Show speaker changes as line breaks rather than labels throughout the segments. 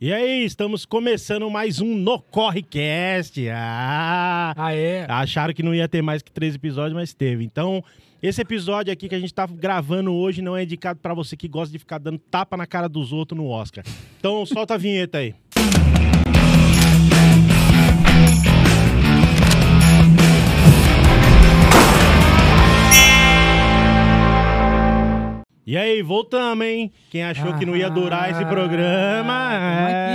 E aí, estamos começando mais um No Correcast. Ah,
Ah, é?
acharam que não ia ter mais que três episódios, mas teve. Então, esse episódio aqui que a gente tá gravando hoje não é indicado pra você que gosta de ficar dando tapa na cara dos outros no Oscar. Então, solta a vinheta aí. E aí, voltamos, hein? Quem achou que não ia durar esse programa?
Ah,
É,
tamo aqui,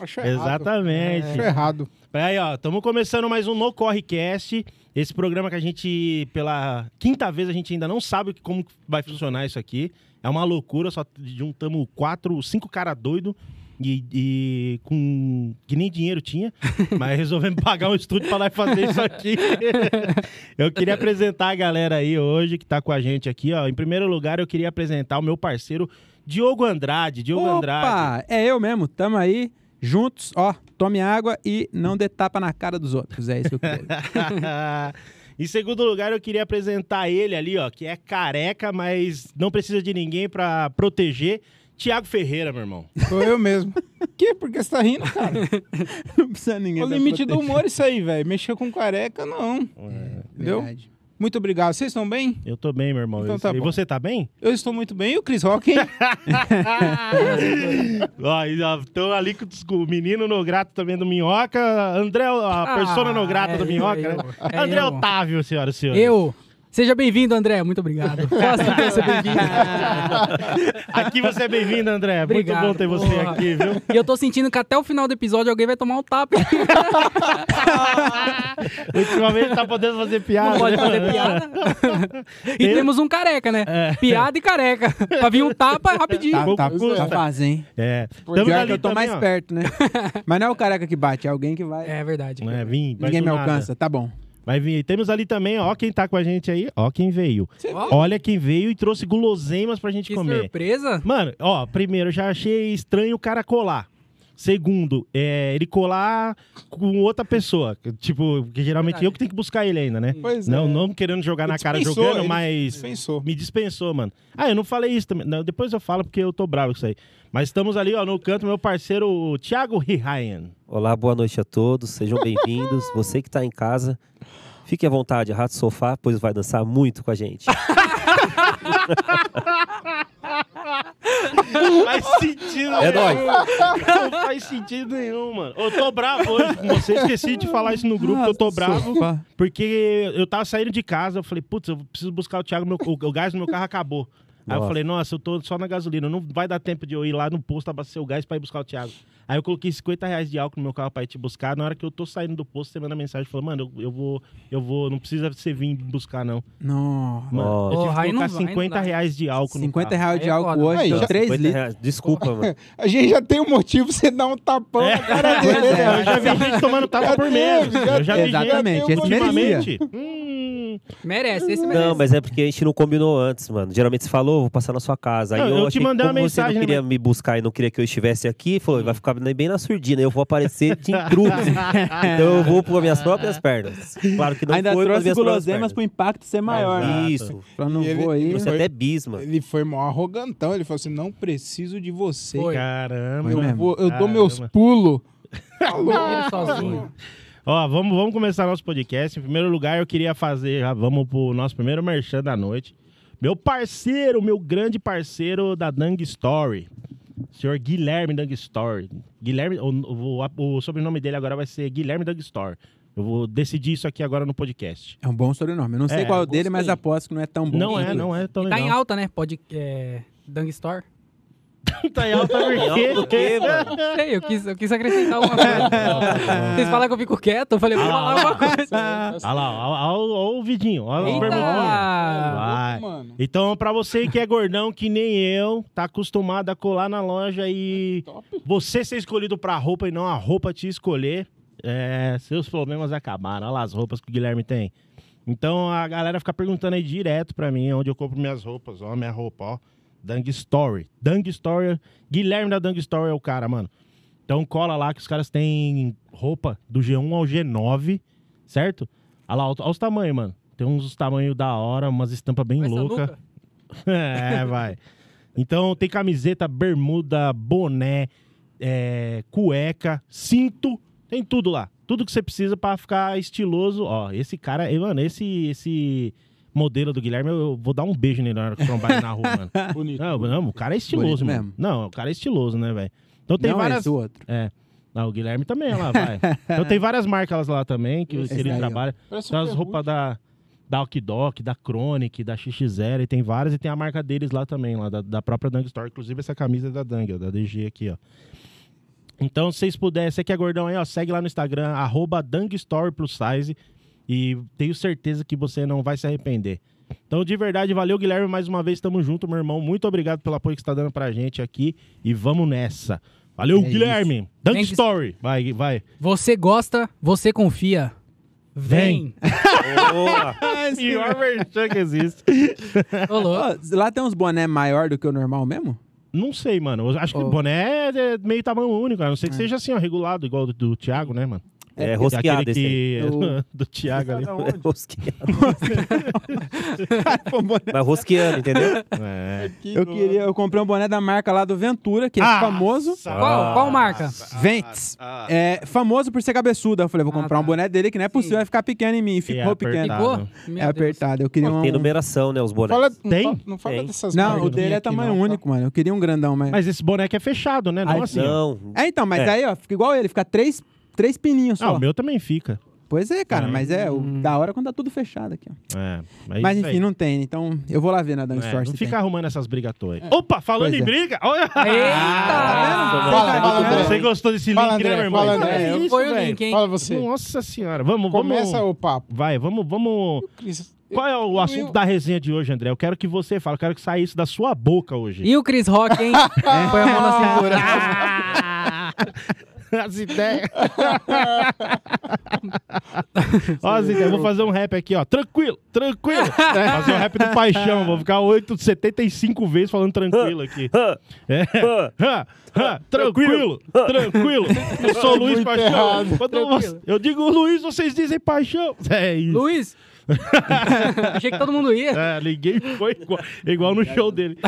hein? Achou errado. É.
exatamente.
Achou errado.
Aí, ó, estamos começando mais um No Correcast. Esse programa que a gente, pela quinta vez, a gente ainda não sabe como vai funcionar isso aqui. É uma loucura, só juntamos quatro, cinco cara doido e, e com que nem dinheiro tinha, mas resolvemos pagar um estúdio para lá e fazer isso aqui. eu queria apresentar a galera aí hoje que tá com a gente aqui, ó. Em primeiro lugar, eu queria apresentar o meu parceiro Diogo Andrade. Diogo Andrade.
Opa, é eu mesmo. Tamo aí, juntos. Ó, tome água e não dê tapa na cara dos outros. É isso que eu quero.
em segundo lugar, eu queria apresentar ele ali, ó, que é careca, mas não precisa de ninguém pra proteger. Tiago Ferreira, meu irmão.
Sou eu mesmo. que? Por que você tá rindo, cara?
não precisa ninguém.
É o
dar
limite do
proteção.
humor isso aí, velho. Mexer com careca,
É,
não. Entendeu?
Verdade.
Muito obrigado. Vocês estão bem?
Eu tô bem, meu irmão.
Então
Eu-
tá
e
bom.
você tá bem?
Eu estou muito bem. E o Chris Rock, hein?
Ó, e, ó, Tô ali com os- com o menino no grato também do Minhoca. André, a
Ah,
persona no grato
é
do
eu,
Minhoca,
eu,
né?
é
André
eu.
Otávio, senhoras e senhores.
Eu. Seja bem-vindo, André. Muito obrigado. Gosto de ter ser bem-vindo.
Aqui você é bem-vindo, André.
Obrigado,
Muito bom ter você
porra.
aqui, viu?
E eu tô sentindo que até o final do episódio alguém vai tomar um tapa.
Ultimamente tá podendo fazer piada.
Não pode
né,
fazer
mano?
piada. E temos um careca, né?
É.
Piada e careca. Pra vir um tapa rapidinho.
Tá, tá,
Custa.
tá fazendo, hein?
É. Tamo
Pior
ali
que eu tô
também,
mais
ó.
perto, né? Mas não é o careca que bate, é alguém que vai.
É verdade.
Não é, vim, vai
Ninguém
do
me
nada.
alcança, tá bom.
Vai vir. E Temos ali também, ó, quem tá com a gente aí, ó, quem veio.
Ó,
Olha quem veio e trouxe guloseimas pra gente
que
comer.
surpresa.
Mano, ó, primeiro, eu já achei estranho o cara colar. Segundo, é, ele colar com outra pessoa. que, Tipo, porque geralmente
Verdade.
eu que tenho que buscar ele ainda, né?
Pois
não,
é.
não querendo jogar na cara
Dispensou,
jogando,
ele
mas
Dispensou.
me dispensou, mano. Ah, eu não falei isso também. Não, depois eu falo porque eu tô bravo com isso aí. Mas estamos ali, ó, no canto, meu parceiro o Thiago Ryan.
Olá, boa noite a todos, sejam bem-vindos. Você que tá em casa, fique à vontade, rato sofá, pois vai dançar muito com a gente.
Não faz sentido
É
nenhum.
nóis.
Não faz sentido nenhum, mano. Eu tô bravo hoje. com Você esqueci de falar isso no grupo, que eu tô bravo.
Sofá.
Porque eu tava saindo de casa, eu falei, putz, eu preciso buscar o Thiago, meu, o, o gás no meu carro acabou. Aí eu
Nossa.
falei, nossa, eu tô só na gasolina, não vai dar tempo de eu ir lá no posto abastecer o gás pra ir buscar o Thiago. Aí eu coloquei 50 reais de álcool no meu carro pra ir te buscar. Na hora que eu tô saindo do posto, você manda mensagem falando, mano, eu, eu vou, eu vou, não precisa você vir buscar, não.
Não.
Mano,
Nossa.
eu tive
Porra,
que
aí não
colocar
vai, não
50
dá.
reais de álcool
50
no carro.
reais de
Aí é
álcool
foda.
hoje,
Aí,
deu
já,
3
50
litros.
reais. Desculpa, mano.
A gente já tem um motivo pra você dar um tapão na cara dele,
Pois
né?
é.
Eu já vi gente tomando tapa
Já
por
teve,
menos.
já
Eu já vi gente
Exatamente, ele
ultimamente.
merecia.
Hum,
Merece, esse merece.
Não, mas é porque a gente não combinou antes, mano. Geralmente você falou, vou passar na sua casa. Aí
Não,
eu,
eu te
achei que
mandei uma
como você
mensagem,
não queria me buscar e não queria que eu estivesse aqui, falou, vai ficar bem na surdina, eu vou aparecer de intruso. então eu vou por minhas próprias pernas. Claro que não
Ainda
foi pelas
trouxe
minhas próprias
guloseimas pro
pernas.
impacto ser maior, né?
Exato.
Isso.
Pra não
E ele-
vou aí.
Trouxe
Foi-
até bisma.
Ele foi mó arrogantão. Ele falou assim, não preciso de você.
Foi.
Caramba.
Foi
Eu,
mesmo.
vou- eu dou
Caramba.
meus Tá pulos.
Ele sozinho.
Ó, vamos, vamos começar nosso podcast. Em primeiro lugar, eu queria fazer. Já vamos pro nosso primeiro merchan da noite. Meu parceiro, meu grande parceiro da Dang Story. Senhor Guilherme Dang Story. Guilherme, o, o- o sobrenome dele agora vai ser Guilherme Dang Story. Eu vou decidir isso aqui agora no podcast.
É um bom sobrenome. Eu não sei
É,
qual é o
gostei.
dele, mas aposto que não é tão bom.
não é,
quanto
não é tão
E
legal.
tá em alta, né? Pode. É... Dung Store.
tá em alta
Não, por quê, mano?
Não sei, eu quis, eu quis acrescentar alguma coisa. Vocês falaram que eu fico quieto, eu falei, vou
Ah,
falar
lá,
alguma coisa.
Olha lá, olha o vidinho, olha o bermudinho.
Eita!
Vai.
Mano.
Então, pra você que é gordão, que nem eu, tá acostumado a colar na loja e
É Top.
você ser escolhido pra roupa e não a roupa te escolher, é, seus problemas acabaram. Olha lá as roupas que o Guilherme tem. Então, a galera fica perguntando aí direto pra mim onde eu compro minhas roupas, ó, minha roupa, ó. Dang Story. Dang Story. Guilherme da Dang Story é o cara, mano. Então cola lá que os caras têm roupa do G1 ao G9, certo? Olha lá, olha os tamanhos, mano. Tem uns tamanhos da hora, umas estampas bem
Essa
loucas.
nuca.
É, vai. Então tem camiseta, bermuda, boné, é, cueca, cinto, tem tudo lá. Tudo que você precisa pra ficar estiloso. Ó, esse cara, eh, mano, esse, esse modelo do Guilherme, eu, eu vou dar um beijo nele na hora que trombar ele na rua, mano.
Tá
Bonito.
Não, não, o cara é estiloso,
Bonito
mano.
mesmo.
Não, o cara é estiloso, né, velho? Então tem
não
várias.
esse outro.
É. Ah, o Guilherme também lá, vai. Então tem várias marcas lá também que, que
Esse
ele
daí, ó.
trabalha.
Parece
Tem
um
as roupas da, da Okidok, da Chronic, da XX0, e tem várias, e tem a marca deles lá também, lá da, da própria Dung Store. Inclusive essa camisa é da Dung, ó, da DG aqui, ó. Então, se vocês puderem, você que é gordão aí, ó, segue lá no Instagram, arroba Dung Store Plus Size, e tenho certeza que você não vai se arrepender. Então, de verdade, valeu, Guilherme, mais uma vez, tamo junto, meu irmão. Muito obrigado pelo apoio que você tá dando pra gente aqui, e vamos nessa. Valeu,
É
Guilherme! Dung
Vem que-
Story! Vai, vai.
Você gosta, você confia. Vem.
Boa.
Pior versão que existe.
Ô, louco.
Ô, lá tem uns boné maior do que o normal mesmo?
Não sei, mano. Eu acho que
Ô.
boné é é meio tamanho único. A não ser que seja assim, ó, regulado, igual do, do Thiago, né, mano?
É rosqueado
Aquele
esse aí.
que... é
aí.
Do Thiago ali.
É rosqueado. Mas rosqueado, entendeu?
É.
Eu queria, eu comprei um boné da marca lá do Ventura, que é
Ah,
famoso.
Qual,
Ah,
qual marca?
Vents. É famoso por ser cabeçuda. Eu falei, vou
Ah,
comprar um
tá.
boné dele que não é possível, vai ficar pequeno em mim. Ficou pequeno.
apertado.
Ficou?
É
Meu Deus.
apertado. Eu queria um.
Tem numeração, né? Os bonecos.
Fala, não
Tem?
fala- Não fala
Tem.
dessas
Não, o
marcas
dele é
aqui,
tamanho
não, tá?
único, mano. Eu queria um grandão, mas.
Mas esse boneco é fechado, né? Não
Ai,
assim. ó.
Não.
É, então, mas
É.
aí, ó, fica igual ele, fica três, três pininhos
Ah,
só.
o meu também fica.
Pois é, cara,
É.
mas é o da hora quando tá tudo fechado aqui, ó.
É,
Mas
isso aí.
enfim, não tem, então eu vou lá ver na Dan
É,
Store.
não
se
fica
tem.
arrumando essas brigas à toa aí. Opa, falando
Pois
em
é.
briga, olha!
tá Eita!
Ah,
Fala,
tá
fala,
vendo?
André.
Você gostou desse link,
Fala, André,
né, meu irmão?
fala,
Olha
É
André.
isso,
É, Foi o
velho.
link, hein?
Fala você.
Nossa senhora, vamos, vamos.
Começa o papo.
Vai, vamos, vamos.
Cris.
Qual é o assunto da resenha de hoje, André? Eu quero que você fale, eu quero que saia isso da sua boca hoje.
E o Chris Rock, hein?
É.
Põe a mão na
Ah,
cintura.
tá.
Ah,
As ideias. Ó, as ideias. Vou fazer um rap aqui, ó. Tranquilo, tranquilo. Fazer um rap do paixão. Vou ficar 8, 75 vezes falando tranquilo aqui.
Ah,
É.
ah.
Ha, ha, tranquilo, tranquilo. Eu sou o Luiz
Muito
Paixão.
errado.
Quando você- eu digo Luiz, vocês dizem paixão. É isso.
Luiz? Achei que todo mundo ia.
É, ninguém foi igual, igual no show dele.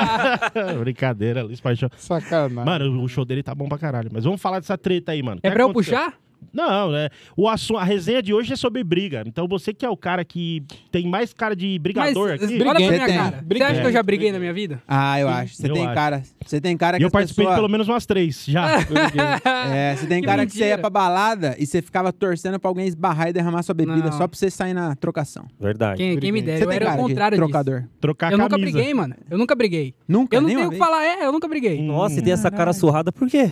Brincadeira, Luiz Paixão.
Sacanagem.
Mano, o show dele tá bom pra caralho. Mas vamos falar dessa treta aí, mano. O
É
que
pra eu
aconteceu?
puxar?
Não, né? O assu... A resenha de hoje é sobre briga. Então você que é o cara que tem mais cara de
Tá
Mas
brigador aqui.
olha pra
Você
minha
tem.
cara. Você
Briguei.
acha que eu já briguei na minha vida?
Ah, eu acho. Você
Eu
tem
acho.
cara. Você tem
E
cara é que
eu
as
participei de
pessoas-
pelo menos umas três já.
É, você tem
Que
cara que você ia
mentira.
pra balada e você ficava torcendo pra alguém esbarrar e derramar sua bebida
Não.
só pra você sair na trocação.
Verdade.
Quem, quem me
Você
dera, eu
tem
era
cara
o
de
contrário disso.
trocador.
Trocar
Eu
camisa.
nunca briguei, mano. Eu nunca briguei.
Nunca,
Eu
Tá
não
nem uma
tenho o que
vez? Hum.
falar, é, eu nunca briguei.
Nossa, e tem essa cara surrada por quê?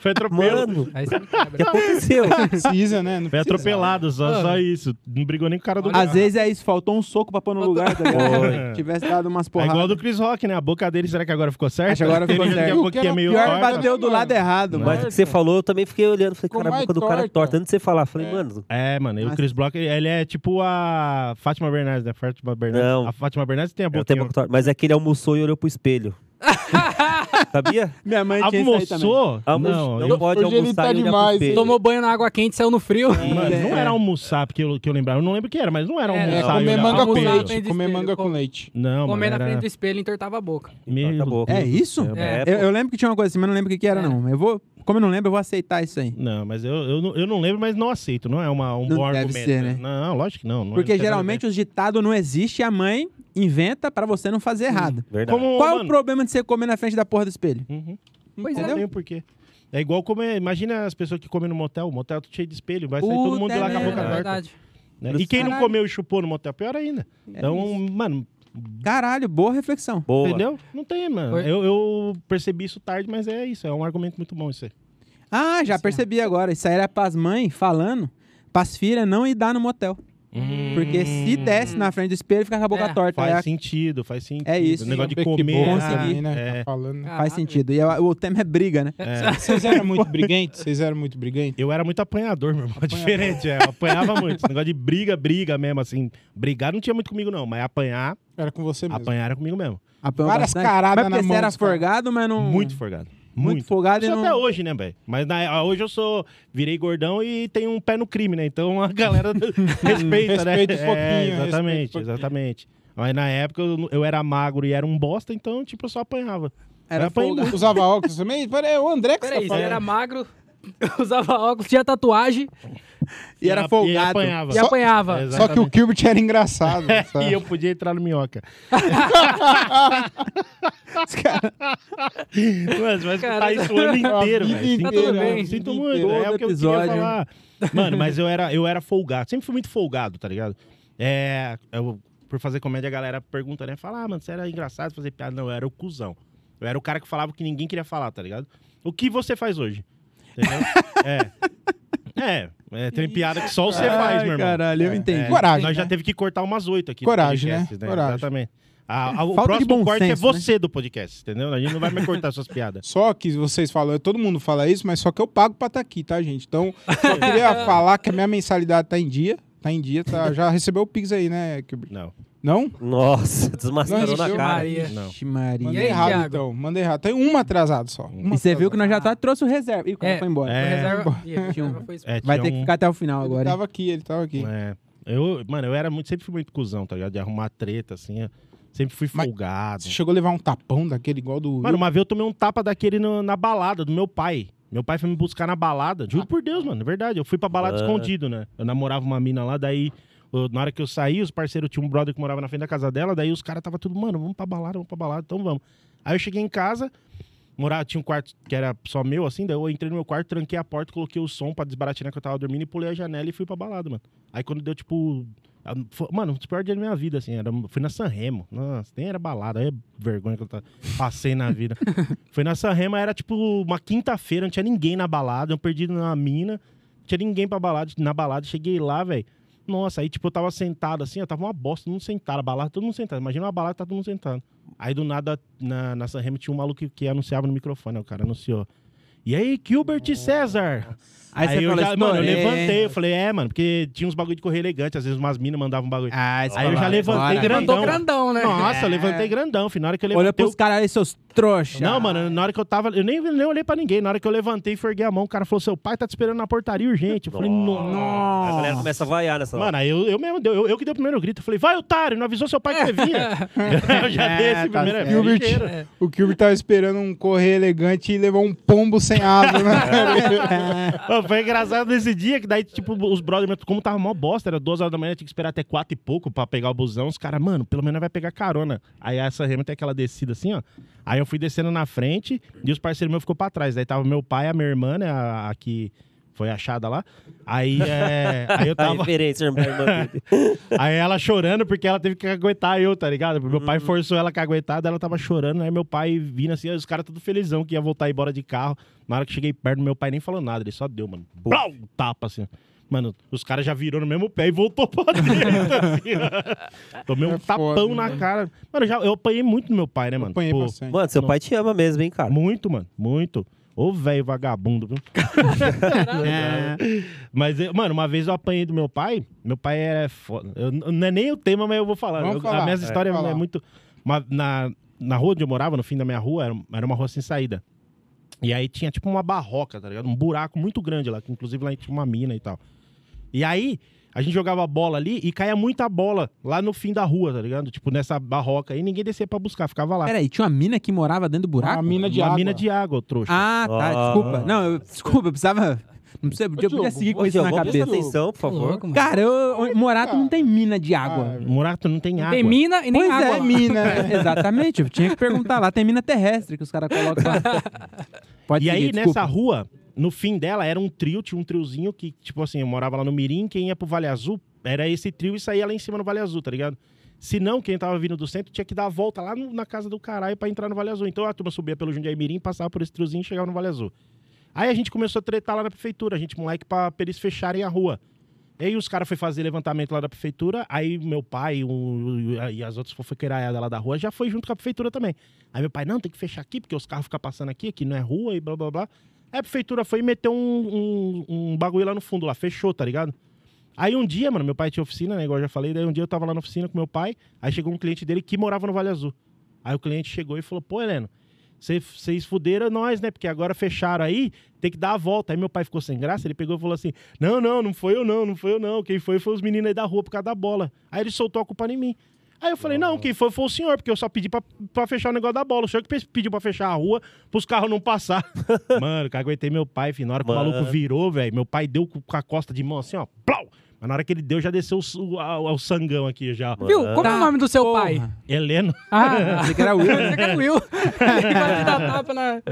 Foi atropelado.
Mano, o
Aí você me
que
quebra.
aconteceu?
Precisa, né? Não
Foi
precisa.
atropelado, só, só isso. Não brigou nem com o cara do
Olha,
cara.
Às vezes é isso, faltou um soco pra pôr no lugar, tá ligado?
Foi.
Tivesse dado umas
É
porradas.
igual do Chris Rock, né? A boca dele, será que agora ficou certa?
Acho que agora ficou
Ele
certo.
Daqui a pouco é
Pior
meio
Pior
torta.
bateu do lado errado,
Mas
é?
mano.
o que você falou, eu também fiquei olhando. Falei,
Ficou
cara, a
mais
boca do cara é
torta.
torta. Antes de você falar, falei, mano,
É, mano, e o
Nossa.
Chris Block, ele é tipo a Fátima Bernardes, né? Fátima Bernardes.
Não.
A Fátima Bernardes tem a
eu
boca.
tenho a boca torta. Mas é que ele almoçou e olhou pro espelho. Sabia?
Minha mãe tinha isso aí também.
Almoçou?
Almo-
Não,
não
eu-
pode
hoje ele
almoçar
tá
e olhar
demais,
pro espelho.
Tomou banho na água quente, saiu no frio.
Mano,
É.
não era almoçar, porque eu, que eu lembrava. Eu não lembro que era, mas não era
Era.
almoçar.
É,
Saiu
eu
comer
olhava
manga
pro
com
Almoçar
espelho.
frente
leite.
do
Comer
espelho,
manga com
pô.
leite.
Não, mano,
Comer na
era...
frente do espelho, entortava a boca.
Meu
Torta a boca.
É isso?
É.
Eu, eu lembro que tinha uma coisa assim, mas não lembro o que, que era,
É.
não. Eu vou, como eu não lembro, eu vou aceitar isso aí.
Não, mas eu, eu, não- eu não lembro, mas não aceito. Não é uma, um
Não
bom
deve
argumento.
ser, né?
Não, lógico que não. é não
Porque
deve ser
geralmente os ditados não existem e a mãe inventa pra você não fazer errado.
Verdade.
Como,
Qual é o
Hum. mano,
problema de você comer na frente da porra do espelho?
Uhum.
Pois
Não
é.
tem o porquê. É igual comer. Imagina as pessoas que comem no motel. O motel tá cheio de espelho. Vai sair todo
Puta,
mundo de lá
é
com a boca
verdade.
torta.
Verdade.
né? E quem não
Caralho.
comeu e chupou no motel, pior ainda. Então, mano,
Caralho, boa reflexão.
Boa.
entendeu? Não tem, mano.
Foi.
Eu, eu percebi isso tarde, mas é isso. É um argumento muito bom isso aí.
Ah, já
Sim.
percebi agora. Isso aí era pras mães falando, pras filhas não ir dar no motel.
Hum.
Porque se desse na frente do espelho, fica com a boca
É,
torta. Aí
Faz
a-
sentido, faz sentido.
É isso.
O negócio de
Vamos ver que
comer.
bom
ah,
isso aí, né?
é.
Tá falando.
Caralho.
Faz sentido. E a- o tema é briga, né?
Vocês eram muito briguentes? Vocês eram muito briguentes?
Eu era muito apanhador, meu irmão. Diferente, é. Eu apanhava muito. Esse negócio de briga, briga mesmo, assim. Brigar não tinha muito comigo, não. Mas apanhar,
Era com você mesmo.
apanhar era comigo mesmo.
Apanhou
Várias
bastante.
caradas
Mas
na
porque
mão
você era
dos caras.
forgado, mas
Hum.
não...
Muito folgado.
muito
Muito.
folgado e
Isso
não...
até hoje, né, velho? Mas na- hoje eu sou. Virei gordão e tenho um pé no crime, né? Então a galera respeita, né?
Respeita um pouquinho,
É,
respeita um
exatamente,
pouquinho.
exatamente. Mas na época eu, eu era magro e era um bosta, então, tipo, eu só apanhava.
Era
Apanhei
folga.
muito.
Usava óculos também? Peraí, o André que você
Peraí,
tá
você
falando.
era magro, usava óculos, tinha tatuagem
E era
a- E
folgado.
apanhava.
e
Só- É,
apanhava. Tá
Exato.
Só que o Gilbert era engraçado. sabe?
E eu podia entrar no minhoca.
Os caras-
Mas vai escutar
Cara,
isso o ano inteiro,
a vida
velho. Sinto
inteira,
muito,
a vida
Sinto
inteira.
muito. É
Todo
o que eu
episódio.
queria falar. Mano, mas eu era, eu era folgado. Sempre fui muito folgado, tá ligado? É, eu, por fazer comédia, a galera pergunta, né? Fala, ah, mano, você era engraçado fazer piada. Não, eu era o cuzão. Eu era o cara que falava o que ninguém queria falar, tá ligado? O que você faz hoje? Entendeu? é. É, é, tem piada que só você faz,
Ai,
meu irmão.
Caralho, eu entendi.
É,
Coragem,
Nós já
né?
teve que cortar umas oito aqui. do
Coragem,
podcast,
né? Coragem.
Exatamente. A- a- o
Falta de
próximo
bom
corte é
senso, né?
você do podcast, entendeu? A gente não vai mais cortar suas piadas.
Só que vocês falam, todo mundo fala isso, mas só que eu pago pra estar aqui, tá, gente? Então, só queria falar que a minha mensalidade tá em dia. Tá em dia, tá, já recebeu o Pix aí, né, Gilbert?
Não,
Não?
Nossa,
Não
desmascarou na
existiu.
cara.
Maria.
não.
Vixe, Maria.
Mandei
aí,
errado,
Thiago?
então. Mandei errado. Tem uma atrasada só. Uma
E você viu que
atrasada.
nós já tá- trouxe o reserva. Ih, o cara
É.
foi embora.
Ah. É.
Reserva... Ih, reserva foi isso.
É,
Vai
tinha
ter que
um-
ficar até o final
Ele
agora. hein?
tava aqui, ele tava aqui.
É. Eu, mano, eu era muito, sempre fui muito cuzão, tá ligado? De arrumar treta, assim. eu Sempre fui
Mas-
folgado.
Você chegou a levar um tapão daquele igual do.
Mano, uma vez eu tomei um tapa daquele no- na balada do meu pai. Meu pai foi me buscar na balada. Juro por Deus, mano. É verdade. Eu fui pra balada
Ah.
escondido, né? Eu namorava uma mina lá, daí. eu- Na hora que eu saí, os parceiros tinham um brother que morava na frente da casa dela, daí os caras tava tudo, mano, vamos pra balada, vamos pra balada, então vamos. Aí eu cheguei em casa, morava, tinha um quarto que era só meu, assim, daí eu entrei no meu quarto, tranquei a porta, coloquei o som pra desbaratinar que eu tava dormindo e pulei a janela e fui pra balada, mano. Aí quando deu, tipo. a- foi- Mano, um dos piores dias da minha vida, assim. Era, fui na Sanremo. Nossa, nem era balada, aí é vergonha que eu tava- passei na vida. Foi na Sanremo, era tipo uma quinta-feira, não tinha ninguém na balada, eu perdi na mina, não tinha ninguém pra balada, na balada, cheguei lá, velho. Nossa, aí tipo, eu tava sentado assim, eu tava uma bosta, todo mundo sentado, a balada, todo mundo sentado. Imagina uma balada, tá todo mundo sentado. Aí do nada, na, na Sanremo tinha um maluco que, que anunciava no microfone, né, o cara anunciou. E aí, Gilbert César? Aí,
você assim,
eu
fala,
já, mano, eu
"Estourei, hein?"
levantei, eu falei, é, mano, porque tinha uns bagulho de correr elegante, às vezes umas minas mandavam um bagulho.
Ah, você
Aí eu
fala,
já levantei
"Bora."
grandão.
Levantou grandão, né?
Nossa, eu levantei grandão, filho. Na hora que eu
Olha
levantei, o
pros caras aí, seus trouxas.
não, mano, na hora que eu tava. Eu nem, nem olhei pra ninguém. Na hora que eu levantei e forguei a mão, o cara falou: seu pai tá te esperando na portaria urgente. Eu falei, nossa.
A galera começa a vaiar nessa hora.
Mano, aí eu, eu mesmo, deu- eu, eu que dei o primeiro grito. Eu falei, vai, otário, não avisou seu pai que você vinha. eu já dei
É,
esse
tá
primeiro
certo.
é
Gilbert.
ligeiro.
O Gilbert tava esperando um correr elegante e levou um pombo sem asa, né?
Ô, Foi engraçado nesse dia que daí, tipo, os brothers, como tava mó bosta, era duas horas da manhã, tinha que esperar até quatro e pouco pra pegar o busão. Os caras, mano, pelo menos vai pegar carona. Aí essa rema tem aquela descida assim, ó. Aí eu fui descendo na frente e os parceiros meus ficou pra trás. Daí tava meu pai, a minha irmã, né, a, a que foi achada lá. Aí, é, aí eu
A
tava...
Tá referência, irmã irmã dele.
Aí ela chorando porque ela teve que aguentar eu, tá ligado? Meu pai
Uhum.
forçou ela a aguentar, daí ela tava chorando. Aí meu pai vindo assim, os caras tudo felizão que ia voltar embora de carro. Na hora que cheguei perto, meu pai nem falou nada, ele só deu, mano. Blau, um tapa assim. Mano, os caras já virou no mesmo pé e voltou pra direita. assim. Tomei um
É
tapão
foda,
na
né?
cara. Mano, eu já, eu apanhei muito do meu pai, né, mano?
Apanhei
Pô,
bastante.
Mano, seu pai te ama mesmo, hein, cara?
Ah, muito, mano, muito. Ô, velho vagabundo, viu? É. Mas, eu- mano, uma vez eu apanhei do meu pai. Meu pai é foda. Eu- não é nem o tema, mas eu vou falar.
Vamos
Eu-
falar,
a minha história
é,
é,
fala.
muito. uma- na, na rua onde eu morava, no fim da minha rua, era, era uma rua sem saída. E aí tinha tipo uma barroca, tá ligado? Um buraco muito grande lá, que inclusive lá tinha uma mina e tal. E aí, a gente jogava bola ali e caía muita bola lá no fim da rua, tá ligado? Tipo, nessa barroca. E ninguém descia pra buscar, ficava lá.
Peraí, tinha uma mina que morava dentro do buraco?
Uma mina de
uma
água.
mina de água, ô trouxa.
Ah, tá,
Ah.
desculpa. Não, eu, desculpa, eu precisava... Não precisa, eu podia
Diogo,
seguir com
Ô,
isso
Diogo,
na
vamos prestar
cabeça.
atenção, por favor.
Louco, mano.
Cara, eu, eu- Morato não tem mina de
Ah,
água.
Morato não tem
Não
água.
tem mina e nem
pois
água.
é,
lá.
mina. né? Exatamente, eu tinha que perguntar lá. Tem mina terrestre que os caras colocam lá. Pode
E aí,
seguir, desculpa.
nessa rua, no fim dela, era um trio, tinha um triozinho que, tipo assim, eu morava lá no Mirim, quem ia pro Vale Azul era esse trio e saía lá em cima no Vale Azul, tá ligado? Se não, quem tava vindo do centro tinha que dar a volta lá no- na casa do caralho pra entrar no Vale Azul. Então a turma subia pelo Jundiaí Mirim, passava por esse triozinho e chegava no Vale Azul. Aí a gente começou a tretar lá na prefeitura, a gente, moleque, pra, pra eles fecharem a rua. E aí os caras foi fazer levantamento lá da prefeitura, aí meu pai o- o- e as outras fofoqueiraiadas lá da rua já foi junto com a prefeitura também. Aí meu pai, não, tem que fechar aqui, porque os carros ficam passando aqui, aqui não é rua e blá blá blá. Aí a prefeitura foi e meteu um, um, um bagulho lá no fundo, lá, fechou, tá ligado? Aí um dia, mano, meu pai tinha oficina, né, igual eu já falei, daí um dia eu tava lá na oficina com meu pai, aí chegou um cliente dele que morava no Vale Azul. Aí o cliente chegou e falou, pô, Heleno, vocês fuderam nós, né? Porque agora fecharam aí, tem que dar a volta. Aí meu pai ficou sem graça, ele pegou e falou assim: Não, não, não foi eu não, não foi eu não. Quem foi foi os meninos aí da rua por causa da bola. Aí ele soltou a culpa em mim. Aí eu falei, não, quem foi foi o senhor, porque eu só pedi pra, pra fechar o negócio da bola. O senhor que pe- pediu pra fechar a rua, pros carros não passar. Mano, que eu aguentei meu pai, filho. Na hora que o
Mano.
maluco virou, velho, meu pai deu com a costa de mão assim, ó, plau! Mas na hora que ele deu, já desceu o, su- a- o sangão aqui já.
Viu? Como é o nome do seu pai?
Heleno.
Ah,
Você que era o Will.
você que é o Will. Ele vai te dar tapa na...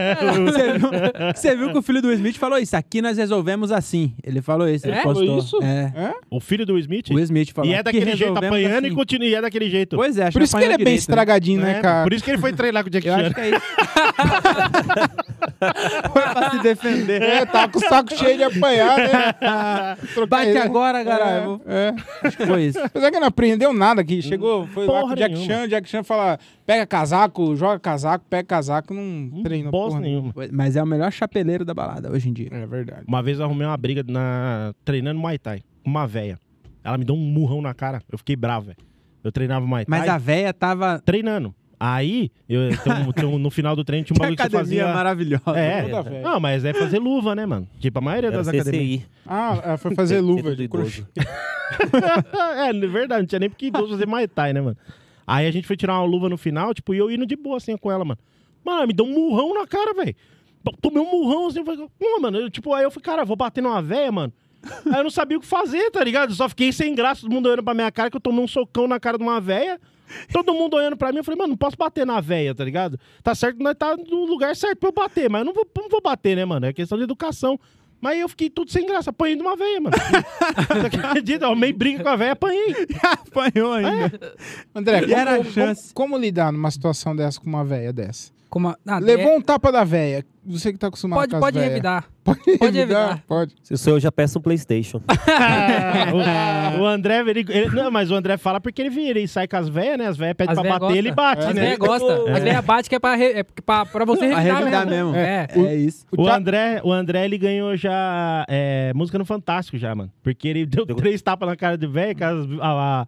Você viu, você viu que o filho do Smith falou isso. Aqui nós resolvemos assim. Ele falou isso. Ele
É?
postou.
Foi isso?
É.
É?
O filho do Smith.
O Smith falou.
E é
"Aqui
daquele jeito,
resolvemos
apanhando e
assim."
continua. E é daquele jeito.
Pois é, acho
Por isso que ele é
apanhou
bem
direito, né?
estragadinho, né,
É,
cara?
Por isso que ele foi treinar com o Jack
Eu acho
Chan.
que é isso. Foi pra se defender.
É, tá com o saco cheio de apanhar,
Ah,
né? Trocar
Bate
ideia.
agora, caralho.
É, é.
Acho que foi isso.
Apesar que não aprendeu nada aqui. Chegou, foi lá com
Hum, Porra
o Jack
nenhuma.
Chan. Jack Chan fala: pega casaco, joga casaco, pega casaco, não treina.
Hum, Bosta
porra
nenhuma.
Mas é o melhor chapeleiro da balada hoje em dia.
nenhuma. É verdade.
Uma vez eu arrumei uma briga na... treinando Muay Thai com uma véia. Ela me deu um murrão na cara. Eu fiquei bravo, velho. Eu treinava Muay Thai
Mas a véia tava.
treinando. Aí, eu, tem um- tem um- no final do treino tinha um bagulho que você
academia
fazia...
maravilhosa.
É,
Toda véia.
não, mas é fazer luva, né, mano? Tipo, a maioria das academias.
Ah, ela foi fazer
tá
luva de crochê.
idoso.
é, na verdade, não tinha nem porque idoso fazer Muay Thai, né, mano? Aí a gente foi tirar uma luva no final, tipo, e eu indo de boa, assim, com ela, mano. Mano, ela me deu um murrão na cara, velho. Tomei um murrão, assim, eu falei, "Pô, mano, eu, tipo, aí eu falei, cara, eu vou bater numa véia, mano. Aí eu não sabia o que fazer, tá ligado? Eu só fiquei sem graça, todo mundo olhando pra minha cara, que eu tomei um socão na cara de uma véia. Todo mundo olhando pra mim, eu falei, mano, não posso bater na véia, tá ligado? Tá certo, que nós tá no lugar certo pra eu bater, mas eu não vou, não vou bater, né, mano? É questão de educação. Mas eu fiquei tudo sem graça, apanhei de uma véia, mano. Você acredita? Eu Arrumei briga com a véia, apanhei.
Apanhou ainda.
André, como,
era a
como-
chance.
como lidar numa situação dessa com uma véia dessa?
Como a- ah,
Levou um tapa da véia. Você que tá
é-
acostumado
Pode,
com as
pode
véia.
revidar.
Pode,
Pode
revidar?
revidar.
Pode.
Se sou eu, já peço um Playstation.
Ah, o, o André, ele, ele- não, mas o André fala porque ele vira e sai com as velhas, né? As velhas pedem
As
pra
véia
bater,
gosta.
ele
É,
bate,
As
né?
velhas gostam. As velhas batem que é pra, re- é pra, pra você
Pra
revidar,
revidar mesmo.
É.
É isso.
O
Tha-
André, o André, ele ganhou já é, música no Fantástico já, mano. Porque ele deu três tapas na cara de velho, que as- a,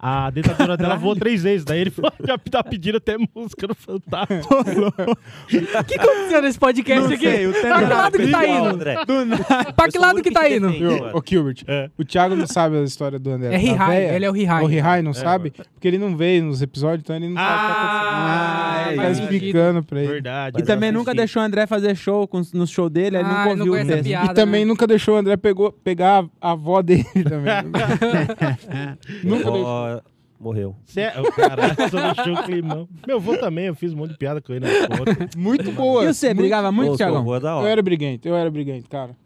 a, a dentadura dela voou três vezes. Daí ele falou, já tá pedindo até música no Fantástico.
O que aconteceu nesse podcast
Não
aqui?
sei, o
pra que
tempo
lado que tá
Pessoal,
indo?
André.
Do nada.
Pra
Eu
que
sou o
lado
único
que tá
te
indo?
defende,
Viu,
mano.
Ô, Gilbert,
É.
o Thiago não sabe a história do André.
É
da
Rihai,
véia.
ele é o Rihai.
Tá O Rihai não sabe? Porque ele não veio nos episódios, então ele não
Ah, é
sabe. o que tá
isso.
explicando pra ele.
Verdade.
E
Mas
também
eu
nunca
assisti.
deixou o André fazer show com, no show dele, ele
Ah,
nunca
ele não
ouviu o
conhece a
texto.
piada.
E também nunca deixou o André pegou, pegar a, a avó dele também. nunca deixou.
Ó, Morreu.
Cê, oh, caralho, só deixou o climão. Meu vô também, eu fiz um monte de piada com ele. né, com outro.
Muito boa.
E você, brigava muito,
Ô,
Thiagão?
Boa é da
Eu
hora.
era briguento, eu era briguento, cara.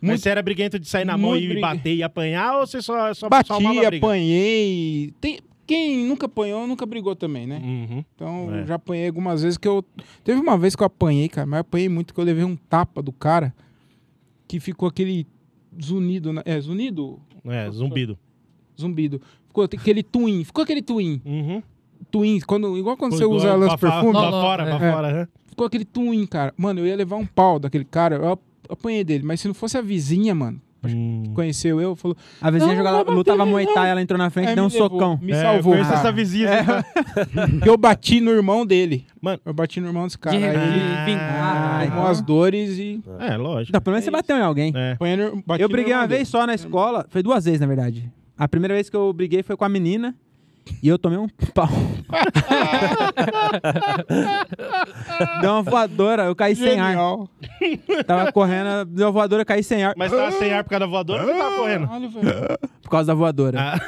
Mas
Muito-
você era briguento de sair na mão
muito
e
brigue-
bater e apanhar, ou você só, só
Bati,
salvava a briga?
apanhei. Tem, quem nunca apanhou, nunca brigou também, né?
Uhum.
Então,
É.
já apanhei algumas vezes que eu. Teve uma vez que eu apanhei, cara, mas eu apanhei muito que eu levei um tapa do cara que ficou aquele zunido. Na... É, zunido?
É, zumbido.
Zumbido. Ficou aquele twin. Ficou aquele twin.
Uhum.
Twin. Quando, igual quando você
Pô,
usa
igual um
lance
pra fa-
perfume.
Pra
Não, não,
fora,
é.
pra fora. né? hã?
Ficou aquele twin, cara. Mano, eu ia levar um pau daquele cara. Eu apanhei dele. Mas se não fosse a vizinha, mano,
Hum.
conheceu eu, falou.
A vizinha
Não,
jogava,
não vai
lutava
bater,
Muay
não.
Thai, ela entrou na frente e
"É,
deu um
me levou,
socão.
Me
É,
salvou.
Eu conheço
Ah.
essa vizinha. assim,
Porque eu bati no irmão dele.
Mano.
Eu bati no irmão desse
De
cara.
re-
Aí ele
de vingar.
Ah,
tomou
então.
as dores e.
É, lógico.
Não, pelo menos você bateu em alguém.
É.
apanhei no- bati
Eu
no
briguei uma
irmão dele.
vez só na escola, foi duas vezes, na verdade. A primeira vez que eu briguei foi com a menina e eu tomei um pau. deu uma voadora, eu caí sem ar.
Genial.
Tava correndo, deu uma voadora, eu caí sem ar.
Mas tava sem ar por causa da voadora ou não tava correndo?
Caralho, velho.
Por causa da voadora.
Ah,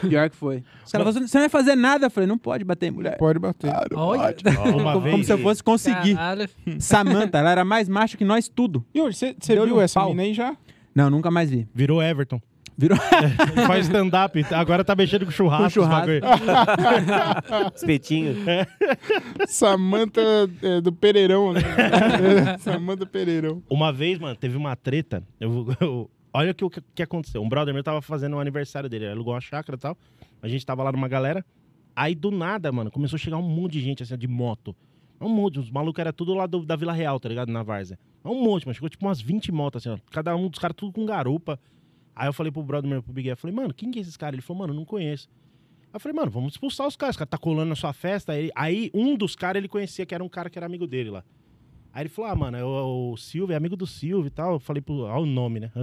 Pior que foi. Os caras falaram, você não vai fazer nada. Eu falei, não pode bater em mulher.
Pode bater.
Olha.
uma
Como,
vez.
como se eu fosse conseguir.
Caralho.
Samantha, ela era mais macho que nós tudo.
Yuri, você
Deu-lhe
viu
um
essa
pau.
mina aí já?
Não, nunca mais vi.
Virou Everton.
Virou
Faz stand-up. Agora tá mexendo com churrasco.
Com churrasco.
esse bagulho.
Espetinho.
Samanta é, do Pereirão, né? Samanta Pereirão.
Uma vez, mano, teve uma treta. Eu, vou- eu- olha o que, o que aconteceu. Um brother meu tava fazendo o aniversário dele. Ele alugou uma chácara e tal. A gente tava lá numa galera. Aí, do nada, mano, começou a chegar um monte de gente, assim, de moto. Um monte. Os malucos era tudo lá do- da Vila Real, tá ligado? Na Várzea. Um monte, mano. Chegou, tipo, umas 20 motos, assim, ó. Cada um dos caras tudo com garupa. Aí eu falei pro brother meu, pro Big E, eu falei, mano, quem que é esses caras? Ele falou, mano, não conheço. Aí eu falei, mano, vamos expulsar os caras. Os caras tá colando na sua festa. Aí, aí um dos caras ele conhecia, que era um cara que era amigo dele lá. Aí ele falou, ah, mano, é o, o Silvio, é amigo do Silvio e tal. Eu falei pro. Olha o nome, né? Ah.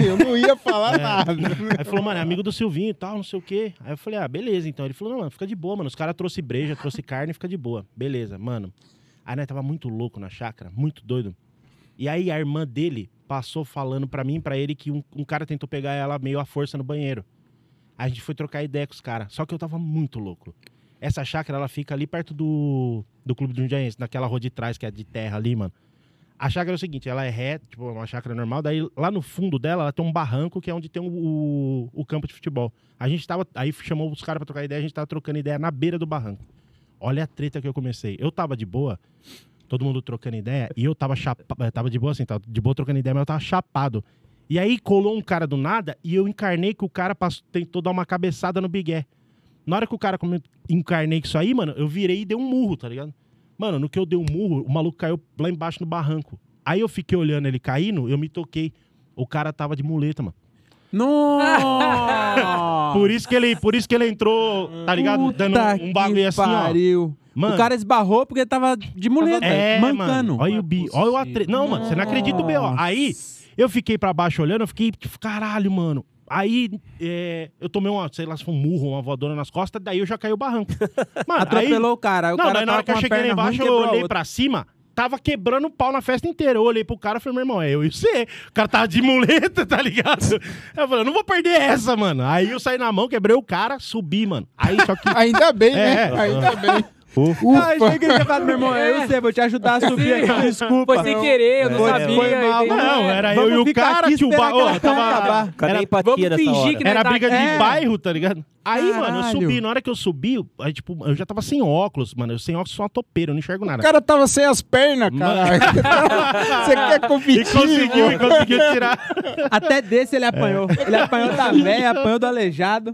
Eu não ia falar nada.
É. Aí ele falou, mano, é amigo do Silvinho e tal, não sei o quê. Aí eu falei, ah, beleza, então. Ele falou, não, mano, fica de boa, mano. Os caras trouxe breja, trouxe carne, fica de boa. Beleza, mano. Aí nós tava muito louco na chácara, muito doido. E aí a irmã dele passou falando pra mim, e pra ele, que um, um cara tentou pegar ela meio à força no banheiro. Aí a gente foi trocar ideia com os caras. Só que eu tava muito louco. Essa chácara, ela fica ali perto do, do Clube do Jundiaense, naquela rua de trás, que é de terra ali, mano. A chácara é o seguinte, ela é reta, tipo, uma chácara normal. Daí, lá no fundo dela, ela tem um barranco, que é onde tem o, o, o campo de futebol. A gente tava... Aí chamou os caras pra trocar ideia, a gente tava trocando ideia na beira do barranco. Olha a treta que eu comecei. Eu tava de boa, todo mundo trocando ideia, e eu tava chapado... Tava de boa assim, tava de boa trocando ideia, mas eu tava chapado. E aí colou um cara do nada e eu encarnei que o cara passou- tentou dar uma cabeçada no Bigué. Na hora que o cara come- encarnei que isso aí, mano, eu virei e dei um murro, tá ligado? Mano, no que eu dei um murro, o maluco caiu lá embaixo no barranco. Aí eu fiquei olhando ele caindo, eu me toquei. O cara tava de muleta, mano.
Nossa!
Por isso que ele, por isso que ele entrou, tá ligado? Dando um, um bagulho assim, ó.
pariu.
Mano.
O cara esbarrou porque tava de muleta,
É,
mancando.
mano. Olha o bi, olha o atre... Não, mano, você não acredita o B.O. Aí, eu fiquei pra baixo olhando, eu fiquei tipo, caralho, mano. Aí, é, eu tomei uma, sei lá, se foi um murro, uma voadora nas costas, daí eu já caí o barranco. Mano,
Atropelou o cara. Aí
aí...
o
Não,
cara
daí na
tava
hora que eu
com a
cheguei lá
perna
embaixo,
ruim,
eu
quebrou a
olhei
outra.
pra cima, tava quebrando o pau na festa inteira. Eu olhei pro cara e falei, meu irmão, é eu e você. O cara tava de muleta, tá ligado? Eu falei, eu não vou perder essa, mano. Aí eu saí na mão, quebrei o cara, subi, mano. Aí só que...
Ainda bem, né?
É.
Ainda bem.
Ah, eu achei que ele tinha falado, meu irmão, é eu sei, vou te ajudar a subir aqui, desculpa.
Foi sem querer, eu não
Foi-
sabia.
foi mal,
entendeu?
Não, era
Vamos
eu e o
ficar
cara,
aqui
tio
esperar
Ba...
que
ó,
ela vai
tava...
acabar.
Cadê a
Era
empatia
vamos
nessa
fingir
hora?
que-
Era briga de
É.
bairro, tá ligado? Aí, mano, eu
Caralho.
subi. Na hora que eu subi, aí, tipo, eu já tava sem óculos, mano. Eu sem óculos sou uma topeira, eu não enxergo
O
nada.
cara tava sem as pernas, cara. Você quer
E
competir?
conseguiu, e conseguiu tirar.
Até desse ele apanhou.
É.
Ele apanhou da véia, apanhou do aleijado.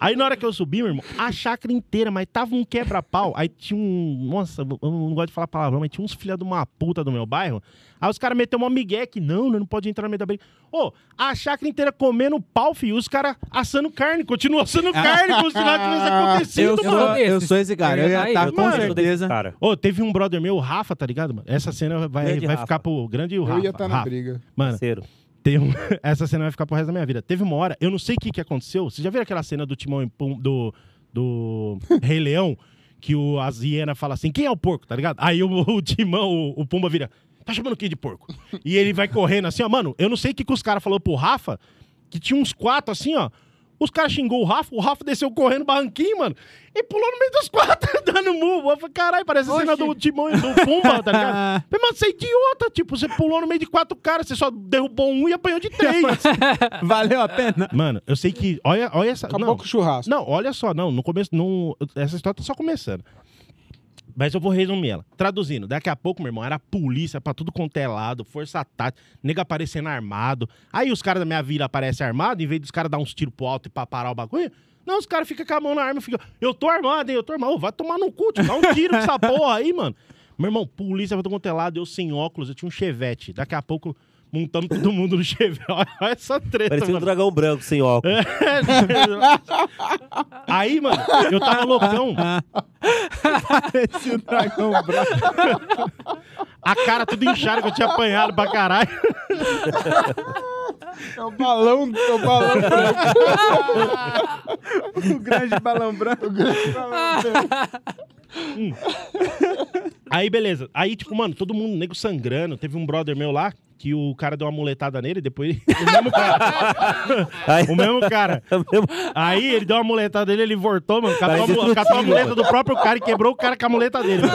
Aí na hora que eu subi, meu irmão, a chácara inteira, mas tava um quebra-pau. Aí tinha um. Nossa, eu não gosto de falar palavrão, mas tinha uns filha de uma puta do meu bairro. Aí os caras meteram uma migué que não, não pode entrar no meio da briga. Ô, a chácara inteira comendo pau, fio, os caras assando carne, continua assando carne, como se nada tivesse acontecido,
Eu
mano.
sou, eu
desses.
sou esse cara. Eu
Eu ia
ia
tá aí,
estar
eu
com
também
Eu dei-
certeza.
Cara,
Ô, teve um brother meu, o Rafa, tá ligado, mano? Essa cena vai,
Grande
vai
Rafa.
ficar pro grande e o Rafa.
Eu ia estar na
Rafa.
briga.
Mano,
parceiro.
tem um- essa cena vai ficar pro resto da minha vida. Teve uma hora, eu não sei o que, que aconteceu. Vocês já viram aquela cena do Timão e Pum, do, do Rei Leão? Que o, as hiena fala assim, quem é o porco, tá ligado? Aí o, o Timão, o, o Pumba vira, tá chamando quem de porco? E ele vai correndo assim, ó, mano, eu não sei o que, que os caras falaram pro Rafa, que tinha uns quatro assim, ó. Os caras xingou o Rafa, o Rafa desceu correndo barranquinho, mano, e pulou no meio dos quatro, dando murro. Eu falei, caralho, parece a cena
Oxi.
do Timão e do Pumba, tá ligado? Mas, mano, você é idiota, tipo, você pulou no meio de quatro caras, você só derrubou um e apanhou de três.
Valeu a pena?
mano, eu sei que. Olha, olha essa.
Acabou
não,
com o churrasco.
não, olha só, não, no começo. Não, essa história tá só começando. Mas eu vou resumir ela. Traduzindo, daqui a pouco, meu irmão, era polícia pra tudo quanto é lado, força tática, nega aparecendo armado. Aí os caras da minha vila aparecem armados, em vez dos caras dar uns tiros pro alto e pra parar o bagulho. Não, os caras ficam com a mão na arma e ficam. Eu tô armado, hein? Eu tô armado. Ô, vai tomar no cu, tio, dá um tiro nessa porra aí, mano. Meu irmão, polícia pra tudo quanto é lado, eu sem óculos, eu tinha um chevette. Daqui a pouco, montamos todo mundo no chevette. Olha essa treta,
Parecia um
mano.
dragão branco sem óculos.
Aí, mano, eu tava loucão.
Esse dragão branco.
A cara tudo inchada que eu tinha apanhado pra caralho.
É o balão, é o balão branco.
O grande balão branco.
Aí, beleza. Aí, tipo, mano, todo mundo, nego sangrando. Teve um brother meu lá que o cara deu uma muletada nele, depois. O mesmo cara.
Aí, tá
O mesmo cara.
mesmo-
Aí ele deu uma muletada nele, ele voltou, mano. Catou, a,
Parece
mu- catou a
discutível.
muleta do próprio cara e quebrou o cara com a muleta dele. mano.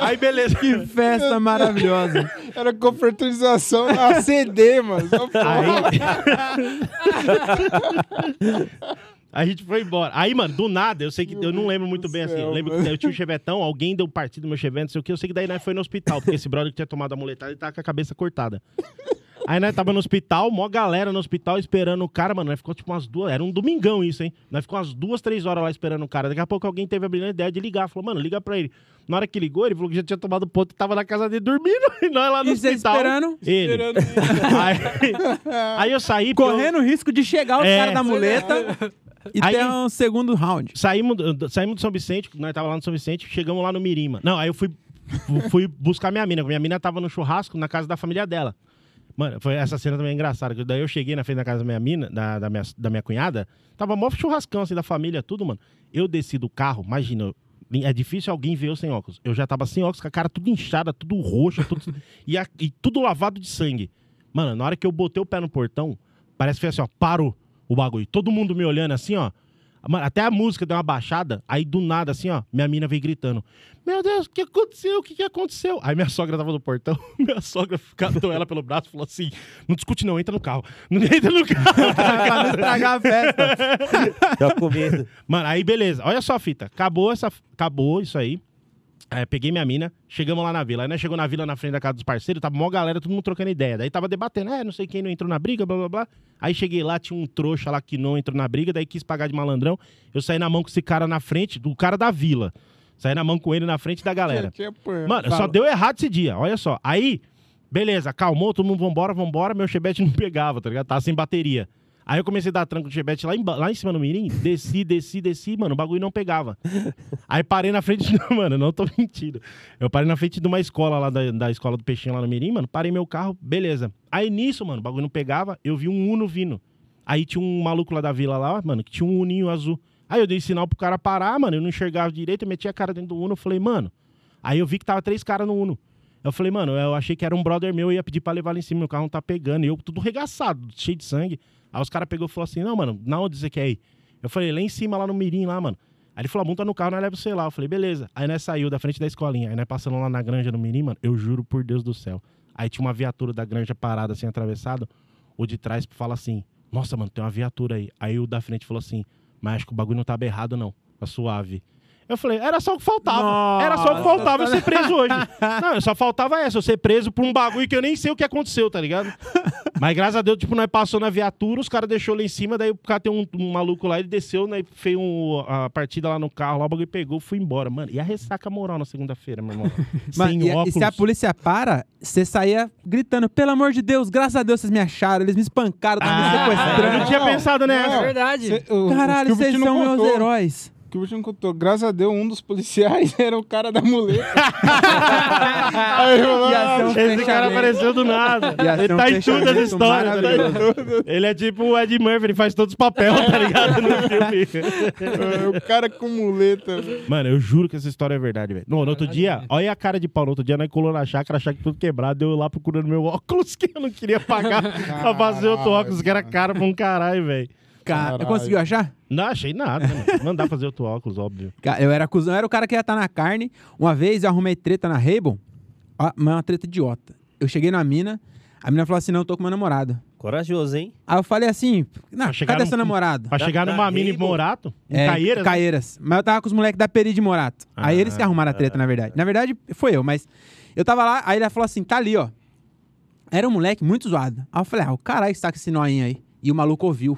Aí, beleza.
Que festa maravilhosa.
Era confraternização na CD, mano. Só porra.
Aí. A gente foi embora. Aí, mano, do nada, eu sei que. Eu não lembro muito
do
bem assim.
céu,
Eu lembro que
mano.
eu tinha um chevetão, alguém deu partido no meu chevette, não sei o que. Eu sei que daí nós foi no hospital, porque esse brother que tinha tomado a muletada ele tava com a cabeça cortada. Aí nós tava no hospital, mó galera no hospital esperando o cara, mano. Nós ficou tipo umas duas. Era um domingão isso, hein? Nós ficou umas duas, três horas lá esperando o cara. Daqui a pouco alguém teve a brilhante ideia de ligar. Falou, mano, liga pra ele. Na hora que ligou, ele falou que já tinha tomado ponto e tava na casa dele dormindo. E nós lá no
E você
hospital.
esperando?
Ele. Aí, aí eu saí. porque eu-
Correndo o risco de chegar o
É.
cara da muleta. E
Aí-
tem um segundo round.
Saímos, do- saímos do São Vicente, nós tava lá no São Vicente, chegamos lá no Mirima. Não, aí eu fui, fu- fui buscar minha mina. Minha mina tava no churrasco na casa da família dela. Mano, foi essa cena também é engraçada. que Daí eu cheguei na frente da casa da minha mina, da, da, minha, da minha cunhada. Tava mó churrascão assim da família, tudo, mano. Eu desci do carro, imagina. eu- É difícil alguém ver eu sem óculos. Eu já tava sem óculos, com a cara tudo inchada, tudo roxa, tudo, e, a- e tudo lavado de sangue. Mano, na hora que eu botei o pé no portão, parece que foi assim, ó, parou o bagulho. Todo mundo me olhando assim, ó. Mano, até a música deu uma baixada, aí do nada, assim, ó, minha mina veio gritando: Meu Deus, o que aconteceu? O que, que aconteceu? Aí minha sogra tava no portão, minha sogra catou ela pelo braço e falou assim: Não discute, não, entra no carro. Não entra no
pra não
carro. tá
estragar a festa.
Já com medo.
Mano, aí beleza. Olha só a fita. Acabou, essa, acabou isso aí. Aí eu peguei minha mina, chegamos lá na vila. Aí nós chegou na vila na frente da casa dos parceiros, tava mó galera, todo mundo trocando ideia. Daí tava debatendo, é, não sei quem não entrou na briga, blá blá blá. Aí cheguei lá, tinha um trouxa lá que não entrou na briga, daí quis pagar de malandrão. Eu saí na mão com esse cara na frente, do cara da vila. Saí na mão com ele na frente da galera. Mano, só deu errado esse dia, olha só. Aí, beleza, calmou, todo mundo vambora, vambora, meu chebete não pegava, tá ligado? Tava sem bateria. Aí eu comecei a dar tranco de chebete lá em, lá em cima no mirim, desci, desci, desci, mano, o bagulho não pegava. Aí parei na frente, não, mano, não tô mentindo. Eu parei na frente de uma escola lá, da, da escola do Peixinho lá no mirim, mano, parei meu carro, beleza. Aí nisso, mano, o bagulho não pegava, eu vi um Uno vindo. Aí tinha um maluco lá da vila lá, mano, que tinha um Uninho azul. Aí eu dei sinal pro cara parar, mano, eu não enxergava direito, eu meti a cara dentro do Uno, eu falei, mano, Aí eu vi que tava três caras no Uno. Eu falei, mano, eu achei que era um brother meu, eu ia pedir pra levar lá em cima, meu carro não tá pegando. E eu tudo regaçado, cheio de sangue. Aí os caras pegou e falou assim, não, mano, na onde você quer ir? Eu falei, lá em cima, lá no mirim, lá, mano. Aí ele falou, monta no carro, nós leva você lá. Eu falei, beleza. Aí nós saiu da frente da escolinha. Aí nós passando lá na granja no mirim, mano, eu juro por Deus do céu. Aí tinha uma viatura da granja parada, assim, atravessada. O de trás fala assim, nossa, mano, tem uma viatura aí. Aí o da frente falou assim, mas acho que o bagulho não tava errado, não. Tá suave. Eu falei, era só o que faltava. era só o que
Nossa.
faltava eu ser preso hoje. Não, só faltava essa, eu ser preso por um bagulho que eu nem sei o que aconteceu, tá ligado? Mas graças a Deus, tipo, nós passou na viatura, os caras deixou lá em cima, daí o cara tem um, um maluco lá, ele desceu, né, fez um- a partida lá no carro, lá o bagulho pegou, fui embora. Mano, e a ressaca moral na segunda-feira, meu irmão?
Mas,
Sem
e, e
óculos.
se a polícia para, você saía gritando, pelo amor de Deus, graças a Deus vocês me acharam, eles me espancaram, estavam tá me
Ah, eu
sequestrando.
não tinha
Não,
pensado
É
não.
nessa.
verdade.
Cê- o- o
Caralho,
Kilbert
vocês
não
são meus
contou.
heróis.
O Kilbert não contou. Graças a Deus, um dos policiais era o cara da muleta. Aí eu falei, "Ah,
Ia ser um
Esse cara
fechamento.
apareceu do nada.
Ia ser
Ele
um
tá em tudo as
fechamento
histórias, tá ligado?
maravilhoso.
Ele é tipo o Ed Murphy, ele faz todos os papéis, tá ligado? No filme.
"Ah, o cara com muleta.
Mano, eu juro que essa história é verdade, velho. No, no outro dia, olha a cara de pau. No outro dia, nós colou na chácara, a chácara tudo quebrado. Eu lá procurando meu óculos que eu não queria pagar pra fazer outro
Caralho,
óculos, que era
mano.
caro pra um caralho, velho.
Cara,
Caralho.
conseguiu achar?
Não achei nada, mano. Não dá pra fazer outro óculos, óbvio.
Cara, Eu era cuzão, eu era o cara que ia estar na carne. Uma vez eu arrumei treta na Raybon, ó, mas é uma treta idiota. Eu cheguei na mina, a mina falou assim: não, eu tô com meu namorado.
Corajoso, hein?
Aí eu falei assim: não,
chegar
cadê
num-
seu namorado?
Pra
Da-
chegar
da
numa mini
Rainbow?
Morato, em
É,
Caieiras, né?
Caieiras. Mas eu tava com os moleques da Peri de Morato. aí
Ah,
eles que arrumaram a treta, na verdade. Na verdade, foi eu, mas eu tava lá, aí ele falou assim: tá ali, ó. Era um moleque muito zoado. Aí eu falei: ah, o caralho que tá com esse noinha aí. E o maluco ouviu.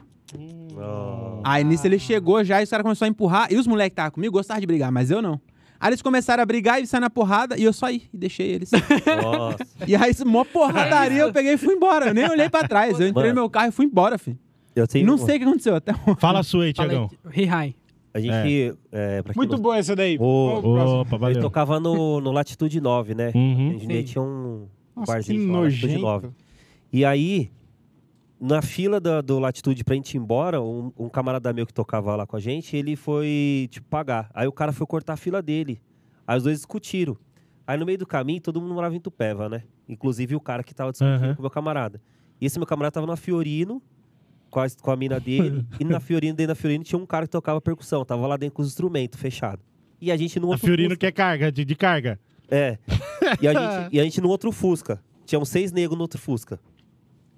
Ó.
Aí nisso ele chegou já, e os caras começaram a empurrar. E os moleques que estavam comigo gostavam de brigar, mas eu não. Aí eles começaram a brigar e saíram na porrada, e eu saí e deixei eles.
Nossa.
e aí, isso, mó porradaria, eu peguei e fui embora. Eu nem olhei pra trás. Eu entrei
Mano.
no meu carro e fui embora, filho.
Eu tenho
Não
um-
sei o que aconteceu até hoje.
Fala a sua aí,
Falei,
Tiagão.
Rihai.
A gente. é, pra quem
Muito
não-
boa essa daí.
Ô,
Vamos pro próximo.
Opa,
Ele
valeu.
tocava no, no Latitude 9, né?
Uhum.
A gente daí
Sim.
tinha um
Nossa, que
barzinho chamado Latitude 9.
nojento.
E aí, na fila da- do Latitude pra gente ir embora, um, um camarada meu que tocava lá com a gente, ele foi, tipo, pagar. Aí o cara foi cortar a fila dele. Aí os dois discutiram. Aí no meio do caminho, todo mundo morava em Tupéva, né? Inclusive o cara que tava discutindo
Aham.
com o meu camarada. E esse meu camarada tava na Fiorino, com a, com a mina dele. e na Fiorino, dentro da Fiorino, tinha um cara que tocava percussão. Tava lá dentro com os instrumentos, fechado. E a gente não
A Fiorino quer carga, de, de carga.
é. E a, gente, e a gente no outro Fusca. Tinham seis negros no outro Fusca.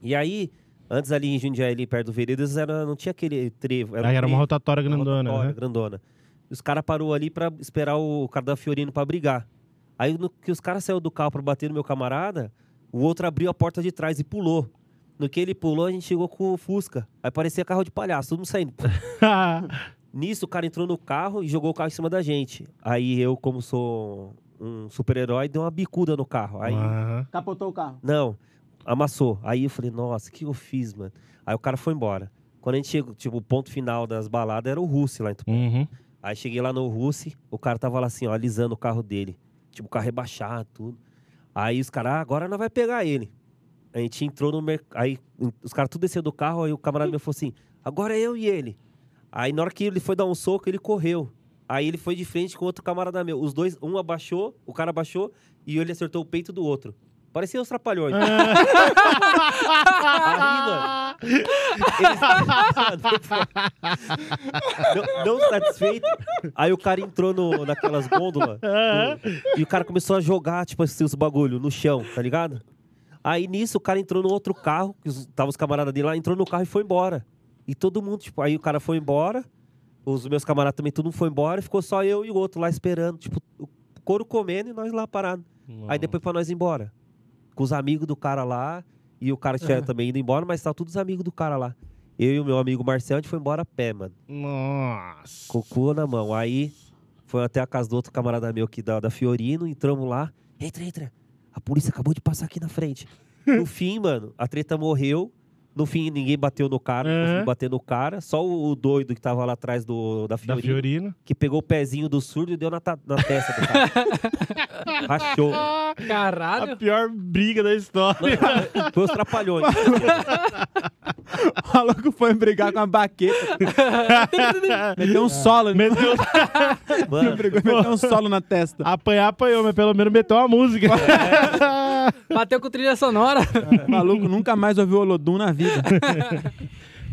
E aí, antes ali em Jundiaí, ali perto do Veredas, era, não tinha aquele trevo.
Aí era uma
rotatória
rotatória grandona,
rotatória
né?
grandona. Os caras parou ali pra esperar o cara da Fiorino pra brigar. Aí, no que os caras saiu do carro pra bater no meu camarada, o outro abriu a porta de trás e pulou. No que ele pulou, a gente chegou com o Fusca. Aí parecia carro de palhaço, todo mundo saindo. Nisso, o cara entrou no carro e jogou o carro em cima da gente. Aí eu, como sou um super-herói, dei uma bicuda no carro. Aí,
Aham.
Capotou o carro.
não, amassou. Aí eu falei, nossa, o que eu fiz, mano? Aí o cara foi embora. Quando a gente chegou, tipo, o ponto final das baladas era o Russi lá em Tupã.
Uhum.
Aí cheguei lá no Russi, o cara tava lá assim, ó, alisando o carro dele. Tipo, o carro rebaixado, tudo. Aí os caras, ah, agora nós vai pegar ele. A gente entrou no mercado. Aí em- os caras tudo desceu do carro, aí o camarada meu falou assim: agora é eu e ele. Aí na hora que ele foi dar um soco, ele correu. Aí ele foi de frente com outro camarada meu. Os dois, um abaixou, o cara abaixou e ele acertou o peito do outro. Parecia os trapalhões. Aí, mano, não, não satisfeito. Aí o cara entrou no, naquelas gôndolas do- e o cara começou a jogar, tipo assim, os bagulho no chão, tá ligado? Aí nisso o cara entrou no outro carro, que os- tava os camaradas dele lá, entrou no carro e foi embora. E todo mundo, tipo, aí o cara foi embora, os meus camaradas também, todo mundo foi embora, e ficou só eu e o outro lá esperando, tipo, o couro comendo e nós lá parados. Aí depois pra nós ir embora. Com os amigos do cara lá. E o cara tinha também ido embora, mas tá todos os amigos do cara lá. Eu e o meu amigo Marcel, a gente foi embora a pé, mano.
Nossa.
Com o cu na mão. Aí foi até a casa do outro camarada meu aqui da, da Fiorino, entramos lá. Entra, entra. A polícia acabou de passar aqui na frente. No fim, mano, a treta morreu. No fim, ninguém bateu no cara, não
Aham.
conseguiu bater no cara. Só o, o doido que tava lá atrás do, da
Da
Fiorino,
Fiorina.
que pegou o pezinho do surdo e deu na, ta- na testa do cara. Rachou.
A
Caralho.
pior briga da história.
Foi os trapalhões.
O maluco foi brigar com uma baqueta. meteu um solo. Meteu,
Mano,
meteu um solo na testa.
Apanhar, apanhou, mas pelo menos meteu uma música.
É.
Bateu com trilha sonora.
O maluco nunca mais ouviu Olodum na vida.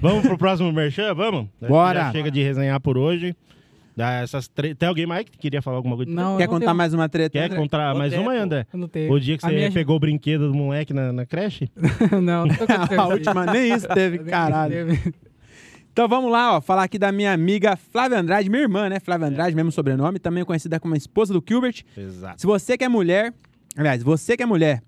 vamos pro próximo merchan? Vamos?
Bora.
Já chega de resenhar por hoje. Dá Essas tre... Tem alguém mais que queria falar alguma coisa?
Não, eu
Quer
não
contar
tenho-
mais uma treta?
Quer
André?
contar mais
Ô,
uma,
Teco.
André?
Eu não tenho.
O dia que
A
você
minha-
pegou o brinquedo do moleque na, na creche?
não, não tô Tá
A última, nem isso teve, caralho. Então vamos lá, ó, falar aqui da minha amiga Flávia Andrade, minha irmã, né? Flávia Andrade, mesmo sobrenome, também conhecida como a esposa do Gilbert.
Exato.
Se você que é mulher, aliás, você que é mulher,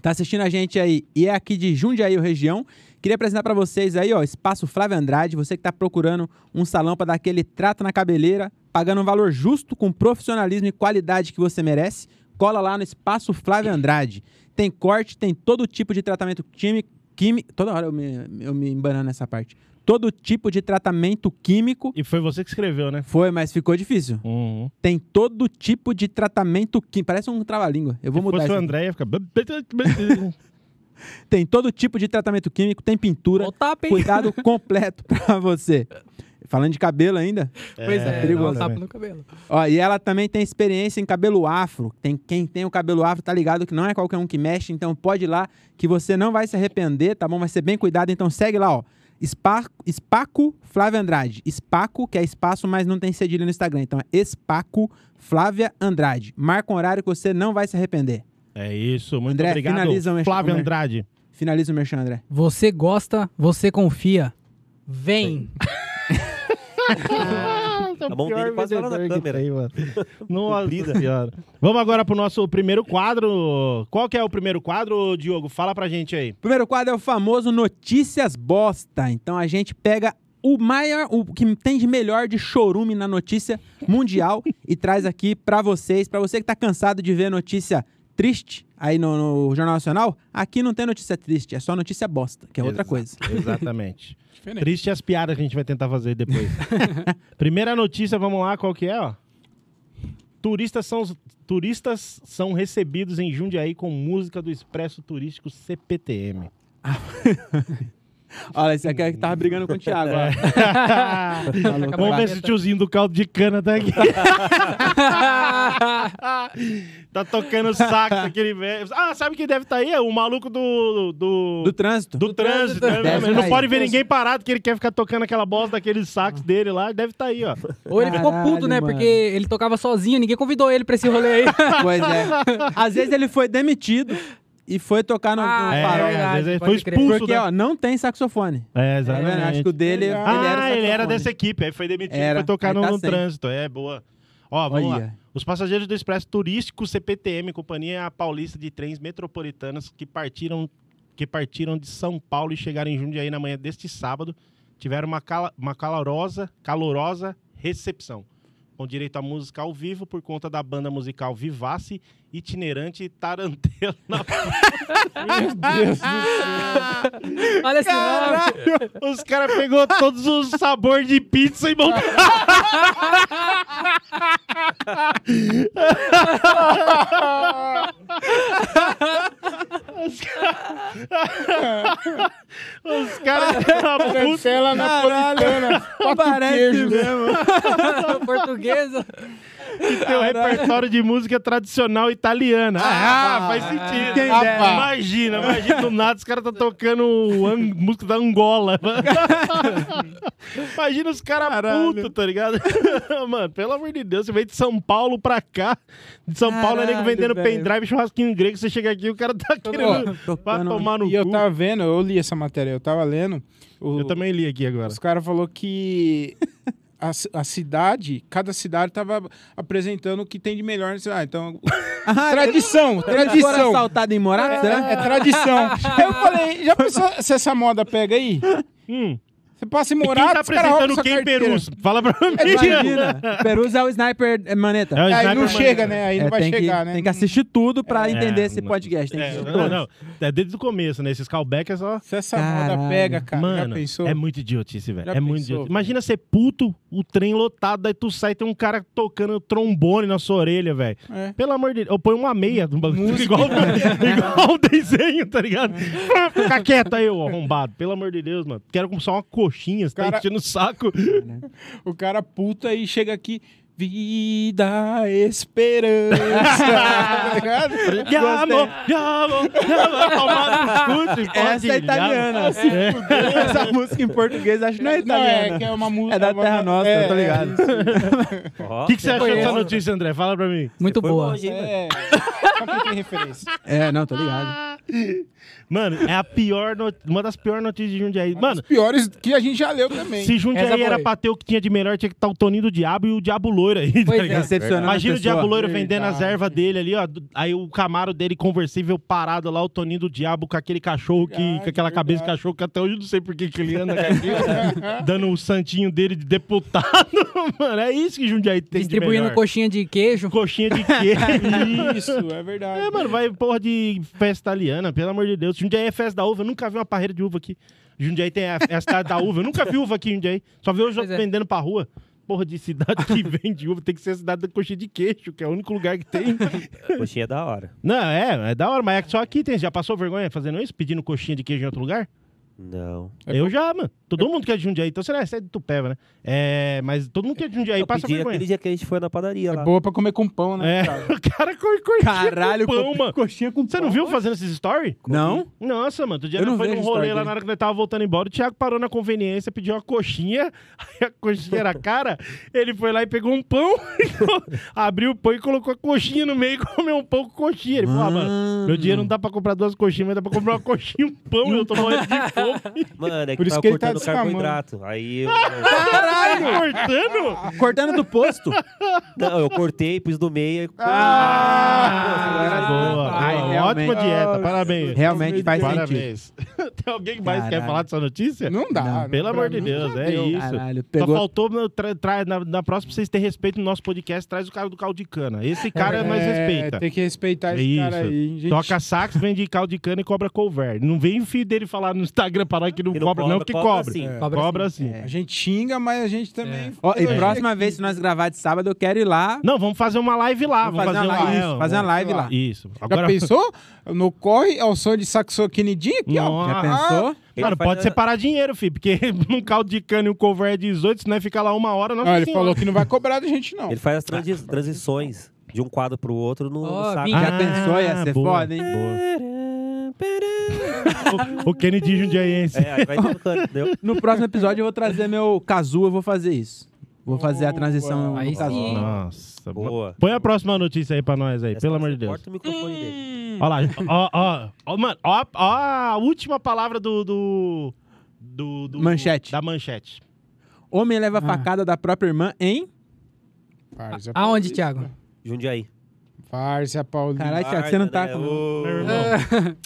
tá assistindo a gente aí e é aqui de Jundiaí, ou região, queria apresentar pra vocês aí, ó, Espaço Flávio Andrade, você que tá procurando um salão pra dar aquele trato na cabeleira, pagando um valor justo com profissionalismo e qualidade que você merece, cola lá no Espaço Flávio Andrade. Tem corte, tem todo tipo de tratamento químico, químico toda hora eu me, eu me embanando nessa parte. Todo tipo de tratamento químico.
E foi você que escreveu, né?
Foi, mas ficou difícil.
Uhum.
Tem todo tipo de tratamento químico. Parece um trava-língua. Eu vou
Se
mudar
fosse
isso
o
aqui.
André, ia ficar...
Tem todo tipo de tratamento químico, tem pintura.
O tapa, hein?
Cuidado completo pra você. Falando de cabelo ainda.
Pois é, dá um
perigoso,
tapa
né?
no cabelo.
Ó, e ela também tem experiência em cabelo afro. Tem, quem tem o cabelo afro tá ligado que não é qualquer um que mexe, então pode ir lá que você não vai se arrepender, tá bom? Vai ser bem cuidado, então segue lá, ó. Spa- Espaco Flávia Andrade. Espaco, que é espaço, mas não tem cedilha no Instagram. Então é Espaco Flávia Andrade. Marca um horário que você não vai se arrepender.
É isso, muito
André,
obrigado.
finaliza o merchan-
Flávio
o mer-
Andrade.
Finaliza o merchan, André.
Você gosta, você confia. Vem.
a
Tá
mão dele Tá quase lá na câmera.
Nossa
Comprida.
senhora. Vamos agora pro nosso primeiro quadro. Qual que é o primeiro quadro, Diogo? Fala pra gente aí.
Primeiro quadro é o famoso Notícias Bosta. Então a gente pega o maior, o que tem de melhor de chorume na notícia mundial e traz aqui pra vocês, pra você que tá cansado de ver notícia triste aí no, no Jornal Nacional, aqui não tem notícia triste, é só notícia bosta, que é outra
Exato.
coisa.
Exatamente.
Diferente.
Triste as piadas que a gente vai tentar fazer depois. Primeira notícia, vamos lá, qual que é, ó? Turistas são, turistas são recebidos em Jundiaí com música do Expresso Turístico CPTM.
Olha, esse aqui é que tava brigando com o Thiago. ó. Tá Maluco,
É. Vamos ver
vai.
se o tiozinho do caldo de cana tá aqui. tá tocando saco aquele velho. Ah, sabe quem deve estar tá aí? É O maluco do. Do,
Do trânsito.
do trânsito. né? Ele
Deve tá
não
aí.
pode ver ninguém parado, que ele quer ficar tocando aquela bosta daqueles sax dele lá. Deve estar tá aí, ó.
Ou ele ficou
Caralho,
puto, né?
mano.
Porque ele tocava sozinho, ninguém convidou ele pra esse rolê aí.
Pois é. Às vezes ele foi demitido e foi tocar no, no
Ah,
é,
farol.
às vezes ele
pode
foi
crer.
expulso,
Porque,
né?
ó, não tem saxofone.
É,
Tá vendo?
exatamente.
Acho que o dele. ele
Ah, ele era
saxofone.
dessa equipe, aí foi demitido
Era,
foi tocar
aí
no,
tá
no
sem.
trânsito. É, boa. Ó, vamos
Olha.
lá. Os passageiros do Expresso Turístico CPTM, companhia paulista de trens metropolitanas que partiram, que partiram de São Paulo e chegaram em Jundiaí na manhã deste sábado, tiveram uma, cala- uma calorosa, calorosa recepção. com direito à música ao vivo por conta da banda musical Vivace, itinerante Tarantela.
Meu Deus.
Olha esse nome.
Os caras pegou todos os sabores de pizza e montou. Os caras ficaram putos.
Cancela napolitana.
Parece mesmo.
Portuguesa.
Tem um repertório de música tradicional italiana. Ah, faz sentido.
quem
Rapaz,
dera.
imagina, imagina do nada os caras tá tocando an- música da Angola. imagina os caras putos, tá ligado? Mano, pelo amor de Deus, você vem de São Paulo pra cá. De São Paulo é nego
Caralho,
vendendo
velho.
pendrive, churrasquinho grego. Você chega aqui e o cara tá querendo. Vai
Tocando-
tomar no
E eu
cu.
tava vendo, eu li essa matéria, eu tava lendo. o-
Eu também li aqui agora.
Os caras falaram que a, ci- a cidade, cada cidade tava apresentando o que tem de melhor. na cidade. Ah, então, tradição,
Foram
tradição.
assaltados em Morato, será?
É, é tradição. Eu falei, já pensou se essa moda pega aí?
Hum.
Você passa em
E quem
Morato,
tá
os caras roubam
apresentando
sua
quem,
carteira. É
Perus? Fala pra mim.
Imagina. Perus é o sniper é, maneta.
É o
Aí não
sniper
chega, né? Aí
É,
não vai
tem que-
chegar, né?
Tem que assistir tudo pra
É,
entender esse
não-
podcast. Tem que
É,
assistir
não,
tudo.
não. É desde o começo, né? Esses callbacks é só.
Se essa
Caralho.
moda pega, cara,
Mano,
já pensou?
é muito idiotice, velho.
Já
É muito
pensou,
idiotice. Imagina ser puto, o trem lotado, daí tu sai e tem um cara tocando trombone na sua orelha, velho.
É.
Pelo amor de Deus. Eu ponho uma meia do bagulho.
Música.
Igual, igual o desenho, tá ligado? Fica quieto aí, ô arrombado. Pelo amor de Deus, mano. Quero comer só uma coxinha, você tá
Cara-
enchendo o saco.
O cara puta e chega aqui. Vida, esperança. tá ligado?
é
Já amor, já amor, já amor. Tomado no cu, te
Essa é
corte,
italiana.
já- É.
Essa música em português acho que não é
Não,
italiana.
é que é uma música.
É da
uma-
Terra Nossa,
é,
eu tô ligado.
Ó,
O que, que você achou
Foi
dessa
essa.
notícia, André? Fala pra mim.
Muito
foi
boa.
longe, hein, velho?
É, só pra ter referência.
É, não, tô
Ah.
ligado.
Mano, é a pior not- uma das piores notícias de Jundiaí. Mano,
Os piores que a gente já leu também.
se Jundiaí
Essa foi.
era pra ter o que tinha de melhor, tinha que estar o Toninho do Diabo e o Diabo Loiro aí, tá
Pois é.
ligado?
Recepcionando
Imagina
a
o Diabo
pessoa.
Loiro vendendo as
Verdade.
ervas dele ali, ó. do- Aí o Camaro dele conversível parado lá, o Toninho do Diabo com aquele cachorro que. com
Verdade,
aquela cabeça de
verdade.
cachorro que até hoje eu não sei por que que ele anda com aquilo, né? dando o santinho dele de deputado. Mano, é isso que Jundiaí tem de
Distribuindo
melhor.
coxinha de queijo.
coxinha de queijo.
Isso, é verdade.
É, mano, vai porra de festa italiana, pelo amor de Deus. Jundiaí é festa da uva, eu nunca vi uma parreira de uva aqui. Jundiaí tem a festa da uva, eu nunca vi uva aqui em Jundiaí. Só vi hoje
Pois é.
vendendo pra rua. Porra de cidade que vende uva, tem que ser a cidade da coxinha de queijo, que é o único lugar que tem.
Coxinha é da hora.
Não, é, é da hora, mas é que só aqui tem. Já passou vergonha fazendo isso, pedindo coxinha de queijo em outro lugar?
Não.
eu já, mano. Todo mundo que é de Jundiaí, então será que é de Tupéva, né? É, mas todo mundo que é de Jundiaí
eu
passa
pedi
vergonha.
aquele dia que a gente foi na padaria lá.
É boa pra comer com pão, né?
É,
cara?
o cara come coxinha
Caralho,
É, com pão,
co-
mano.
coxinha com
Você não viu fazendo esses stories?
Não?
Nossa, mano, outro dia
Eu
nós
não
foi num
vejo
rolê
story
lá
dele.
na hora que nós tava voltando embora, o Thiago parou na conveniência, pediu uma coxinha, aí a coxinha era cara, ele foi lá e pegou um pão, abriu o pão e colocou a coxinha no meio e comeu um pão com coxinha. Ele falou, ah, mano, meu dinheiro não dá pra comprar duas coxinhas, mas dá pra comprar uma coxinha e um pão, eu tô morrendo de fome.
Mano, é que
Por isso
tava
que ele tá
cortando
descamando.
carboidrato. Aí eu...
Caralho! Tá Cortando?
Cortando do posto?
Não, eu cortei, pus no meio. aí-
Ah, boa, boa,
Ai,
ótima
realmente.
dieta, parabéns.
Realmente faz sentido.
Parabéns. Tem alguém mais que quer
Caralho.
falar dessa notícia?
Não dá.
Não,
não,
Pelo
pra
amor de
mim,
Deus,
já
é
deu.
isso.
Caralho,
Só
pegou.
faltou no- tra- tra- na, na próxima vocês terem respeito no nosso podcast, traz o cara do caldo de cana. Esse cara
É,
nós respeita. É
Tem que respeitar esse
Isso.
cara aí, hein, gente.
Toca sax, vende caldo de cana e cobra cover. Não vem o filho dele falar no Instagram para nós que não
Que não
cobra, não,
cobra,
que
cobra
cobra.
sim.
É.
Cobra
Cobra sim.
A gente xinga, mas a gente também.
Ó, e
É.
próxima vez, se nós gravar de sábado, eu quero ir lá.
Não, vamos fazer uma live lá. Vamos,
fazer, uma live, isso, fazer uma live lá.
Isso.
Já
Agora,
pensou? No corre ao som de saxoquinidinho aqui, ó.
Nossa.
Já pensou?
Ele
Mano,
faz
pode
a-
separar dinheiro, filho, porque num caldo de cana e um cover é 18, se nós ficar lá uma hora, nossa
Ah, ele
senhora.
falou que não vai cobrar da gente, não.
Ele faz as transi- transições de um quadro pro outro no
Ó,
saco.
vinte.
Já pensou? Ia ser
boa,
foda, hein?
boa. O, o Kennedy Jundiaense.
É, aí vai trocando, entendeu?
No próximo episódio, eu vou trazer meu casu, eu vou fazer isso. Vou fazer a transição
Aí
no casu.
sim.
Nossa,
É. Boa.
Põe a próxima notícia aí pra nós aí, pelo amor de Deus.
Corta o microfone dele.
Olha lá, ó, ó, ó, mano, ó, ó a última palavra do, do, do- do-
Manchete.
Da manchete.
Homem leva
Ah.
facada da própria irmã, hein?
Várzea
Aonde,
Paulista.
Thiago?
Jundiaí.
Várzea Paulista.
Caralho, Thiago, você não tá
Né?
com-
É.
Ô,
Meu irmão.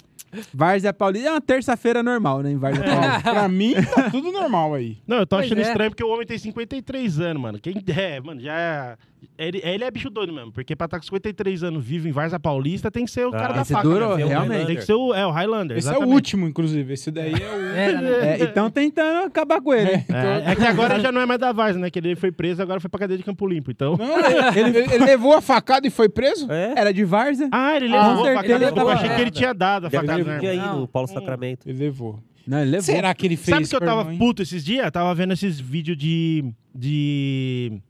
Várzea Paulista. É uma terça-feira normal, né? Em Várzea Paulista.
Ó, pra mim, tá tudo normal aí.
Não, eu tô
Pois
achando
é.
estranho porque o homem tem 53 anos, mano. Quem é, mano, já. Ele, ele é bicho doido mesmo, porque pra estar com 53 anos vivo em Varza Paulista tem que ser o
Ah,
cara da
esse
faca.
durou,
mesmo.
realmente.
Tem que ser o, é, o Highlander.
Esse é o
exatamente.
último, inclusive. Esse daí é o
Era, né?
É, então tentando acabar com ele. hein?
É, é que agora já não é mais da Varza, né? Que ele foi preso, agora foi pra cadeia de Campo Limpo, então.
Não, ele, ele- ele levou a facada e foi preso?
É?
Era de Várzea?
Ah, ele
Ah,
levou
com
a
certeza
facada. desculpa,
tava-
Eu achei que ele tinha dado a
Deve
facada.
ter
né,
um dia
irmão?
aí no Paulo
Hum.
Sacramento.
Ele levou.
Não, ele levou.
Será que ele fez
Sabe que eu
pra
tava
mãe?
puto esses dias? Tava vendo esses vídeos de. de.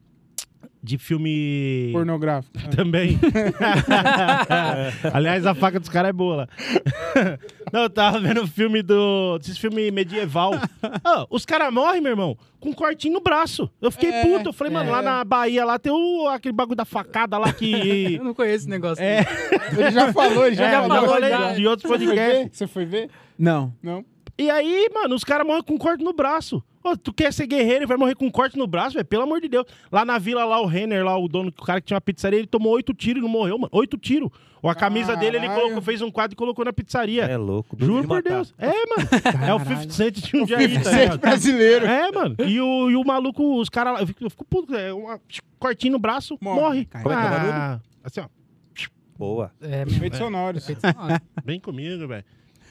de filme.
pornográfico? Ah.
Também. Aliás, a faca dos caras é boa lá. Não, eu tava vendo o filme do. Esses filme medieval. Ah, os caras morrem, meu irmão, com um cortinho no braço. Eu fiquei
É,
puto. Eu falei, mano,
é.
lá na Bahia lá tem o, aquele bagulho da facada lá que.
Eu não conheço esse negócio.
É.
Ah, Ele já falou, ele já,
É, eu
falou,
falei
já.
de outros
Você foi
podcasts.
ver? Você foi ver?
Não.
Não.
E aí, mano, os caras morrem com um corte no braço. Ô, tu quer ser guerreiro e vai morrer com um corte no braço, velho? Pelo amor de Deus. Lá na vila, lá o Renner, lá o dono, o cara que tinha uma pizzaria, ele tomou oito tiros e não morreu, mano. Oito tiros. Ou a camisa dele, ele
Caralho.
colocou, fez um quadro e colocou na pizzaria.
É louco. duro
Juro
de
por
matar.
Deus. É, mano. É o 50 Cent de um dia aí, tá
Vicente
ligado?
brasileiro.
É, mano. E o, e o maluco, os caras lá. Eu fico, eu fico puto, é uma cortinho no braço,
Morre.
morre.
Como
é que é o
Ah, assim, ó.
Boa.
É,
Efeitos sonoros.
Vem comigo, velho.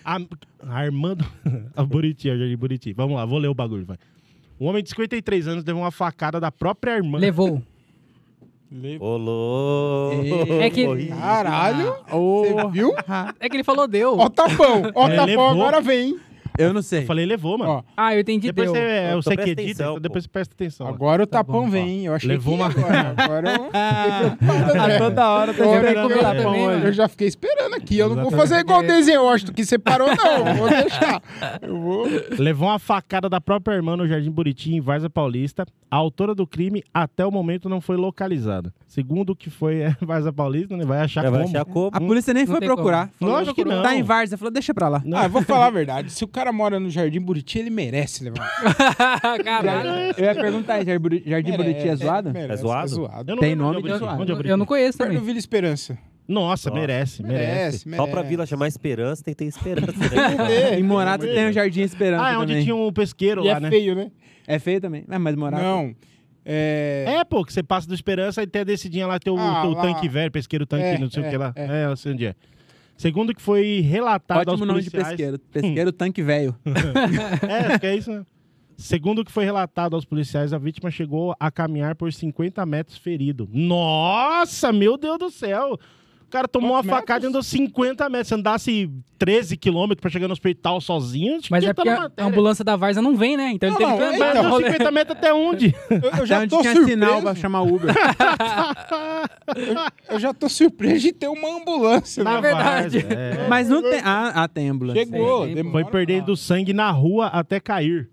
A- Armando. a Buriti, a Jardim Buriti. Vamos lá, vou ler o bagulho, vai. Um homem de 53 anos levou uma facada da própria irmã.
Levou.
Levou.
Ô, louco.
É que-
Corri.
Caralho. Você viu?
É que ele falou deu.
Ó o tapão. Ó o
Ele
tapão
levou.
agora vem. hein?
Eu não sei.
Eu falei, levou, mano.
Ó,
Ah, eu entendi
depois
deu.
você, é,
Então
você que
presta
edita,
atenção,
então depois você presta atenção. ó.
Agora o
Tá
tapão
bom,
vem. Eu achei
Levou
que
uma-
ia agora. Agora eu fiquei
Ah,
preocupado, né?
toda hora tá
Olha,
esperando
eu-
o tapão
também,
hoje.
mano.
Eu já fiquei esperando aqui. Eu não vou
Exatamente.
fazer igual o desenho Washington que separou, não. Eu Vou deixar. Eu vou.
Levou uma facada da própria irmã no Jardim Buriti, em Varza Paulista. A autora do crime, até o momento, não foi localizada. Segundo o que foi é, Varza Paulista, né? Vai achar
Já
como.
vai achar como.
A polícia nem
Não
foi
tem como.
procurar. Falou,
Lógico que
"Procurou".
não.
Tá em Várzea. Falou, deixa pra lá.
Não.
Ah, eu vou falar a verdade. Se o cara mora no Jardim Buriti, ele merece levar.
Caralho.
Eu ia perguntar, Jardim Buri- Jardim Buriti é zoado?
merece,
É zoado?
É zoado.
Eu não
Tem
lembro onde
nome
é o
de
Buriti.
zoado.
Onde é o Buriti?
Eu não conheço
Perto do
também.
Vila Esperança.
Nossa,
Nossa.
merece, merece.
Merece, merece.
Só pra vila chamar Esperança, tem que ter Esperança. né?
É,
Em Morato
pelo
tem
amor
o Jardim Esperança
Ah, é onde
também.
tinha um pesqueiro
de Deus.
lá, né?
E é feio, né?
É feio também. Não, mas Morato...
Não. É...
É, pô, que você passa do Esperança e tem a descidinha lá, tem o,
Ah,
tem o
lá.
tanque velho, pesqueiro tanque,
É,
não sei o
é,
que lá. É, eu sei onde é. Segundo o que foi
tá,
relatado aos
Ótimo nome de
policiais...
pesqueiro.
Hum.
Pesqueiro tanque velho.
É, acho que é isso, né? Segundo o que foi relatado aos policiais, a vítima chegou a caminhar por 50 metros ferido. Nossa, meu Deus do céu! O cara tomou
Quantos
uma facada e andou 50 metros. Se andasse 13 quilômetros pra chegar no hospital sozinho, acho
Mas
que
é
tá
porque
na
a
matéria.
ambulância da Varza não vem, né? Então ele
Não,
teve
não,
que andar.
então,
no
Andou
rolê. É
50 metros até onde?
Eu, eu
Até
já
onde
tô
tinha sinal pra
surpreso.
chamar Uber.
Eu já tô surpreso de ter uma ambulância.
Na
né?
verdade.
várzea, é.
Mas não tem... Ah, ah, tem ambulância.
Chegou.
Sim,
demora
Foi
pra-
perdendo sangue na rua até cair.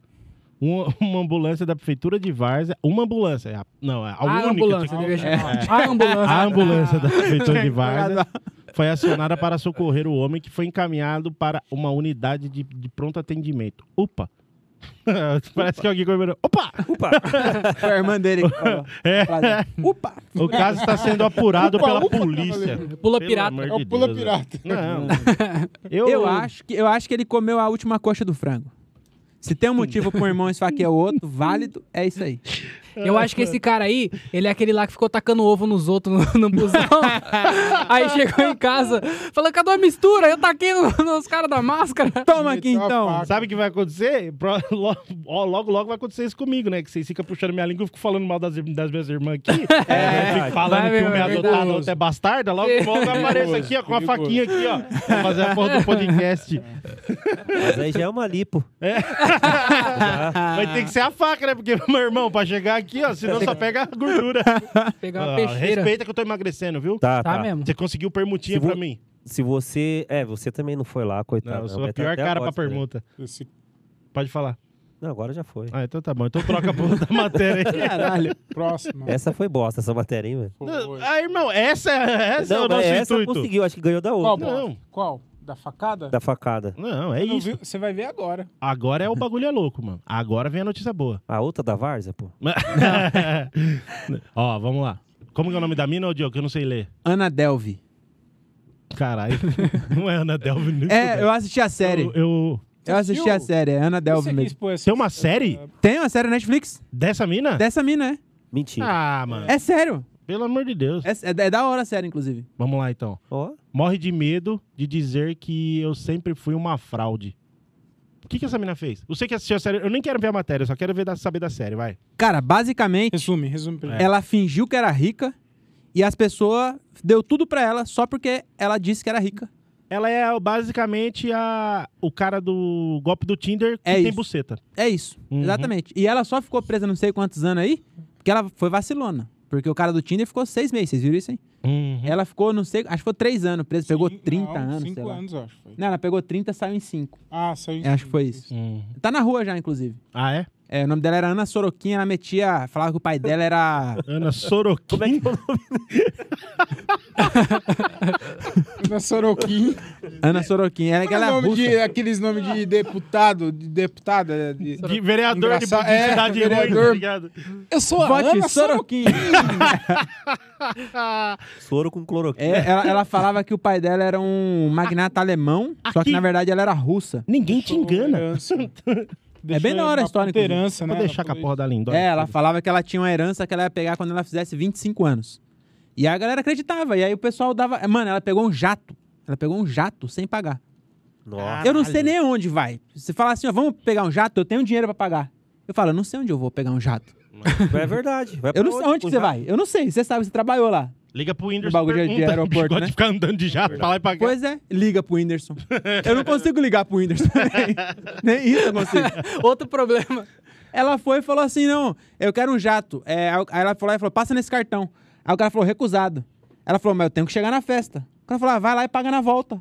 Um- uma ambulância da prefeitura de Várzea. Uma ambulância. é a- Não, é a,
A
única.
ambulância,
tipo,
devia chamar.
é.
A ambulância.
a ambulância da prefeitura de
Chegou
Várzea foi acionada para socorrer o homem que foi encaminhado para uma unidade de, de pronto atendimento. Upa! Parece que alguém comemorou. Opa!
Opa.
Foi a irmã dele que falou.
É.
Frase. Upa!
O caso está sendo apurado
Upa,
pela
upa,
polícia.
cavaleiro.
Pula
Pelo
pirata.
amor
É o
de
pula
Deus,
pirata.
velho. Não.
Eu... acho que, eu acho que ele comeu a última coxa do frango. Se tem um motivo pra um irmão esfaquear o outro, válido, é isso aí.
Eu acho que esse cara aí, ele é aquele lá que ficou tacando ovo nos outros no, no busão. aí chegou em casa, falou, cadê a mistura? Eu taquei no- nos caras da máscara.
Toma aqui
Meteu a
então.
faca.
Sabe o que vai acontecer? Pro- lo- ó, Logo, logo vai acontecer isso comigo, né? Que vocês ficam puxando minha língua, eu fico falando mal das, das minhas irmãs aqui. É, fico falando
Vai
que
mesmo,
uma é
é
adotada, a
perigoso.
outra é bastarda. Logo, logo eu apareço aqui, ó, com a
Perigoso.
faquinha aqui, ó. Pra fazer a porra do podcast.
Mas aí já é uma lipo.
Vai ter que ser a faca, né? Porque, meu irmão, pra chegar aqui, ó, senão só pega a gordura.
Pegar
Ó,
É uma peixeira.
Ah, respeita que eu tô emagrecendo, viu?
Tá,
Tá
tá.
mesmo.
Você conseguiu permutinha
Se vo-
pra mim.
Se você... É, você também não foi lá, coitado.
Não, eu sou
Vai
a
tá
pior
até
cara pra
voz, né?
permuta.
Esse
Pode falar.
Não, agora já foi.
Ah, então tá bom. Então troca a porra da matéria aí.
Caralho.
próximo.
É,
Essa foi bosta, essa matéria, hein, velho?
Por favor.
Ah, irmão, essa, essa é o
mas
nosso
essa
intuito.
conseguiu, acho que ganhou
é,
da
Qual?
outra.
Não.
Não. Qual? Da facada?
Da facada.
Não, é
Não
isso.
viu? Você vai ver agora.
Agora é o bagulho é louco, mano. Agora vem a notícia boa.
A outra da Várzea, pô.
Ó, vamos lá. Como que é o nome da mina, ô Diogo? Que eu não sei ler.
Ana Delve.
Caralho. Não é Ana Delvin. desculpa.
É, eu assisti a série.
Eu, eu-
Eu assisti a
assistiu?
série, é Ana Delvey
Você
mesmo.
quis pôr essa-
Tem uma série?
essa-
Tem uma série na Netflix
Dessa mina?
dessa mina, é?
Mentira.
Ah, mano.
É sério.
Pelo amor de Deus.
É, é- é da hora a série, inclusive.
Vamos lá, então.
Ó,
Morre de medo de dizer que eu sempre fui uma fraude. O que, que essa mina fez? Você que assistiu a série, eu nem quero ver a matéria, eu só quero ver da- saber da série, vai.
Cara, basicamente,
Resume, resume pra mim.
ela fingiu que era rica e as pessoas deu tudo pra ela só porque ela disse que era rica.
Ela é basicamente a, o cara do golpe do Tinder que
É
tem
isso.
buceta.
É isso,
Uhum.
exatamente. E ela só ficou presa não sei quantos anos aí, porque ela foi vacilona. Porque o cara do Tinder ficou seis meses, vocês viram isso, hein? Ela ficou, não sei, acho que foi três anos presa, pegou
Cinco-
30
Uhum. não,
anos,
cinco
sei lá.
anos, eu acho. Foi.
Não, ela pegou 30, saiu em cinco.
Ah, saiu em
Eu acho
cinco,
que foi isso.
Uhum.
Tá na rua já, inclusive.
Ah, é?
É, o nome dela era Ana Soroquinha, ela metia, falava que o pai dela era.
Ana Sorokin.
como é que é o nome?
Na Soroquim.
Ana Soroquinha, ela,
Como é
ela é
nome de,
russa.
aqueles nomes de deputado, de deputada. de-
De vereador de, de
Engraçado. É,
cidade ruim, tá
vereador.
ligado?
Eu sou a
Vote
Ana
Sorokin.
Soro com cloroquina.
Né?
É, ela, ela falava que o pai dela era um magnata alemão, só que
aqui-
na verdade ela era russa.
Ninguém te engana.
É
bem na hora a história, inclusive.
Herança, né?
Vou deixar com a porra da Lindóia.
É, ela falava que ela tinha uma herança que ela ia pegar quando ela fizesse 25 anos. E aí a galera acreditava, e aí o pessoal dava. Mano, ela pegou um jato. Ela pegou um jato sem pagar.
Nossa.
Eu não
Caralho.
sei nem onde vai. Você fala assim, ó, vamos pegar um jato, eu tenho dinheiro pra pagar. Eu falo, eu não sei onde eu vou pegar um jato.
Tá
É verdade. Vai
Eu
pra
não sei
tipo,
onde que você
É,
vai. Eu não sei. Você sabe, você trabalhou lá.
Liga pro
O
Whindersson.
bagulho de- de
pergunta.
aeroporto,
Gosta
né?
de ficar andando de jato pra lá e pra cá.
Pois é, liga pro Whindersson. Eu não consigo ligar pro Whindersson. Nem isso eu consigo.
Outro problema.
Ela foi e falou assim: não, eu quero um jato. É, aí ela falou, ela falou, passa nesse cartão. Aí o cara falou, recusado. Ela falou, mas eu tenho que chegar na festa. O cara falou, ah, vai lá e paga na volta.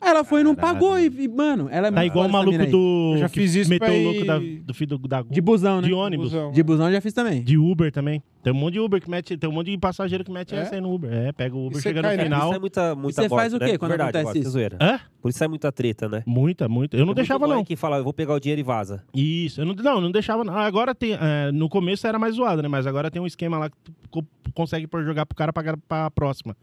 Aí ela foi e não
Caralho.
pagou. E, e, mano, ela é
Tá
muito
igual o
foda essa mina
maluco
aí.
do.
Eu já
que
fiz isso
Meteu
pra
o
ir-
louco da- do filho do, da
De busão, né?
de ônibus.
De busão eu já fiz também.
De Uber também. Tem um monte de Uber que mete. Tem um monte de passageiro que mete
É?
essa aí no Uber. É, pega o Uber,
E
chega
você
no
cai na-
final.
Isso é muita, muita
você
bosta,
faz o
né?
quê quando
Verdade,
acontece
Bosta,
isso?
zoeira.
Hã?
Por isso sai muita treta, né?
Muita, muita. Eu não
É muito
deixava,
moleque
não.
que fala, eu vou pegar o dinheiro e vaza.
Isso, eu não, não, não deixava não. Agora tem. é, no começo era mais zoado, né? Mas agora tem um esquema lá que tu co- consegue pôr jogar pro cara pagar pra próxima.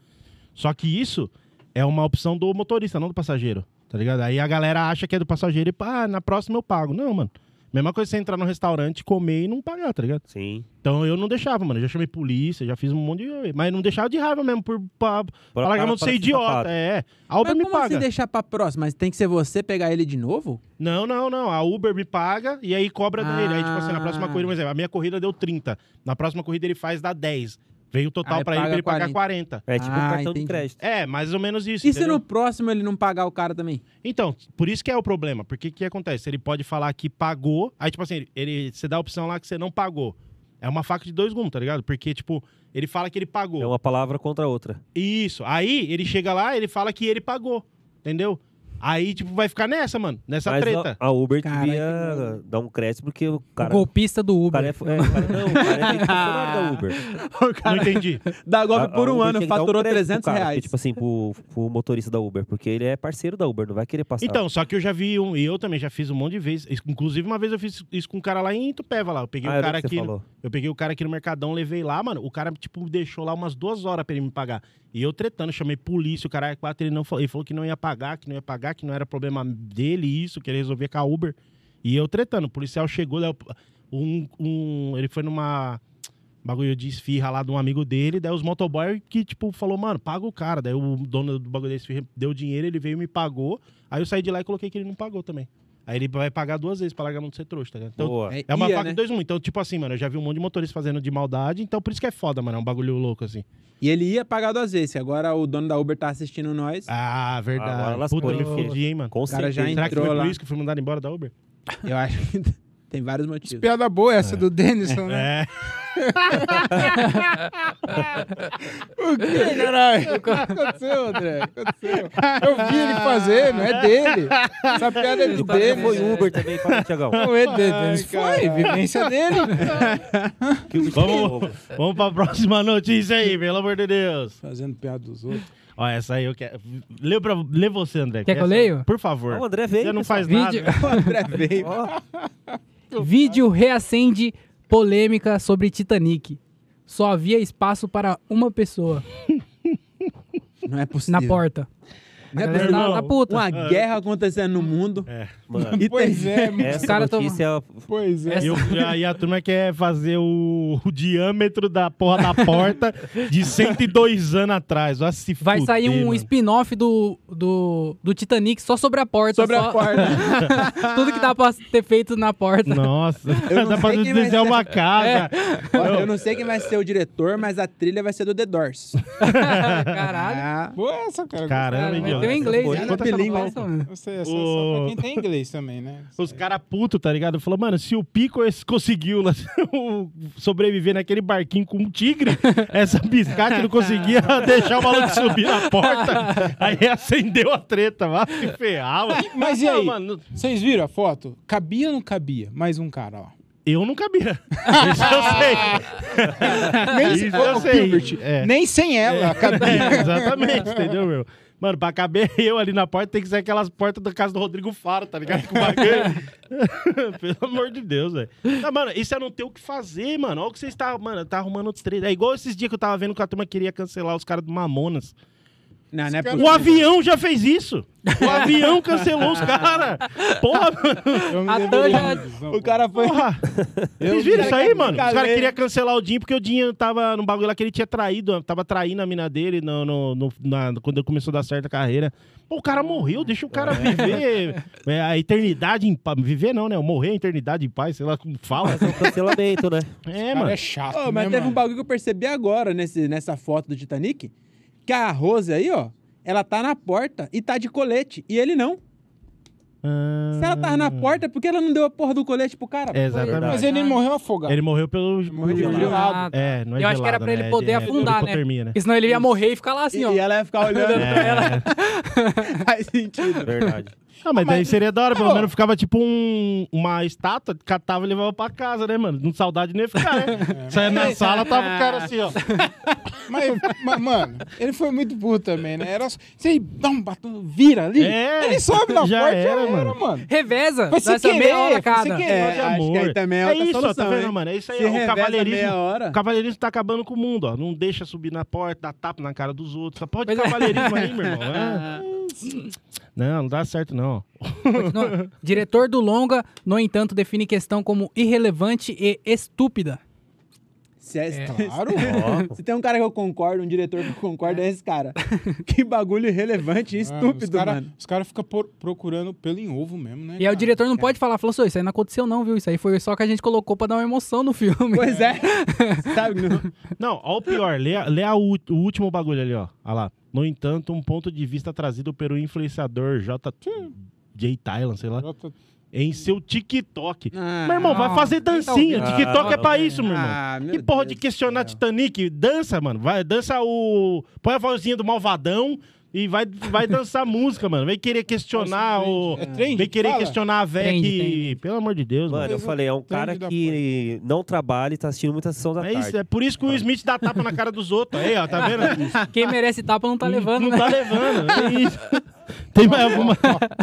Só que isso é uma opção do motorista, não do passageiro. Tá ligado? Aí a galera acha que é do passageiro e, pá, ah, na próxima eu pago. Não, mano. Mesma coisa você entrar no restaurante, comer e não pagar, tá ligado?
Sim.
Então eu não deixava, mano. Eu já chamei polícia, já fiz um monte de. Mas não deixava de raiva mesmo, por pra, pra largar a mão de ser
para-
idiota.
safado.
É, é. A Uber
Mas
me
como
paga.
assim deixar pra próxima? Mas tem que ser você pegar ele de novo?
Não, não, não. A Uber me paga e aí cobra
Ah.
dele. Aí, tipo assim, na próxima corrida, por exemplo, a minha corrida deu 30. Na próxima corrida ele faz dá 10. Veio o total
Aí
pra ele pra
paga
ele pagar 40.
É tipo
Ah,
um cartão
entendi.
de crédito.
É, mais ou menos isso.
E se
entendeu?
no próximo ele não pagar o cara também?
Então, por isso que é o problema. Porque o que acontece? Ele pode falar que pagou, aí, tipo assim, ele, ele- você dá a opção lá que você não pagou. É uma faca de dois gumes, tá ligado? Porque, tipo, ele fala que ele pagou.
É uma palavra contra a outra.
Isso. Aí ele chega lá, ele fala que ele pagou. Entendeu? Aí, tipo, vai ficar nessa, mano. Nessa
Mas a-
treta.
A Uber
Caralho, que
devia dar um crédito porque o cara.
o golpista do
o cara é,
Uber.
é, o cara- não, o cara é funcionário da Uber.
O
Não entendi.
dá golpe
A-
por
a
um
Uber
ano,
tinha que dar um
faturou
crédito pro
300
cara,
reais.
Tipo assim, pro, pro motorista da Uber, porque ele é parceiro da Uber, não vai querer passar.
Então, só que eu já vi um, e eu também já fiz um monte de vezes. Isso- Inclusive, uma vez eu fiz isso com um cara lá em Itupeva lá. Eu peguei
Ah,
o
eu
cara
lembro
aqui.
que
tá
você falou.
Eu peguei o cara aqui no Mercadão, levei lá, mano. O cara, tipo, me deixou lá umas duas horas pra ele me pagar. E eu tretando, chamei polícia, o cara é quatro, ele não falou. Ele falou que não ia pagar, que não ia pagar, que não era problema dele, isso, que ele resolvia com a Uber. E eu tretando, o policial chegou, daí o- um, um, ele foi numa bagulho de esfirra lá de um amigo dele, daí os motoboy que, tipo, falou, mano, paga o cara. Daí o dono do bagulho da esfirra deu dinheiro, ele veio e me pagou. Aí eu saí de lá e coloquei que ele não pagou também. Aí ele vai pagar duas vezes pra largar a mão de ser trouxa, tá ligado? Então,
Boa.
é uma
ia,
faca
né?
de dois mundos. Então, tipo assim, mano, eu já vi um monte de motorista fazendo de maldade, então por isso que é foda, mano. É um bagulho louco, assim.
E ele ia pagar duas vezes, que agora o dono da Uber tá assistindo nós.
Ah,
Agora
verdade.
elas
Puta, me
foram-
fodi, hein, mano.
Com
O cara já
certeza.
Será que
entrou
foi
lá.
por isso que fui mandado embora da Uber?
Eu acho que tem vários motivos.
Piada boa essa do Denison, né?
É.
O que, caralho? O que aconteceu, André? O que aconteceu? Eu vi ele fazer, não é dele. Essa piada é
E
do
o cara já
Denison.
tá foi Uber também, fala, Tiagão.
Não é dele, Denison.
Ai,
Foi, vivência dele.
Vamos, vamos pra próxima notícia aí, pelo amor de Deus.
Fazendo piada dos outros.
Ó, essa aí eu quero. Lê, pra... Lê você, André.
Quer que eu
essa-
leio?
Por favor.
Ah, o André veio,
Você não faz
Vídeo-
nada.
O André veio.
Vídeo reacende polêmica sobre Titanic. Só havia espaço para uma pessoa.
Não é possível.
na porta.
Não é
A galera
possível.
tá, tá puta.
Uma guerra acontecendo no mundo.
Mano,
E
Pois
tem-
é, mano.
essa
caras tão-
notícia
Pois é.
E, eu- e aí a turma quer fazer o, o diâmetro da porra da porta de 102 anos atrás. Vai, se
Vai
fuder,
sair um
mano.
spin-off do, do, do Titanic só sobre a porta.
Sobre
só-
a porta.
Tudo que dá pra ter feito na porta.
Nossa,
Eu não
dá pra
sei quem vai
desenhar
ser. É.
uma casa.
Olha, eu não sei quem vai ser o diretor, mas a trilha vai ser do The Doors.
Caralho.
Ah,
Pô, essa, cara.
Caramba,
Cara, mas
idiota.
tem um inglês.
Coisa.
né?
Quanta
Você não
língua,
passa,
hein?
mano.
Eu sei, é só, só
O-
pra quem tem inglês também, né?
Os caras putos, tá ligado? Falou, mano, se o Pico esse conseguiu lá, o- sobreviver naquele barquinho com um tigre, essa biscate não conseguia deixar o maluco subir na porta. Aí acendeu a treta, vai se ferrar. mano.
Mas e
Não,
aí?
mano,
Vocês viram a foto? Cabia ou não cabia? Mais um cara, ó.
eu não cabia. Isso eu sei. Isso eu
Ô,
sei.
Gilbert,
É.
Nem sem ela cabia.
É, exatamente, entendeu, meu? Mano, pra caber eu ali na porta, tem que ser aquelas portas da casa do Rodrigo Faro, tá ligado? Com bagulho. Pelo amor de Deus, velho. Ah, mano, isso é não ter o que fazer, mano. Olha o que vocês tá, mano, tá arrumando treta. É igual esses dias que eu tava vendo que a turma queria cancelar os caras do Mamonas.
não, não é
O
possível.
avião já fez isso. O avião cancelou os caras. Porra, mano.
Eu me
A
lembrei
Tanja-
disso, não,
é O cara foi.
Porra.
Eu-
Vocês viram
o
isso
cara
aí,
quer
mano? Os
ficar
caras
lendo.
queriam cancelar o Dinho porque o Dinho tava num bagulho lá que ele tinha traído, tava traindo a mina dele no, no- no- na- quando começou a dar certa carreira. Pô, o cara morreu, deixa o cara viver é, a eternidade em paz. Viver não, né? Morrer a eternidade em paz, sei lá como fala.
é um cancelamento, né?
É,
Cara,
mano.
é chato,
Ô,
né,
mas teve
mano?
um bagulho que eu percebi agora nesse, nessa foto do Titanic. Que a Rose aí, ó, ela tá na porta e tá de colete. E ele não. Se ela tava na porta, por que ela não deu a porra do colete pro cara?
É, exatamente.
Mas ele morreu afogado.
Ele morreu pelo.
Morreu de
pelo-
gelado.
Ah, tá.
É, não é
Eu acho que era
gelado,
pra ele
né?
poder
É- é
afundar, né?
hipotermia, né? É.
Porque senão ele ia morrer e ficar lá
E,
assim, ó.
e ela ia ficar olhando pra ela. Faz sentido.
Verdade.
Ah, mas daí seria da hora, pelo
Não.
menos ficava tipo um, uma estátua, catava e levava pra casa, né, mano? Não saudade nem ia ficar, né? Saia na sala, tava o cara assim, ó.
Mas, mas, mano, ele foi muito burro também, né? Era só, você dá um batom, vira ali.
É.
Ele sobe na
Já
porta,
era,
já era,
mano.
mano.
Reveza.
Mas
Dá
se
essa
querer,
meia hora
se
cada.
querer.
É,
de
acho
amor.
que aí também é outra
isso, ó,
solução,
tá vendo,
hein?
mano? É isso aí,
Se
ó, o
reveza
cavalheirismo.
meia hora.
O cavalheirismo tá acabando com o mundo, ó. Não deixa subir na porta, dá tapa na cara dos outros. Só pode
Pois é.
cavalheirismo aí, meu irmão. É. Não, não dá certo, não.
É, Continua. Diretor do longa, no entanto, define questão como irrelevante e estúpida.
Se, é-
Tá
Claro.
se tem um cara que eu concordo, um diretor que eu concordo, é esse cara. que bagulho
Ah,
irrelevante e
os
estúpido,
cara,
mano.
Os caras ficam procurando pelo em ovo mesmo, né?
E aí o
cara?
diretor não pode falar, falou assim, "Ô, isso aí não aconteceu não, viu? Isso aí foi só que a gente colocou pra dar uma emoção no filme.
Pois é. Sabe? não-
Não, ó o pior. Lê, a- lê a ú- o último bagulho ali, ó. Olha lá. No entanto, um ponto de vista trazido pelo influenciador J... J. Thailand, sei lá, em seu TikTok.
Ah,
meu irmão, vai fazer
quem tá
dancinha.
ouvindo?
TikTok é pra
Ah,
isso, meu irmão.
Ah, meu
Que porra
Deus
de questionar
do céu.
Titanic? Dança, mano. Vai, dança o. Põe a vozinha do malvadão e vai, vai dançar música, mano. Vem querer questionar o.
É trend,
Vem querer
fala.
questionar a véia
Trend,
que. Pelo amor de Deus,
Mano,
mano.
eu falei, é um cara
da
que não trabalha e tá assistindo muita sessão da
É,
tarde.
isso, é por isso que o Will Smith dá tapa na cara dos outros. Aí, ó, tá vendo?
Quem merece tapa não tá levando,
Não
né?
tá levando. É isso. Tem mais alguma.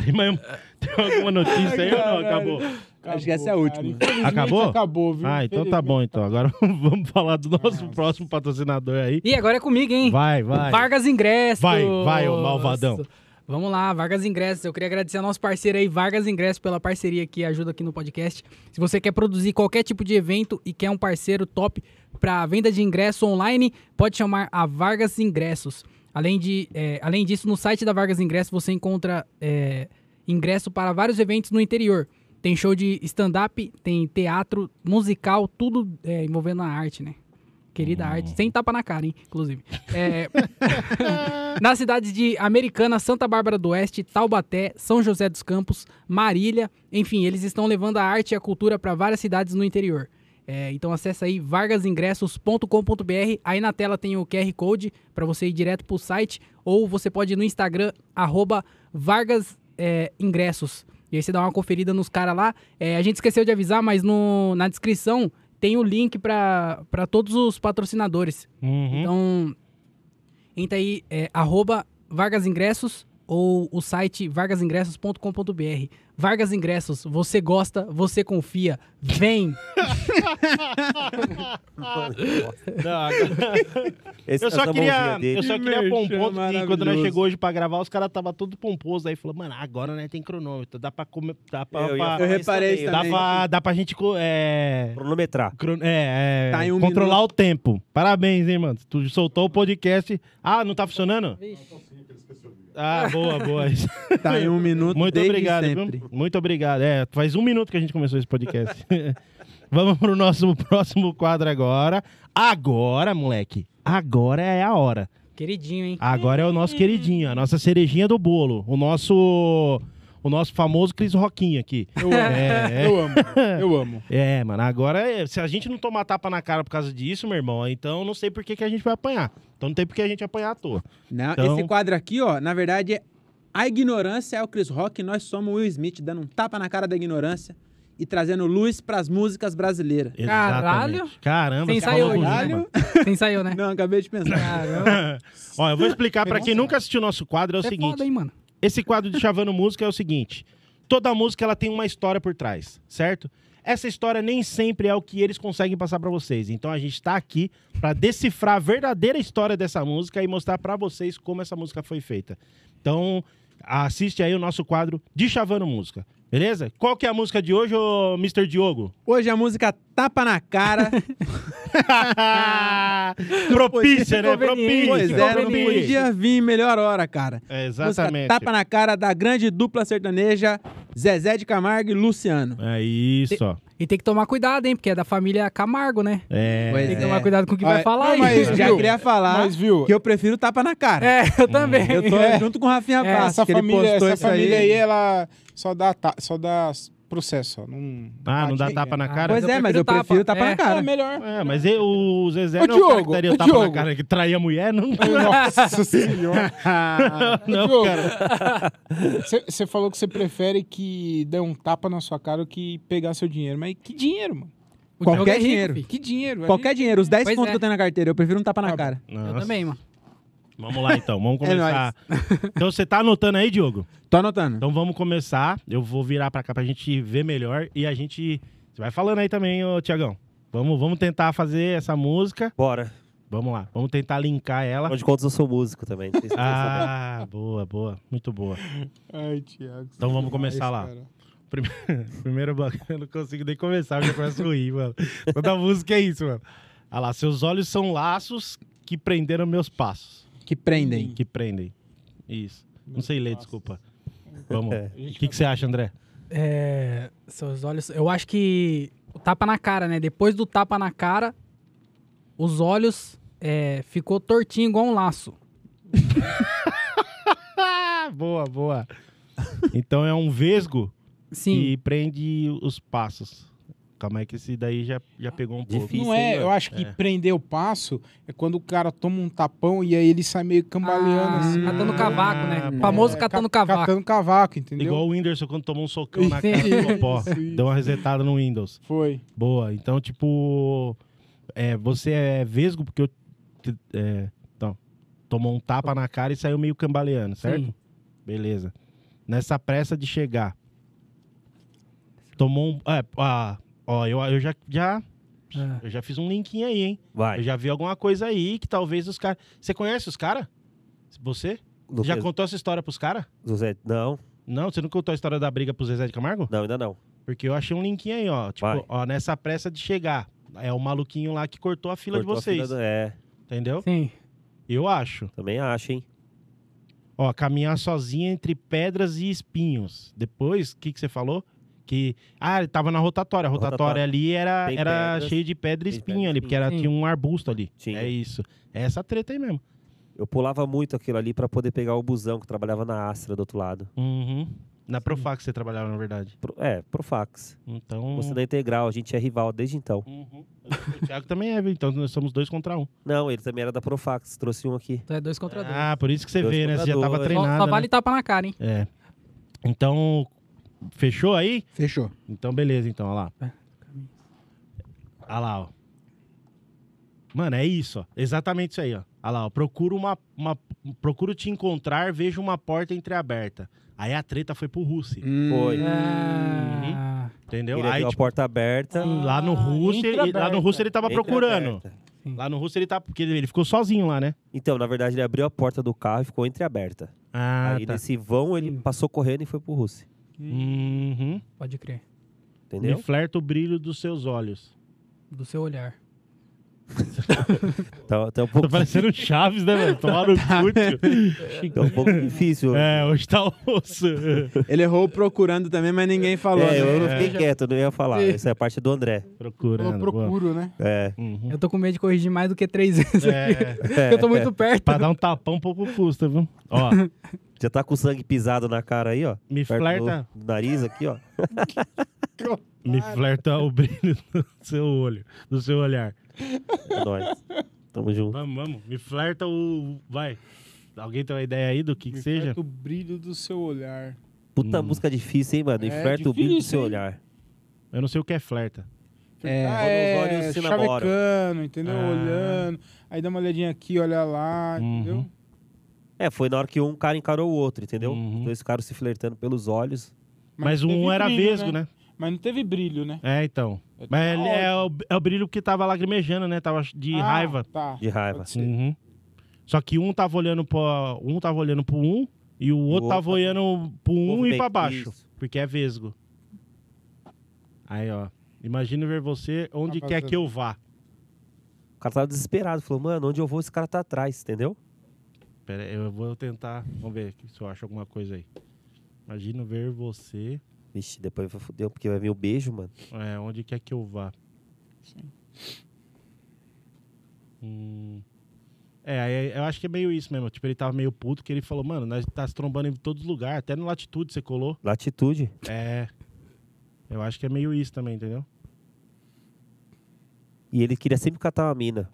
Tem mais tem alguma notícia aí ou não? Acabou.
Acho que essa é a última.
Infelizmente,
Acabou?
Acabou, viu?
Ah, então tá bom, então. Agora vamos falar do nosso próximo patrocinador aí.
E agora é comigo, hein?
Vai, vai.
Vargas Ingressos.
Vai, vai, ô malvadão.
Vamos lá, Vargas Ingressos. Eu queria agradecer ao nosso parceiro aí, Vargas Ingressos, pela parceria que ajuda aqui no podcast. Se você quer produzir qualquer tipo de evento e quer um parceiro top para venda de ingresso online, pode chamar a Vargas Ingressos. Além, de, eh, além disso, no site da Vargas Ingressos você encontra eh, ingresso para vários eventos no interior. Tem show de stand-up, tem teatro, musical, tudo eh, envolvendo a arte, né?
Hum.
Querida arte, sem tapa na cara, hein, inclusive. É, nas cidades de Americana, Santa Bárbara do Oeste, Taubaté, São José dos Campos, Marília, enfim, eles estão levando a arte e a cultura para várias cidades no interior. É, então acessa aí vargasingressos.com.br, aí na tela tem o QR Code para você ir direto para o site, ou você pode ir no Instagram, arroba Vargas é, Ingressos. E aí você dá uma conferida nos caras lá. É, a gente esqueceu de avisar, mas no, na descrição tem o link para todos os patrocinadores.
Uhum.
Então, entra aí, é, arroba Vargas Ingressos, ou o site vargasingressos.com.br. Vargas Ingressos, você gosta, você confia, vem!
Não, agora-
Esse-
eu, só
essa
queria,
mãozinha dele.
eu só
Que
queria pôr um
merchan
ponto que quando nós
maravilhoso.
chegou hoje pra gravar, os caras tava todo pomposo. Aí falou, mano, agora né, tem cronômetro. Dá pra comer. Dá
É,
pra. pra-
Eu ia falar isso
reparei
também.
isso
dá,
também.
pra dá pra gente. co- É,
Cronometrar.
cron- é, é,
Tá em um
controlar o tempo. Parabéns, hein, mano. Tu soltou o podcast. Ah, não tá funcionando? Ah, boa, boa. Isso.
Tá em um minuto
Muito
desde
obrigado,
sempre.
viu? Muito obrigado. É, faz um minuto que a gente começou esse podcast. Vamos pro nosso próximo quadro agora. Agora, moleque. Agora é a hora.
Queridinho, hein?
Agora é o nosso queridinho, a nossa cerejinha do bolo. O nosso. O nosso famoso Cris Roquinha aqui.
Eu amo.
É, é.
Eu amo. Eu amo.
É, mano, agora, é- se a gente não tomar tapa na cara por causa disso, meu irmão, então não sei por que, que a gente vai apanhar. Então não tem por que a gente apanhar à toa.
Não,
Então-
Esse quadro aqui, ó, na verdade, é a ignorância é o Chris Rock e nós somos o Will Smith, dando um tapa na cara da ignorância e trazendo luz pras músicas brasileiras.
Caralho.
Exatamente. Caramba,
Você
você falou
ensaiou,
bonito,
né?
mano.
Você ensaiou, né?
Não, acabei de pensar.
Caramba,
Ó, eu vou explicar pra quem
Nossa.
nunca assistiu o nosso quadro, é o
você é
seguinte.
foda, hein, mano?
Esse quadro de Chavando Música é o seguinte: toda música ela tem uma história por trás, certo? Essa história nem sempre é o que eles conseguem passar pra vocês. Então a gente tá aqui pra decifrar a verdadeira história dessa música e mostrar pra vocês como essa música foi feita. Então, assiste aí o nosso quadro de Chavando Música. Beleza? Qual que é a música de hoje, ô Mr. Diogo?
Hoje a música Tapa na Cara.
Propícia, né?
Inconveniente.
Propícia.
pois é, não
propícia.
podia vir melhor hora, cara.
É,
Música
exatamente.
Tapa na Cara da grande dupla sertaneja Zezé de Camargo e Luciano.
É isso, ó.
E tem que tomar cuidado, hein? Porque é da família Camargo, né?
É.
Pois
Tem que
é.
tomar cuidado com o que vai
Ah,
falar
não,
aí.
mas-
Já
Viu?
queria falar
Mas, viu?
que eu prefiro tapa na cara.
É, eu também.
Eu tô
É.
junto com o Rafinha
É,
Bastos,
Essa
que ele
família,
postou
essa
isso
família aí, é- ela só dá, ta- só dá processo. Ó. Não,
Ah, não dá
bate
tapa
ninguém.
na
Ah,
cara?
Pois é, mas eu prefiro
tá
tapa na
É
cara.
melhor.
É, mas ele- o Zezé
Ô,
não é o cara que
Diogo,
daria
ô,
o tapa na
Diogo.
cara que traía a mulher, não.
Nossa senhora.
Não,
Ah, Diogo,
cara.
Você Tipo, falou que você prefere que dê um tapa na sua cara do que pegar seu dinheiro. Mas que dinheiro, mano?
O Diogo
qualquer
é rico,
dinheiro.
fi.
Que dinheiro?
Qualquer dinheiro, os 10
Pois
pontos
é.
que eu tenho na carteira, eu prefiro um tapa na
Tá bom.
cara.
Eu
Nossa.
também, mano.
Vamos lá então, vamos
É
começar. então você tá anotando aí, Diogo?
Tô anotando.
Então vamos começar. Eu vou virar pra cá pra gente ver melhor e a gente. Você vai falando aí também, ô Tiagão. Vamos, vamos tentar fazer essa música.
Bora.
Vamos lá, vamos tentar linkar ela.
Afinal de contas, eu sou músico também. não sei se vocês sabem.
Ah, boa, boa. Muito boa.
Ai, Thiago.
Então
você
vamos
é
começar lá.
cara.
Prime- Primeiro bloco, eu não consigo nem começar, eu já começo a rir, mano. Toda música é isso, mano. Olha lá, seus olhos são laços que prenderam meus passos.
Que prendem.
Que prendem. Isso. Não
Meus
sei ler,
passos.
desculpa. Vamos.
É.
O que, que você acha, André?
É, seus olhos. Eu acho que o tapa na cara, né? Depois do tapa na cara, os olhos é, ficou tortinho igual um laço.
Ah, boa, boa. Então é um vesgo
Sim.
que prende os passos. Calma aí que esse daí já, já pegou um pouco.
Difícil.
Não é,
hein,
eu acho que
É.
prender o passo é quando o cara toma um tapão e aí ele sai meio cambaleando.
Ah,
assim.
catando cavaco, né?
Ah,
O
bom.
famoso
É,
catando
ca-
cavaco.
Catando cavaco, entendeu?
Igual o Whindersson quando tomou um socão na
Sim.
cara do Popó.
Sim.
Deu uma resetada no Windows.
Foi.
Boa. Então, tipo, é, você é vesgo porque eu, te- é, então, tomou um tapa na cara e saiu meio cambaleando, certo?
Sim.
Beleza. Nessa pressa de chegar, tomou um. É, ah, ó, eu, eu já, já,
Ah.
eu já fiz um linkinho aí, hein? Eu
Vai.
já vi alguma coisa aí que talvez os caras. Você conhece os caras? Você?
Do
já
que-
contou essa história pros caras?
do Zé- Não,
Não, você não contou a história da briga pro Zezé de Camargo?
não, ainda não.
Porque eu achei um linkinho aí, ó. Tipo,
Vai.
ó, nessa pressa de chegar. É o maluquinho lá que cortou a fila
Cortou a
de vocês.
fila do- É,
Entendeu?
Sim.
Eu acho.
também acho, hein?
Ó, caminhar sozinha entre pedras e espinhos. Depois, o que, que você falou? Que. Ah, ele tava na rotatória. A rotatória,
Rotatória.
ali era,
Tem
era
pedras.
cheio de pedra e
Tem
espinho
pedra e
ali, porque era,
espinho.
tinha um arbusto ali.
Tinha.
É isso. É essa treta aí mesmo.
Eu pulava muito aquilo ali pra poder pegar o busão que trabalhava na Astra do outro lado.
Uhum. Na Profac você trabalhava, na verdade.
Pro- é, pro fax.
Então.
Você da Integral, a gente é rival desde então.
Uhum. O Thiago também é, viu? Então nós somos dois contra um.
Não, ele também era da Profax, trouxe um aqui.
Então é dois contra dois.
Ah, por isso que você
Dois
vê, né?
contra
Você já tava
dois.
Só-
treinado.
só,
né?
vale tapa na cara, hein?
É. Então, fechou aí?
Fechou.
Então, beleza, então, olha lá. Olha lá, ó. Mano, é isso, ó. é Exatamente isso aí, ó. Olha lá, ó, procuro, uma, uma- procuro te encontrar, vejo uma porta entreaberta. Aí a treta foi pro Russi,
Foi.
É.
Ah,
entendeu?
Hum. Ele
Aí,
viu a
tipo, hum,
porta aberta.
lá no
Ah,
Russi, ele- lá
entreaberta.
no Russi ele tava
entra
procurando.
aberta.
Lá no Russi ele tá, porque ele ficou sozinho lá, né?
Então, na verdade, ele abriu a porta do carro e ficou entreaberta.
Ah,
tá.
Aí nesse vão ele passou correndo e foi pro Russi.
Hum.
Uhum.
pode crer.
Entendeu?
Me flerta o brilho dos seus olhos.
Do seu olhar.
Então, então é
Tá
um pouco,
parecendo o Chaves, né, velho? Tomaram o cu,
então é um pouco difícil.
tio. É, hoje tá osso.
Ele errou procurando também, mas ninguém falou.
É,
né?
eu não fiquei quieto, não ia falar.
Sim.
Essa é a parte do André.
Procurando.
Eu procuro, né?
É.
boa. Uhum.
Eu tô com medo de corrigir mais do que três vezes.
É,
Eu tô muito perto.
pra dar um tapão pouco custa, viu? Ó,
Já tá com sangue pisado na cara aí, ó.
me
Perto
flerta,
do nariz aqui, ó.
me flerta o brilho do seu olho, do seu olhar.
É nóis. Tamo junto.
Vamos, vamos. Me flerta o. Vai. Alguém tem uma ideia aí do que, que
Me
seja?
flerta o brilho do seu olhar.
Puta
Hum.
música difícil, hein, mano?
É
Inferta o bico do
difícil,
seu
hein?
olhar.
Eu não sei o que é flerta.
É.
ah,
Quando os
é,
olhos se namoram.
chavecando, entendeu?
Ah.
Olhando. Aí dá uma olhadinha aqui, olha lá,
Uhum.
entendeu?
É, foi na hora que um cara encarou o outro, entendeu?
Uhum.
Os dois caras se flertando pelos olhos.
Mas,
não
um
teve
era
brilho,
vesgo, né?
Mas não teve brilho, né?
É, então. Mas ele- é, o, é o brilho que tava lagrimejando, né? Tava de
Ah,
raiva.
Tá.
De raiva.
Pode ser.
Uhum. Só que um tava olhando pro um tava olhando pro um e o outro
outro
tava
tava-
olhando pro um e
Movimento,
pra baixo,
isso.
porque é vesgo. Aí, ó. Imagino ver você onde
Tá
quer
fazendo.
que eu vá.
O cara tava desesperado. Falou, mano, onde eu vou, esse cara tá atrás, entendeu?
Pera aí, eu vou tentar. Vamos ver se eu acho alguma coisa aí. Imagino ver você
Vixe, depois vai foder, porque vai vir o beijo, mano.
é, onde quer que eu vá. Hum. É, aí eu acho que é meio isso mesmo. Tipo, ele tava meio puto que ele falou, mano, nós tá se trombando em todos os lugares, até no latitude você colou.
Latitude.
É. Eu acho que é meio isso também, entendeu?
E ele queria sempre catar uma mina.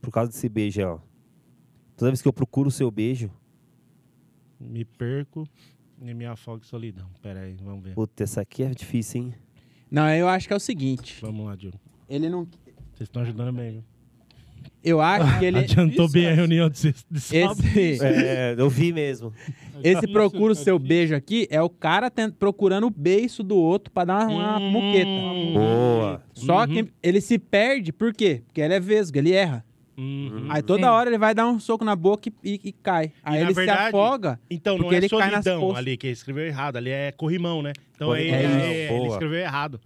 Por causa desse beijo, ó. Toda vez que eu procuro o seu beijo,
Me perco e me afogo em solidão. Pera aí, vamos ver.
puta, essa aqui é difícil, hein?
Não, eu acho que é o seguinte.
Vamos lá, Diogo.
Ele não.
Vocês estão ajudando bem, viu?
Eu
Ah,
acho que ele.
Adiantou
Isso,
bem a
cara.
reunião de, sexta- de sábado.
Esse,
É, eu vi mesmo.
Tá
Tá.
esse procura o
Isso,
seu
cara.
beijo aqui é o cara ten- procurando o beiço do outro pra dar uma, uma
Hum.
muqueta.
Boa.
Só
Uhum.
que ele se perde, por quê? Porque ele é vesgo, ele erra.
Uhum.
Aí toda
Sim.
hora ele vai dar um soco na boca e, e- e cai. Aí
na
ele
verdade,
se afoga.
Então, não
Porque
é
ele cai nas
solidão
poças.
ali, que ele escreveu errado. Ali é corrimão, né? Então, aí,
Corrimão,
é- ele
boa.
escreveu errado.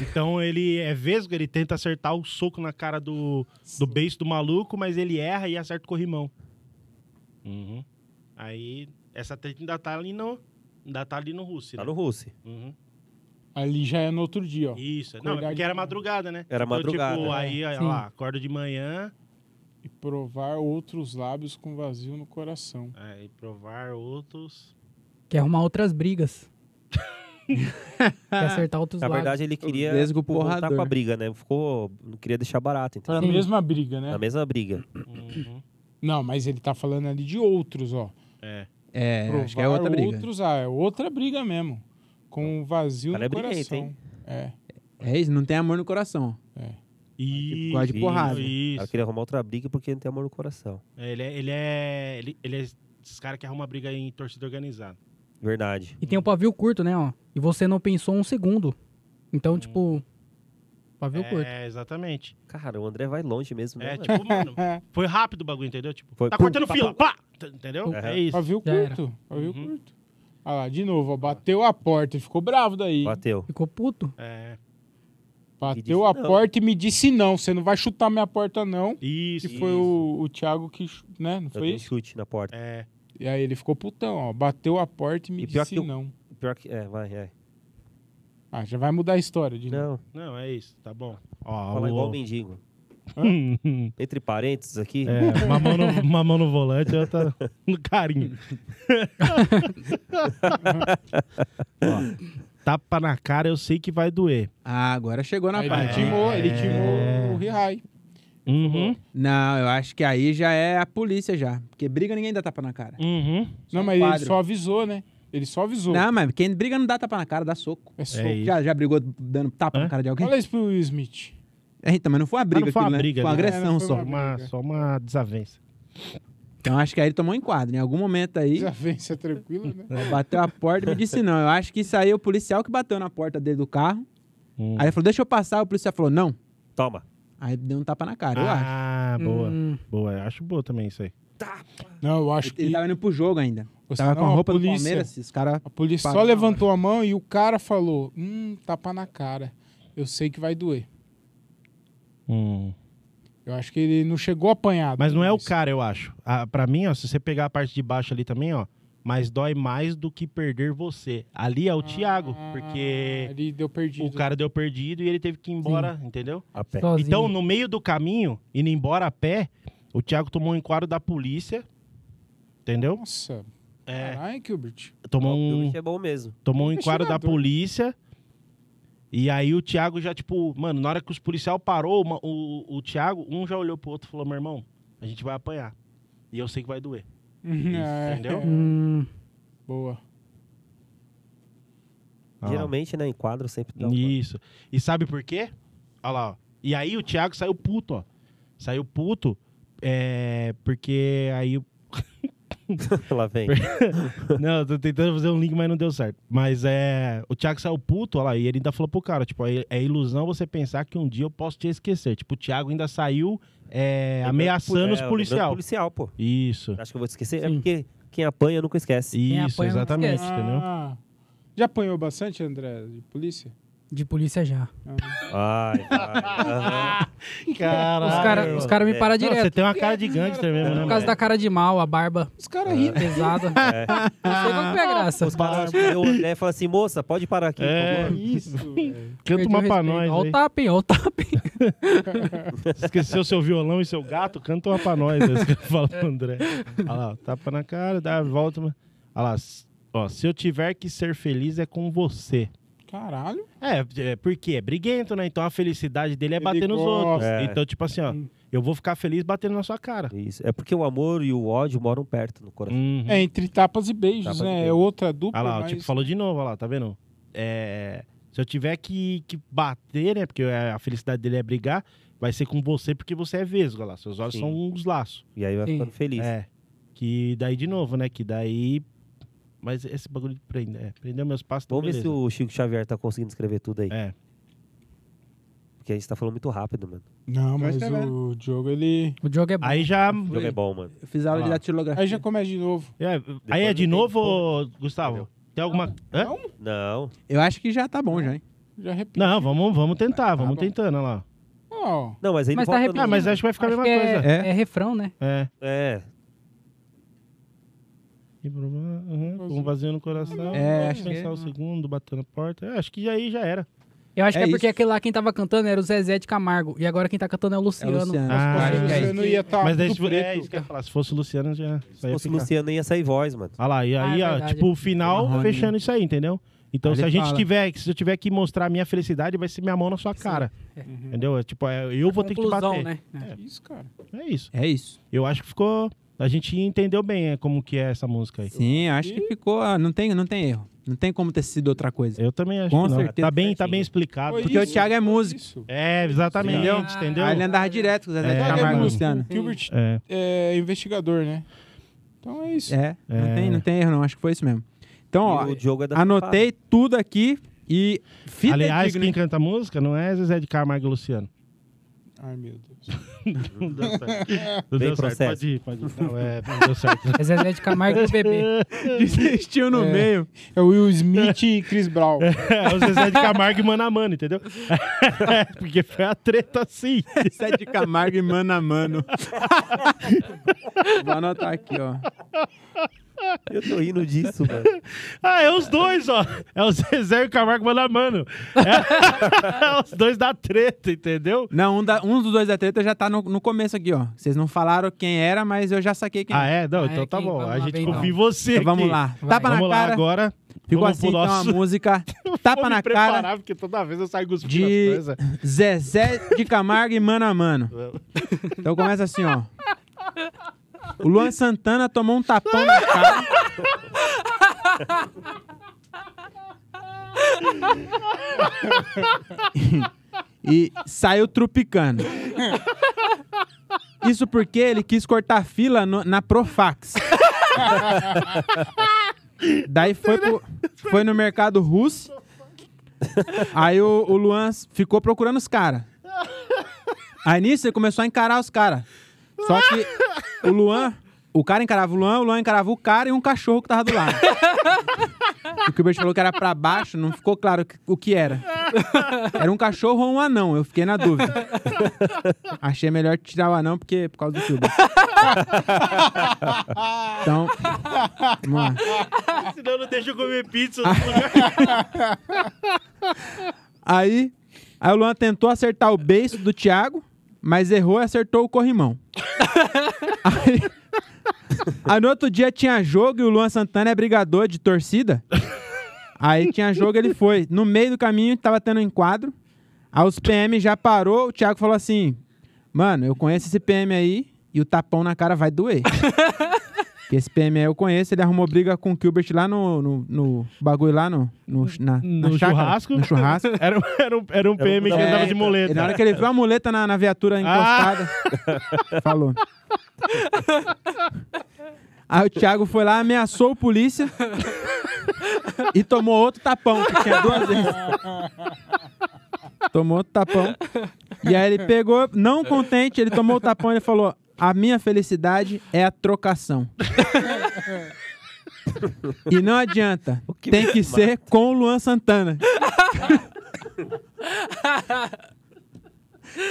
Então, ele é vesgo, ele tenta acertar o soco na cara do, do beijo do maluco, mas ele erra e acerta o corrimão. Uhum. Aí, essa treta ainda tá ali no... Ainda tá ali no Russo,
Tá
né?
no Russi.
Uhum.
Ali já é no outro dia, ó.
Isso. Não, é
Acordar
porque
de
era
manhã.
madrugada, né?
Era madrugada,
Tipo,
né?
aí, olha
Sim.
lá, acordo de manhã
E provar outros lábios com vazio no coração.
aí provar outros...
Quer arrumar outras brigas. Quer acertar outros
Na
lados.
verdade, ele queria
vesgo
voltar
porrador.
com a briga, né? Ficou... Não queria deixar barato,
Foi
Tá
entendeu?
a
Sim.
mesma briga, né?
Na mesma briga.
Uhum.
Não, mas ele tá falando ali de outros, ó.
É.
É,
provar
acho que é outra briga.
outros, ah, é outra briga mesmo. Com o vazio
Cara,
no
é briguento,
coração.
hein?
É.
É isso, não tem amor no coração.
E...
gosta de porrada.
Ela
Isso.
queria arrumar outra briga porque não tem amor no coração.
É, Ele é... Ele é, ele, ele é esses caras que arrumam briga em torcida organizada.
Verdade.
E tem o pavio curto, né, ó. E você não pensou um segundo. Então, tipo, pavio curto.
Hum. É, exatamente.
Cara, o André vai longe mesmo, né?
É,
mano?
tipo, mano, foi rápido o bagulho, entendeu? Tipo,
Foi
tá
pum,
cortando
pá,
fila, pá! T- Entendeu?
Uhum.
É isso.
Pavio
Já
curto. Pavio
Uhum.
curto. Ah lá, de novo, ó, bateu a porta e ficou bravo daí.
Bateu.
Ficou puto.
É,
Bateu
disse
a
não.
porta e me disse não, você não vai chutar minha porta não.
isso.
Que foi o, o Thiago que, chu- né, não
Eu
foi
dei um
isso?
chute na porta.
É,
E aí ele ficou putão, ó, bateu a porta e me
E pior
disse
que eu-
não.
Pior que... É, vai, é.
Ah, já vai mudar a história de novo.
Não,
não, é isso. Tá bom. Ó,
fala
o-
igual o mendigo. Entre parênteses aqui,
É, uma mão, no, uma mão no volante e outra no carinho. Ó, tapa na cara, eu sei que vai doer.
Ah, agora chegou na
Aí ele
parte.
né?
timou, ele timou o Rihai.
Tá
Uhum,
Não, eu acho que aí já é a polícia já. Porque briga ninguém dá tapa na cara.
uhum.
Só
Não,
um
mas ele
quadro.
só avisou, né? Ele só avisou.
Não, mas quem briga não dá tapa na cara, dá soco.
É só.
É isso.
Já, já brigou dando tapa
Hã?
na cara de alguém?
Fala isso pro Will Smith.
É, então, mas não foi uma briga
não foi uma
aquilo, né?
briga,
Foi uma
né?
agressão
É, não foi
só.
uma-
Uma, só uma desavença.
Então acho que aí ele tomou um enquadro. Em algum momento aí, é,
Desavença tranquila, né?
bateu a porta e me disse não. Eu acho que isso aí é o policial que bateu na porta dele do carro.
Hum.
Aí ele falou, deixa eu passar. O policial falou, não.
Toma.
Aí deu um tapa na cara, eu acho.
Ah, boa.
Hum.
Boa, eu acho boa também isso aí.
Não, eu acho
Ele
que
tava indo pro jogo ainda.
Ou
é
Tava
senão
um
com a
a
roupa do
polícia-
Palmeiras, os caras...
a polícia só
Parou.
levantou a mão e o cara falou: Hum, tapa na cara. Eu sei que vai doer.
Hum.
Eu acho que ele não chegou apanhado.
Mas não é o
cara.
cara, eu acho. Ah, pra mim, ó, se você pegar a parte de baixo ali também, ó, mas dói mais do que perder você. Ali é o Thiago, porque
Ele ah, deu perdido.
o cara deu perdido e ele teve que ir embora, entendeu?
A pé.
Sozinho.
Então, no meio do caminho, indo embora a pé, o Thiago tomou um enquadro da polícia, entendeu?
Nossa.
É,
Caralho, Gilbert.
tomou
O
um,
bicho é bom mesmo.
tomou um enquadro da
Investigador.
polícia. E aí o Thiago já, tipo, mano, na hora que os policial parou, uma- o, o Thiago, um já olhou pro outro e falou, meu irmão, a gente vai apanhar. E eu sei que vai doer.
É,
entendeu?
Hum.
Boa.
Ah.
Geralmente, né, em quadro sempre dá um...
Isso. E sabe por quê? Olha lá, ó. E aí o Thiago saiu puto, ó. Saiu puto, é... Porque aí...
Lá vem.
Não, eu tô tentando fazer um link, mas não deu certo. Mas é... O Thiago saiu puto, olha lá, e ele ainda falou pro cara, tipo, é é ilusão você pensar que um dia eu posso te esquecer. Tipo, o Thiago ainda saiu é, ameaçando os
É, lembrando
policial.
policial, pô.
Isso.
Acho que eu vou te esquecer. É
Sim.
porque quem apanha nunca esquece.
Isso,
apanha, não
exatamente,
esquece.
entendeu?
Ah. Já apanhou bastante, André, de polícia?
De polícia já.
Ai, ai.
Caralho.
os caras os cara me
É.
param
Ah, Não, você tá
direto.
tem uma cara de gangster mesmo, né?
Por causa
mano?
da cara de mal, a barba
Os
É.
caras riram.
pesada.
É.
Não sei qual que é a graça.
Os caras eu olhei e falei assim, moça, pode parar aqui,
É.
por favor.
Isso, velho.
Canta uma pra nós
Olha
aí.
o tapa, hein? Olha o tapa, hein?
Esqueceu seu violão e seu gato? Canta uma pra nós. é isso que eu falo pro André. Olha lá, tapa na cara, dá a volta. mas- Olha lá, s- ó, se eu tiver que ser feliz é com você.
Caralho.
É, é porque é briguento, né? Então a felicidade dele é
Ele
bater nos
gosta.
outros.
É.
Então, tipo assim, ó, eu vou ficar feliz batendo na sua cara.
Isso. É porque o amor e o ódio moram perto no coração.
Uhum.
É entre tapas e beijos,
Tapas e
né?
beijos.
É outra dupla,
Olha lá, o
mas...
tipo falou de novo, olha lá, tá vendo? É, se eu tiver que, que bater, né? Porque é, a felicidade dele é brigar, vai ser com você porque você é vesgo, olha lá. Seus olhos
Sim.
são uns laços.
E aí vai
Sim.
ficando feliz.
É. Que daí de novo, né? Que daí. Mas esse bagulho de prender. É, prendeu meus passos.
Vamos ver se o Chico Xavier tá conseguindo escrever tudo aí.
É.
Porque a gente tá falando muito rápido, mano.
Não, mas
Mas tá
o Diogo, ele...
O jogo é bom.
Aí já.
O jogo é bom, mano.
Eu fiz aula
Ah.
de datilografia.
Aí já começa de novo.
é, aí é de
não
novo,
tem
ô, Gustavo? Tem alguma. Hã?
Não?
Não.
Eu acho que já tá bom já, hein?
Já repito.
Não, vamos, vamos tentar, vamos
bom.
tentando, olha lá.
Ó,
Não, mas ele
Mas tá
volta no-
repetindo.
Ah, mas acho que vai ficar a
Acho
mesma
que é-
coisa.
coisa.
É refrão, né?
É.
É.
E problema, aham, Com um vazio no coração.
É,
pode
acho que
pensar
é.
o segundo, batendo a porta. É, acho que aí já era.
Eu acho
É
que é porque
isso.
aquele lá quem tava cantando era o Zezé de Camargo. E agora quem tá cantando é o
É o
Luciano.
Luciano.
Ah,
Acho que é
você
isso.
não ia tá estar
mas daí, se for- é isso que eu ia falar. Se fosse o Luciano, já.
Se fosse o
Luciano.
Luciano, ia sair voz, mano.
Olha lá, e
Ah,
aí,
é
ó,
verdade.
tipo, o final
Marrone.
fechando isso aí, entendeu? Então,
Aí
se
ele
a gente
fala.
tiver, se eu tiver que mostrar a minha felicidade, vai ser minha mão na sua cara. Entendeu? É, tipo, é, eu vou ter que te
Conclusão,
bater.
né? É.
Isso, cara.
É isso.
É isso.
Eu acho que ficou. A gente entendeu bem é, como que é essa música aí.
Sim, acho que ficou. ah, Não tem, não tem erro. Não tem como ter sido outra coisa.
Eu também acho.
Com
que não.
certeza,
Tá bem, tá
certinho.
bem explicado.
Foi
Porque o
isso.
Thiago é músico.
Isso.
É, exatamente.
Entendeu?
Entendeu?
Aí ele andava direto com o Zé
É,
de
Thiago
Camargo e
Camargo.
Luciano.
Gilbert
É.
é investigador, né? Então é isso.
É, Não,
É.
tem, não tem erro, não. Acho que foi isso mesmo. Então, ó,
E o Diogo é da
anotei tudo aqui e fita
Aliás,
digna,
quem
hein?
canta a música não é Zezé de Camargo e Luciano.
Ai, meu Deus.
Não deu certo. Não
Bem
deu certo.
processo.
Pode ir, pode ir. Não, é, não deu certo.
É Zezé de Camargo e o bebê.
desistiu no
É.
meio.
É o Will Smith e Chris Brown.
É, o Zezé de Camargo e mano a mano, entendeu? É, Porque foi a treta assim.
Zé é de Camargo e mano a mano. Vou anotar aqui, ó.
Eu tô rindo disso, mano.
Ah, é os dois, ó. É o Zezé e o Camargo mano a mano. É, é os dois da treta, entendeu?
Não, um, da- um dos dois da treta já tá no, no começo aqui, ó. Vocês não falaram quem era, mas eu já saquei quem
Ah, é? Não,
Ah, é
então tá
quem?
bom.
Vamos
A
lá,
gente
vem,
confia em
então.
você.
Então vamos
aqui.
lá.
Vai.
Tapa
Vamos
na
lá
cara.
agora.
Ficou
Vamos
assim
pro
então
nosso-
a música. Tapa
Vou
na
me preparar,
cara
porque toda vez eu saio cuspindo as
de
coisas.
Zezé de Camargo e Mano a Mano. Então começa assim, ó. O Luan Santana tomou um tapão na cara. e saiu trupicando. Isso porque ele quis cortar fila no- na Profax. Daí foi, pro- foi no mercado russo. Aí o, o Luan ficou procurando os caras. Aí nisso ele começou a encarar os caras. Só que o Luan, o cara encarava o Luan, o Luan encarava o cara e um cachorro que tava do lado. O Gilbert falou que era pra baixo, não ficou claro o que- o que era. Era um cachorro ou um anão, eu fiquei na dúvida. Achei melhor tirar o anão porque por causa do Gilbert. Então, vamos lá.
Senão não deixa eu comer pizza
Ah.
no lugar.
Aí, aí o Luan tentou acertar o beijo do Thiago, mas errou e acertou o corrimão. aí, aí no outro dia tinha jogo e o Luan Santana é brigador de torcida. Aí tinha jogo, ele foi. No meio do caminho, tava tendo um enquadro. Aí os PM já parou, o Thiago falou assim: Mano, eu conheço esse PM aí e o tapão na cara vai doer. Porque esse PM aí eu conheço, ele arrumou briga com o Gilbert lá no, no, no bagulho lá no, no, na, na
No
chácara,
churrasco?
No churrasco.
Era, um- era um, era um PM que
É,
andava de
então.
muleta. Ah!
E tá. na hora que ele viu a muleta na, na viatura encostada, falou. Aí o Thiago foi lá, ameaçou o polícia e tomou outro tapão, que tinha duas vezes. Tomou outro tapão. E aí ele pegou, não contente, ele tomou o tapão e ele falou: A minha felicidade é a trocação. e não adianta,
que
tem que ser com o Luan Santana.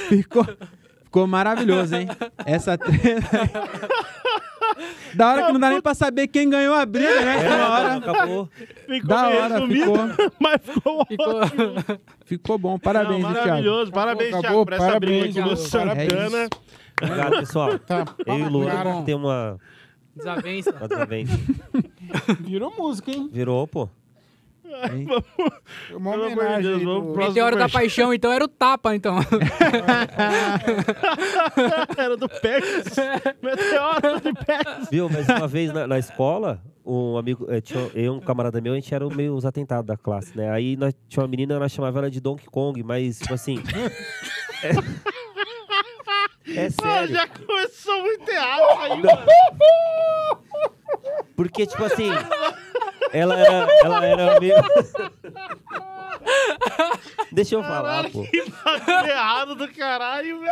Ficou, ficou maravilhoso, hein? Essa treta. aí. Da hora que não dá nem pra saber quem ganhou a briga, né? Na hora.
é, Acabou.
É, Ficou
Da
meio
hora,
resumido, mas ficou,
Ficou-
ótimo.
Ficou bom,
Não,
parabéns, viu, Thiago.
maravilhoso. parabéns,
Acabou,
Thiago, por essa
parabéns,
briga aqui no
Thiago,
Santana.
Obrigado, pessoal.
Tá,
Eu e o Luan
Cara.
tem uma.
Desavença.
uma desavença.
Virou música, hein? É
Virou, pô.
Uma
Pelo amor de
homenagem.
Deus,
aí
vamos
pro-
pro próximo.
Meteoro da
merchan.
Paixão, então era o tapa, então.
Era do Pegasus. Meteoro de Pegasus.
Viu? Mas uma vez na, na escola, um amigo, eh, tinha, eu e um camarada meu, a gente era meio os atentados da classe, né? Aí nós, tinha uma menina, nós chamava ela de Donkey Kong, mas, tipo assim. é, é
Ah,
sério.
já começou muito errado aí, mano.
Porque, tipo assim. Ela era, ela era meio. Deixa eu falar, pô.
Que bagulho tá errado do caralho, velho.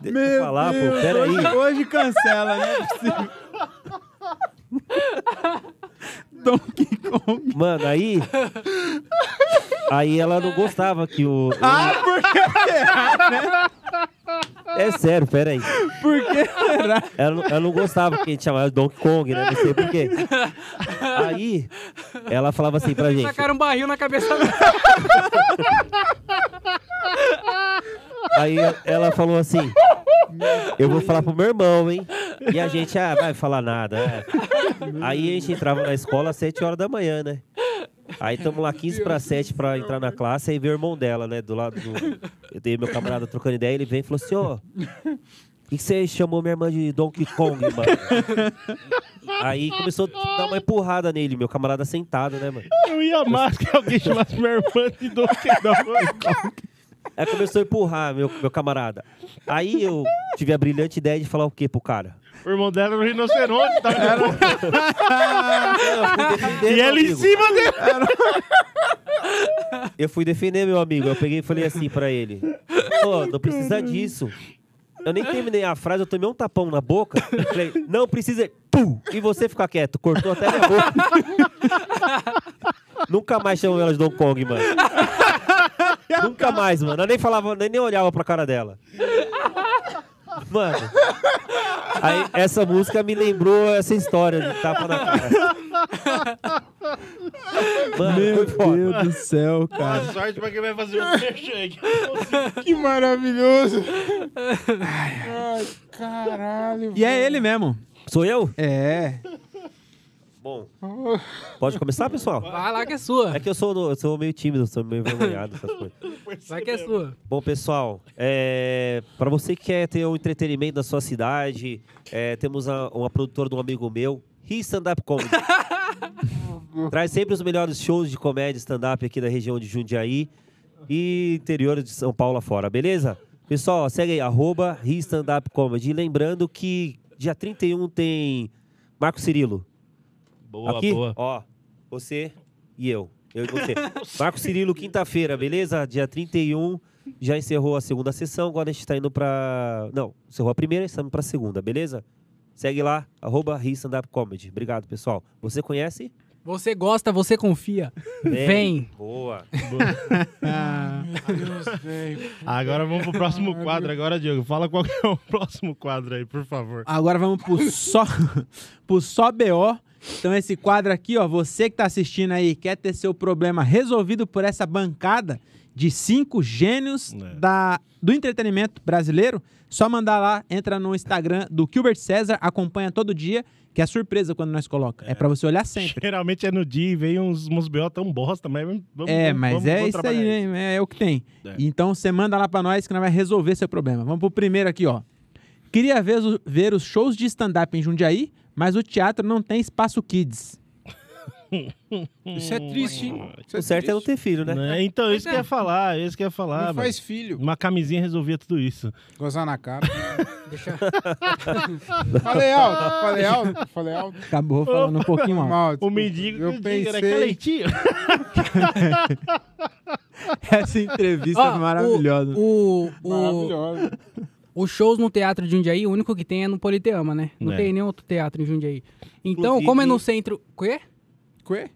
Deixa eu falar, pô. Peraí.
hoje, hoje cancela, né? é Donkey Kong.
Mano, aí. Aí ela não gostava que o.
Ah, por que será?
É sério, peraí.
Por que será?
Ela, não- ela não gostava que a gente chamava de Donkey Kong, né? Não sei por quê. Aí, ela falava assim pra gente.
Sacaram um barril na cabeça dela.
Aí ela falou assim: Eu vou falar pro meu irmão, hein? E a gente, ah, vai falar nada. é. Aí a gente entrava na escola às 7 horas da manhã, né? Aí estamos lá 15 para 7 para entrar na classe aí ver o irmão dela, né? Do lado do. Eu dei meu camarada trocando ideia, ele vem e falou assim: Ô, por que você chamou minha irmã de Donkey Kong, mano? Aí começou a dar uma empurrada nele, meu camarada sentado, né, mano?
Eu ia amar que alguém chamasse minha irmã de Donkey Kong.
Aí começou a empurrar, meu, meu camarada. Aí eu tive a brilhante ideia de falar o quê pro cara?
O irmão dela era um rinoceronte. Tá?
defender,
E
meu
ela em
amigo.
cima dele.
Eu fui defender meu amigo. Eu peguei e falei assim pra ele: Ô, não precisa disso. Eu nem terminei a frase, eu tomei um tapão na boca. Falei, não precisa. Pum! E você ficar quieto. Cortou até minha boca. Nunca mais chamou ela de Donkey Kong, mano. Nunca mais, mano. Eu nem falava, nem, nem olhava pra cara dela. Mano. Aí essa música me lembrou essa história de tapa na cara. Mano,
Meu
foi foda.
Deus do céu, cara.
Boa sorte pra quem vai fazer o merchan aqui.
Que maravilhoso. Ai, caralho.
E é ele mesmo.
Sou eu?
É.
Bom. Pode começar, pessoal?
Vai lá que é sua.
É que eu sou, no- eu sou meio tímido, eu sou meio envergonhado, essas coisas.
Vai que é sua.
Bom, pessoal, é, para você que quer ter um entretenimento na sua cidade, é, temos a- uma produtora de um amigo meu, Ri Stand Up Comedy. Traz sempre os melhores shows de comédia stand-up aqui da região de Jundiaí. e interior de São Paulo fora, beleza? Pessoal, segue aí, arroba Ri Stand Up Comedy. E lembrando que dia 31 tem Marco Cirilo.
Boa,
aqui,
boa.
ó, você e eu. Eu e você. Marco Cirilo, quinta-feira, beleza? Dia 31, já encerrou a segunda sessão, agora a gente tá indo pra... Não, encerrou a primeira, estamos pra segunda, beleza? Segue lá, arroba Ri Stand Up Comedy. Obrigado, pessoal. Você conhece?
Você gosta, você confia. Vem.
Boa.
Agora vamos pro
Ah,
próximo quadro agora, Diego. Fala qual que é o próximo quadro aí, por favor.
Agora vamos pro só, pro só BO. Então esse quadro aqui, ó, você que tá assistindo aí, quer ter seu problema resolvido por essa bancada de cinco gênios
É.
da, do entretenimento brasileiro, só mandar lá, entra no Instagram do Gilbert César, acompanha todo dia, que é surpresa quando nós coloca. É, pra você olhar sempre.
Geralmente é no dia e vem uns, uns BO tão bosta, mas vamos,
É,
vamos-
mas
vamos-
é
vamos
isso
trabalhar
aí, né? É o que tem.
É.
Então você manda lá pra nós que nós vai resolver seu problema. Vamos pro primeiro aqui, ó. Queria ver, os- ver os shows de stand-up em Jundiaí, mas o teatro não tem espaço kids.
Isso é triste, hein? Isso é
O certo é não
triste. Ah,
ter filho, né?
Né? Então, isso que eu ia falar, isso que eu ia falar.
Não
mano.
faz filho.
Uma camisinha resolvia tudo isso.
Gozar na cara.
Deixa-
falei alto, falei alto, falei alto.
Acabou falando um pouquinho mal.
Mal,
O
desculpa.
mendigo
Eu
que diga, era que é
pensei.
leitinho.
Essa entrevista
Ó,
é maravilhosa.
O, o, o,
Maravilhosa.
os shows no teatro de Jundiaí, o único que tem é no Politeama, né? Não
É.
tem nenhum outro teatro em Jundiaí. Então,
Inclusive-
como é no centro... Quê?
Quê?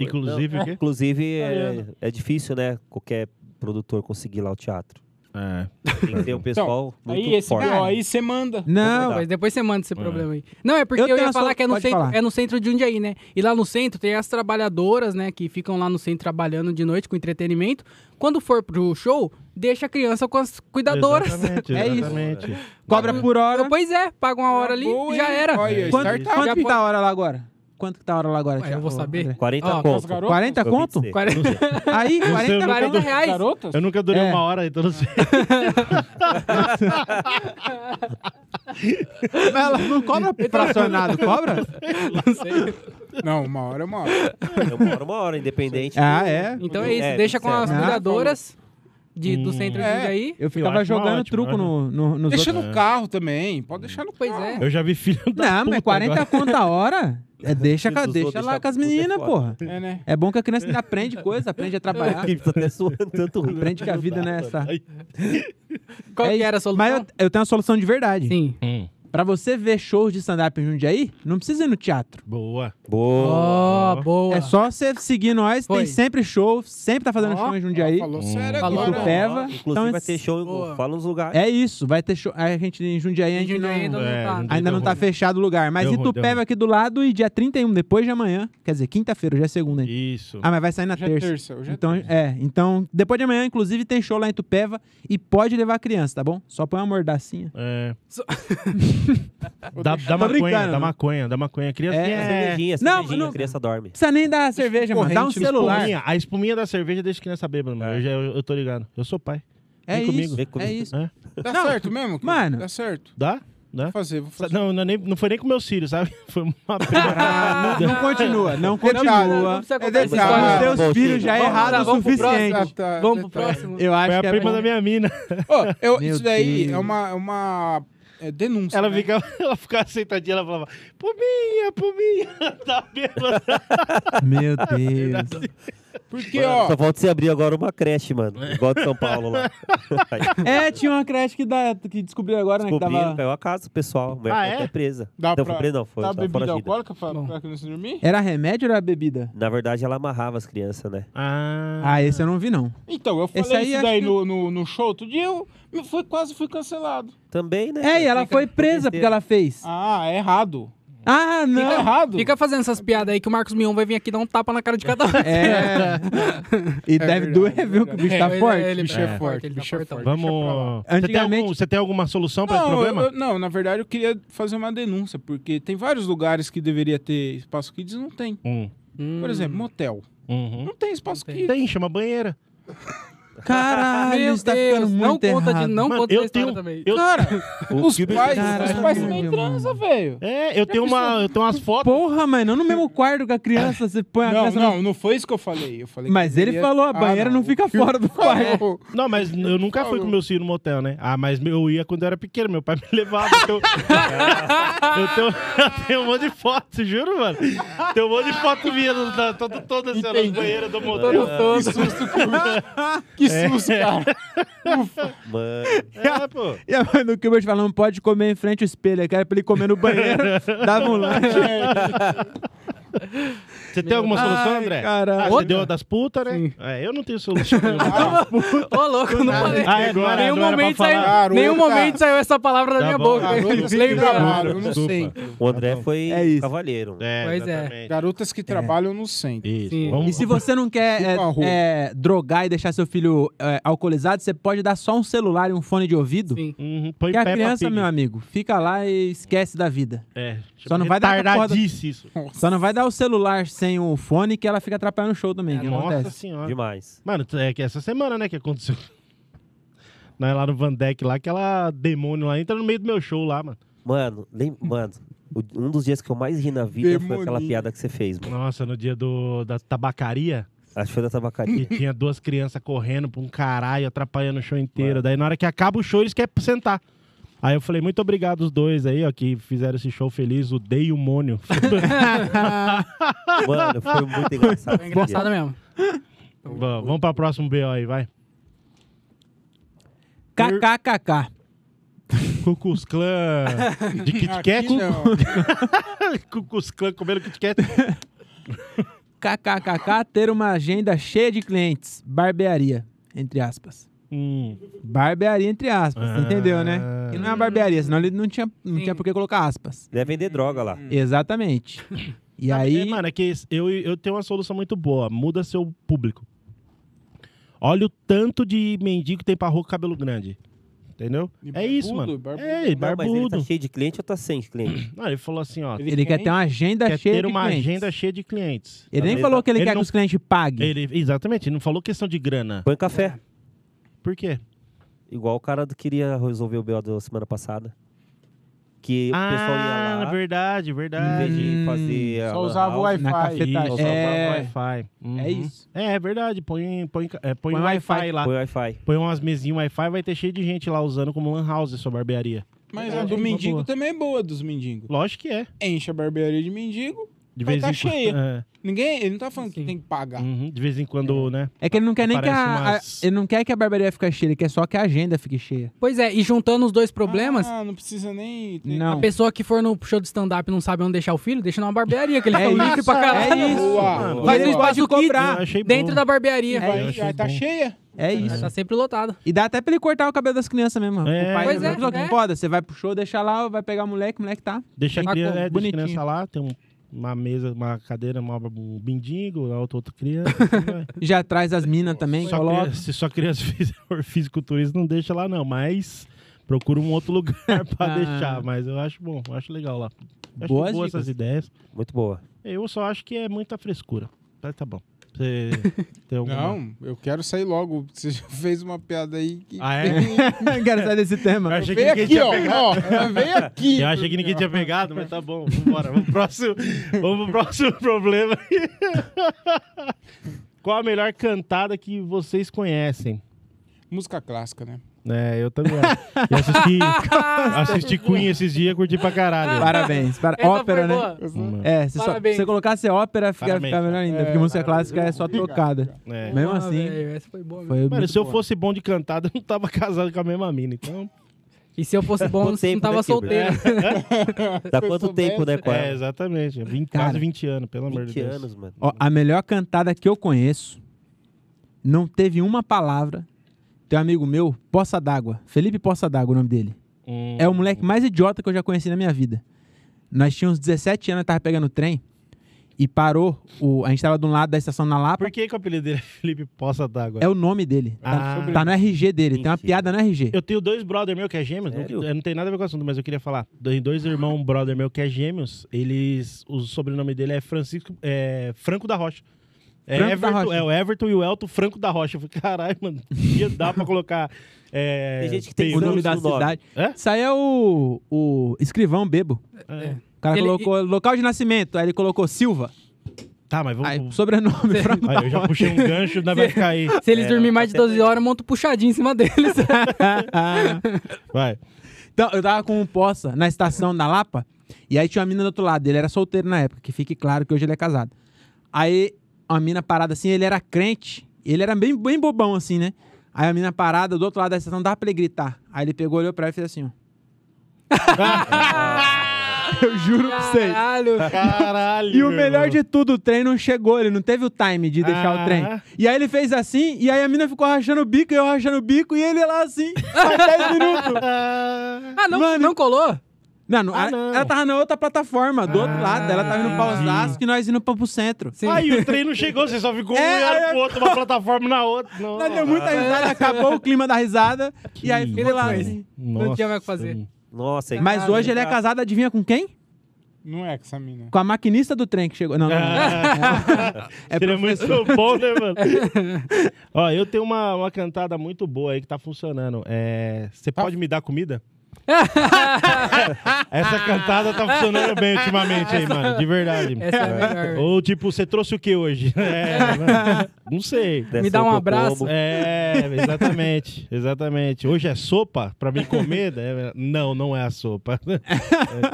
Inclusive, o quê?
Inclusive,
Mariana.
é, é difícil, né? Qualquer produtor conseguir lá o teatro.
É.
Tem que ter um
Então,
pessoal muito
Aí, esse
forte.
ó, aí você manda.
Não,
Tá.
Mas depois você manda esse problema aí. Não, é porque
Eu
eu,
tenho
ia
a
falar
solu-
que é no,
pode
centro,
falar.
é no centro de Jundiaí, né? E lá no centro tem as trabalhadoras, né? Que ficam lá no centro trabalhando de noite com entretenimento. Quando for pro show, deixa a criança com as cuidadoras.
Exatamente,
É isso.
exatamente.
cobra por hora.
Pois é, paga uma hora ali,
Boa,
já
Tá hein?
era.
é- Olha,
Quanto,
startup.
quanto que
Já
tá a hora lá agora? Quanto que tá a hora lá agora?
Ué,
Thiago?
eu vou saber.
André?
40
Ó,
conto.
As garotas?
40
Eu ouvi
conto?
dizer.
Quarenta-
Aí, 40
nunca
conto.
40 reais.
Garotas?
Eu nunca durei
É.
uma hora, então não sei.
Mas Ela não cobra
Então,
fracionado, cobra?
Não sei.
Não, uma hora é uma hora.
Eu moro uma hora, independente.
Ah, é.
Então é isso,
É,
deixa com as
certo.
cuidadoras de, do
Hum.
centro de
É.
Jundiaí.
Eu
Eu
ficava
acho uma
jogando
ótima,
truco
né?
no, no, nos
Deixa
outros.
no carro também. Pode deixar no
Pois
carro.
é.
Eu já vi filho da
Não, mas
puta
40
agora.
conto a hora. É, deixa,
Filho
ca-
dos
deixa
outros,
lá
deixa
com as
puta é
meninas,
foda.
porra.
É, né?
É bom que a criança ainda aprende coisa, aprende a trabalhar.
Ele tá até suando tanto ruim.
Aprende que a vida não é essa.
Qual
É
que
isso.
era a solução?
Mas eu, eu tenho uma solução de verdade.
Sim.
Hum,
Pra você ver shows de stand-up em Jundiaí, não precisa ir no teatro.
boa.
Boa.
Ó, boa.
É só você seguir nós,
Foi.
tem sempre show, sempre tá fazendo
Ó,
show em
Ela
Jundiaí.
Falou sério
Falou.
agora.
hum. Falou. Peva,
Inclusive
então
vai
esse-
ter show.
Boa.
em Fala uns lugares.
É isso, vai ter show. A gente em Jundiaí, a gente
Jundiaí
não-
ainda não
É,
tá.
não
Ainda
Deu
não tá
ruim.
fechado o lugar, mas
Deu ruim, deu
Itupeva
ruim.
aqui do lado e dia 31, depois de amanhã. Quer dizer, quinta-feira, hoje é segunda. hein?
Isso.
Ah, mas vai sair na
Hoje é
terça.
terça, hoje é
então, é, então, depois de amanhã, inclusive, tem show lá em Tupéva e pode levar a criança, tá bom? Só põe uma mordacinha.
É.
Só-
Da, da maconha,
brincando,
da
não.
maconha, da maconha. Criança
É.
é.
Cervejinha,
Não,
cervejinha,
não-
a criança dorme.
Não precisa nem dar cerveja, mano. Dá um
corrente no
celular.
Espuminha, a espuminha da cerveja deixa criança bêbada, mano. Eu, já, eu, eu tô ligado. Eu sou pai.
É
Vem comigo.
isso,
Vem comigo.
é isso.
É.
Dá
Não.
Tá certo mesmo? cara?
Mano.
Dá certo.
Dá? Dá?
Vou fazer, vou
Sa-
fazer.
Não, não, nem- não foi nem com meus filhos, sabe? Foi uma
Ah, não, não continua, não
Detalhe,
continua.
precisa
É
contar essa história.
Os
detalhe. Ah,
teus
bom,
filhos
sim.
já é
Vamos
errado
lá,
o
vamos pro
suficiente.
próximo.
tá,
Vamos pro
detalhe.
próximo.
Eu acho
Foi a
que é
prima
bom.
da minha mina.
Ô, eu-
Meu
isso daí
Deus.
é uma, é uma é, denúncia.
Ela
né?
ficava, ela ficava sentadinha, ela falava, puminha, puminha, tá bêbada.
Meu Deus.
Porque,
Mano,
ó,
Só falta você abrir agora uma creche, mano. Igual de São Paulo lá.
É, tinha uma creche que, dá, que descobriu agora, né? Que
Descobriram, tá.
tava...
caiu a casa, do pessoal. A mulher
Ah,
foi
é?
até presa.
dá
não,
pra
foi presa não, foi
dá
tá
bebida
foragida.
alcoólica pra,
Bom.
pra criança dormir?
Era remédio ou era bebida?
Na verdade, ela amarrava as crianças, né?
Ah,
Ah, esse eu não vi, não.
Então, eu
Esse
falei
aí
isso
acho
daí
que-
no, no, no show outro dia, eu me fui, quase fui cancelado.
Também, né?
É, e ela
Fica-
foi presa porque ela fez.
Ah, é errado.
Ah,
Tá
não.
errado.
Fica fazendo essas piadas aí que o Marcos Mion vai vir aqui dar um tapa na cara de cada um.
É. E deve
verdade,
doer, viu? Que o
verdade.
bicho tá
É, ele-
forte.
ele-
Bicho
É.
é forte,
Ele tá
bicho é
fortão.
forte.
vamos... Você tem,
Antigamente-
algum, você tem alguma solução pra esse
Não, eu-
problema?
eu- não, na verdade eu queria fazer uma denúncia, porque tem vários lugares que deveria ter espaço kids e não tem.
Hum,
Por exemplo, motel.
uhum.
Não tem espaço
Não tem.
kids.
Tem, chama banheira.
Caralho,
Meu
isso tá ficando
Deus, não
muito
conta
errado.
de não
Mano,
conta
eu
da história
tenho- um-
também.
Eu,
Cara,
O
os
Gilbert-
pais, os
Caralho,
pais também
mano.
transam, velho.
é, eu tenho uma. Eu tenho umas fotos.
Porra, mano, não no mesmo quarto com a criança, você põe a
Não,
criança...
não, não foi isso que eu falei. Eu falei
Mas
que
ele
deveria-
falou, a
Ah,
banheira não,
o
fica
filme-
fora do quarto.
Pô,
Não, mas eu nunca fui com meu filho no motel, né? Ah, mas eu ia quando eu era pequeno, meu pai me levava. então- eu, tenho, eu tenho um monte de foto, juro, mano. Tem um monte de foto minha no- na- todo- toda assim, ó, nas
Entendi.
banheiras do motel.
Todo, todo.
Que susto, cara.
Mano.
É, pô.
E a mãe do Gilbert falando, pode comer em frente ao espelho. Aquela pra ele comer no banheiro, dava um lanche.
Você tem alguma solução,
Ai,
André?
caralho.
Ah, você deu a das putas, né? É, eu não tenho solução. nenhuma.
Ah,
Ô, louco, eu não falei.
Ah, é, não era-
nenhum
não era pra
momento saiu,
falar.
Garoto,
nenhum
tá.
momento saiu essa palavra da
Tá
minha
bom.
boca.
garotas que
Lembra?
trabalham, eu não
Desculpa.
sei.
O André foi
É isso.
cavalheiro.
É,
Pois é.
exatamente.
Garotas que trabalham no centro.
Isso.
Sim.
Vamos,
E se você não quer é,
Chupa rola.
é, drogar e deixar seu filho é, alcoolizado, você pode dar só um celular e um fone de ouvido.
Sim.
Uhum, põe
E a
Peppa
criança,
Pig.
meu amigo, fica lá e esquece da vida.
É,
Só não vai dar aquela porra do-
retardadice isso.
Só não vai dar o celular sem o fone que ela fica atrapalhando o show também. que
É, Nossa
acontece.
senhora.
Demais.
Mano, é que essa semana, né, que aconteceu. Nós lá no Van Deck, lá, aquela demônio lá, entra no meio do meu show lá, mano.
Mano, lem... mano, o- um dos dias que eu mais ri na vida foi aquela
Demoninho.
piada que você fez, mano.
Nossa, no dia do, da tabacaria,
Acho que foi da
e
tabacaria.
tinha duas crianças correndo pra um caralho, atrapalhando o show inteiro. Daí na hora que acaba o show, eles querem sentar. Aí eu falei, muito obrigado os dois aí, ó, que fizeram esse show feliz, o Day e o Mônio.
mano, foi muito engraçado.
Foi engraçado mesmo.
Vamos vamos pra próximo BO aí, vai.
KKKK.
Cucus Clã de Kit Kat.
Aqui não.
Cucus Clã comendo Kit Kat.
KKKK ter uma agenda cheia de clientes. Barbearia, entre aspas.
Hum.
Barbearia, entre aspas,
Ah.
entendeu, né? Que não é uma barbearia, senão ele não tinha, não tinha por que colocar aspas.
Deve vender droga
Hum.
Hum.
lá.
Exatamente. E
É,
aí,
mano, é que eu, eu tenho uma solução muito boa. Muda seu público. Olha o tanto de mendigo que tem pra rua com cabelo grande. Entendeu?
E
é isso,
barbudo,
mano.
barbudo.
É,
Não, mas ele
barbudo.
tá cheio de cliente ou tá sem cliente?
Não, ele falou assim, ó.
ele quer ter uma agenda
tá
quer
cheia
ter
de
uma
clientes.
agenda cheia de clientes.
Ele nem
Ele
falou
tá-
que ele,
ele
quer
não-
que os clientes paguem.
Ele, exatamente, ele não falou questão de grana.
Põe café.
Por quê?
Igual o cara do- queria resolver o BO da semana passada. Que o pessoal ia
Ah,
lá, Hum,
verdade,
em vez
verdade.
de fazer... a
Só
lan
usava o
house,
Wi-Fi.
Na cafetagem.
Isso,
É,
Wi-Fi. Uhum.
é isso.
É, é verdade. Põe, põe, é, põe,
Põe
o Wi-Fi
Wi-Fi,
lá.
Põe Wi-Fi.
Põe umas mesinhas Wi-Fi, vai ter cheio de gente lá usando como lan house sua barbearia.
Mas a
Verdade,
do
é uma
mendigo
boa.
também é boa dos mendigos.
Lógico que é.
Enche a barbearia de mendigo.
Então
De
Vai
vez
tá
em quando.
cheia. Ninguém. Ele não tá falando que tem que
É.
pagar.
Uhum, De vez em quando, né?
É que ele não quer nem que a,
Aparece
a-
umas-
ele não quer que a barbearia fique cheia, ele quer só que a agenda fique cheia.
Pois é, e juntando os dois problemas,
Ah, não precisa nem. ter-
Não.
a pessoa que for no show de stand-up e não sabe onde deixar o filho, deixa numa barbearia, que eles
É
estão livres
isso,
pra caralho.
é isso.
Boa.
Mano,
boa.
Faz um espaço
Pode
kids
cobrar.
Eu achei bom.
dentro da barbearia.
É
Vai,
isso.
vai tá
Bom.
cheia?
É isso.
Tá sempre lotado.
E dá até pra ele cortar o cabelo das crianças mesmo.
É.
O pai
Pois
não
é,
falou que
é.
foda, você vai pro show, deixa lá, vai pegar o moleque, o moleque tá.
Deixa a
Tá
criança,
com-
é, deixa a
bonitinho.
criança lá, tem um- uma mesa, uma cadeira, uma, um bindigo, na outra, outra criança. assim vai.
Já traz as minas também,
Só
coloca.
criança- se só criança fizer fisiculturista, não deixa lá, não. Mas procura um outro lugar pra
Ah.
deixar. Mas eu acho bom, eu acho legal lá. Eu Acho
Boas
boas
dicas.
essas ideias.
Muito boa.
Eu só acho que é muita frescura. Mas tá bom. Você tem alguma...
Não, eu quero sair logo. Você já fez uma piada aí que.
Ah, é?
Quero sair desse
Eu
tema.
achei que
Vem
ninguém
aqui,
tinha
ó.
pegado.
ó vem aqui.
Eu achei que ninguém tinha pegado, mas tá bom. Vambora. Vamos pro próximo, vamos pro próximo problema. Qual a melhor cantada que vocês conhecem?
Música clássica, né?
É, eu também. acho. Eu assisti, assisti Queen esses dias, curti pra caralho.
Parabéns. Ah. Para...
Essa
Ópera,
foi
né?
boa.
Hum,
É, se, só,
Parabéns.
se colocasse ópera, fica,
Parabéns.
fica melhor ainda,
É,
porque música
parabéns.
clássica é só
Obrigado,
tocada.
é.
Mesmo
Ah,
assim,
velho, essa foi boa.
foi
Mano, é
muito
se eu
bom.
fosse bom de cantada, eu não tava casado com a mesma mina, então...
E se eu fosse bom,
Quanto
eu não
tempo
tava
daqui,
solteiro.
É.
Dá
Se eu
quanto
soubesse-
tempo, né, com
É,
ela?
exatamente. é vinte-
Cara,
quase 20 anos, pelo amor de
20
Deus.
anos, mano.
Ó, a melhor cantada que eu conheço não teve uma palavra. Tem um amigo meu, Poça d'Água, Felipe Poça d'Água, o nome dele.
Hum.
É o moleque mais idiota que eu já conheci na minha vida. Nós tínhamos 17 anos, eu tava pegando o trem e parou. O, a gente tava de um lado da estação na Lapa.
Por que, que o apelido dele é Felipe Poça d'Água?
É o nome dele.
Ah.
Tá, tá no RG dele. Tem uma
Mentira.
piada no RG.
Eu tenho dois brother meu que é gêmeos, não,
Sério? Ah.
eu não tem nada a ver com o assunto, mas eu queria falar. Tem dois irmãos brother meu que é gêmeos, eles. O sobrenome dele é Francisco. é, Franco da Rocha. É,
Franco da
Everton,
Rocha.
é o Everton e o Elton Franco da Rocha. Eu falei, caralho, mano, ia dar pra colocar. é,
Tem gente que tem
o
Franco
nome
do
da
nome.
cidade.
É?
Isso aí é o, o escrivão bebo.
É.
O cara
Ele-
colocou local de nascimento, aí ele colocou Silva.
Tá, mas
Aí,
vamos.
sobrenome, Franco
Aí,
da
eu já
Roça.
puxei um gancho, ainda vai ficar aí.
Se
É,
eles dormirem mais de
até
12 horas, eu monto um puxadinho em cima deles.
Vai.
Então, eu tava com um poça na estação da Lapa, e aí tinha uma mina do outro lado. Ele era solteiro na época, que fique claro que hoje ele é casado. Aí, uma mina parada assim, ele era crente, ele era bem, bem bobão assim, né? Aí a mina parada do outro lado da estação dava pra ele gritar. Aí ele pegou, olhou pra ela e fez assim, ó. eu juro pra vocês.
Caralho.
Caralho.
E o
meu
melhor
irmão.
de tudo, o trem não chegou, ele não teve o time de deixar
Ah.
o trem. E aí ele fez assim, e aí a mina ficou rachando o bico, e eu rachando o bico, e ele lá assim, faz 10 minutos.
Ah,
Ah, não,
Mano.
não colou?
Não, não,
Ah,
ela,
não.
ela tava na outra plataforma, do
Ah,
outro lado. Ela tava indo pra
entendi.
Osasco e nós indo pra, pro centro.
Sim.
Aí o trem não chegou, você só ficou um
É,
olhando
é.
pro outro, uma plataforma na outra. Não.
Nós deu muita risada, acabou o clima da risada.
Que
e aí ficou lá.
coisa.
assim.
Não tinha mais o que fazer.
mano.
Nossa, é
Mas
caro,
hoje
né,
ele é
cara?
casado, adivinha com quem?
Não é com essa mina.
Com a maquinista do trem que chegou. Não, não, não.
Ah.
É
Seria
professor.
muito bom, né, mano? Ó, eu tenho uma, uma cantada muito boa aí que tá funcionando. É, Você
Tá.
pode me dar comida?
Tá
Essa cantada tá funcionando bem ultimamente aí, mano. De verdade.
Essa é a melhor.
Ou tipo, você trouxe o que hoje? É, mano, não sei.
Deve
Me
ser
dá
o
um
que eu
abraço.
como.
É, exatamente, exatamente. Hoje é sopa pra mim comer? É, Não, não é a sopa.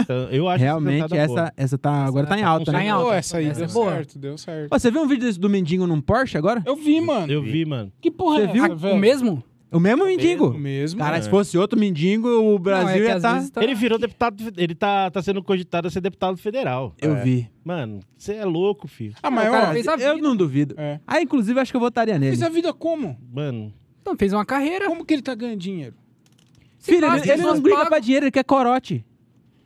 Então, eu acho
Realmente,
essa cantada boa.
essa, essa tá, agora tá em
tá
alta,
funcionando.
né?
Tá em alta.
Pô, essa aí
Essa é
deu
boa.
certo, deu certo.
Ô, Você viu um vídeo desse do mendigo num Porsche agora?
Eu vi, mano.
Eu vi, mano.
Que porra
Você
é essa,
viu?
velho?
O Ah, mesmo?
O mesmo mendigo.
O mesmo.
Cara,
mano.
se fosse outro mendigo, o
Não, é
Brasil
que
ia
às
estar...
vezes tá-
Ele virou deputado, ele tá, tá sendo cogitado a ser deputado federal.
Eu
É.
vi.
Mano, você é louco, filho.
Ah,
o
mas
cara
ó,
fez a vida.
Eu não duvido.
É.
Ah, inclusive, acho que eu votaria nele.
Fez
é-
a vida como?
Mano,
Não, fez uma carreira.
Como que ele tá ganhando dinheiro?
Se
Filho,
faz,
ele, ele não
pessoas
briga
pagam.
pra dinheiro, ele quer corote.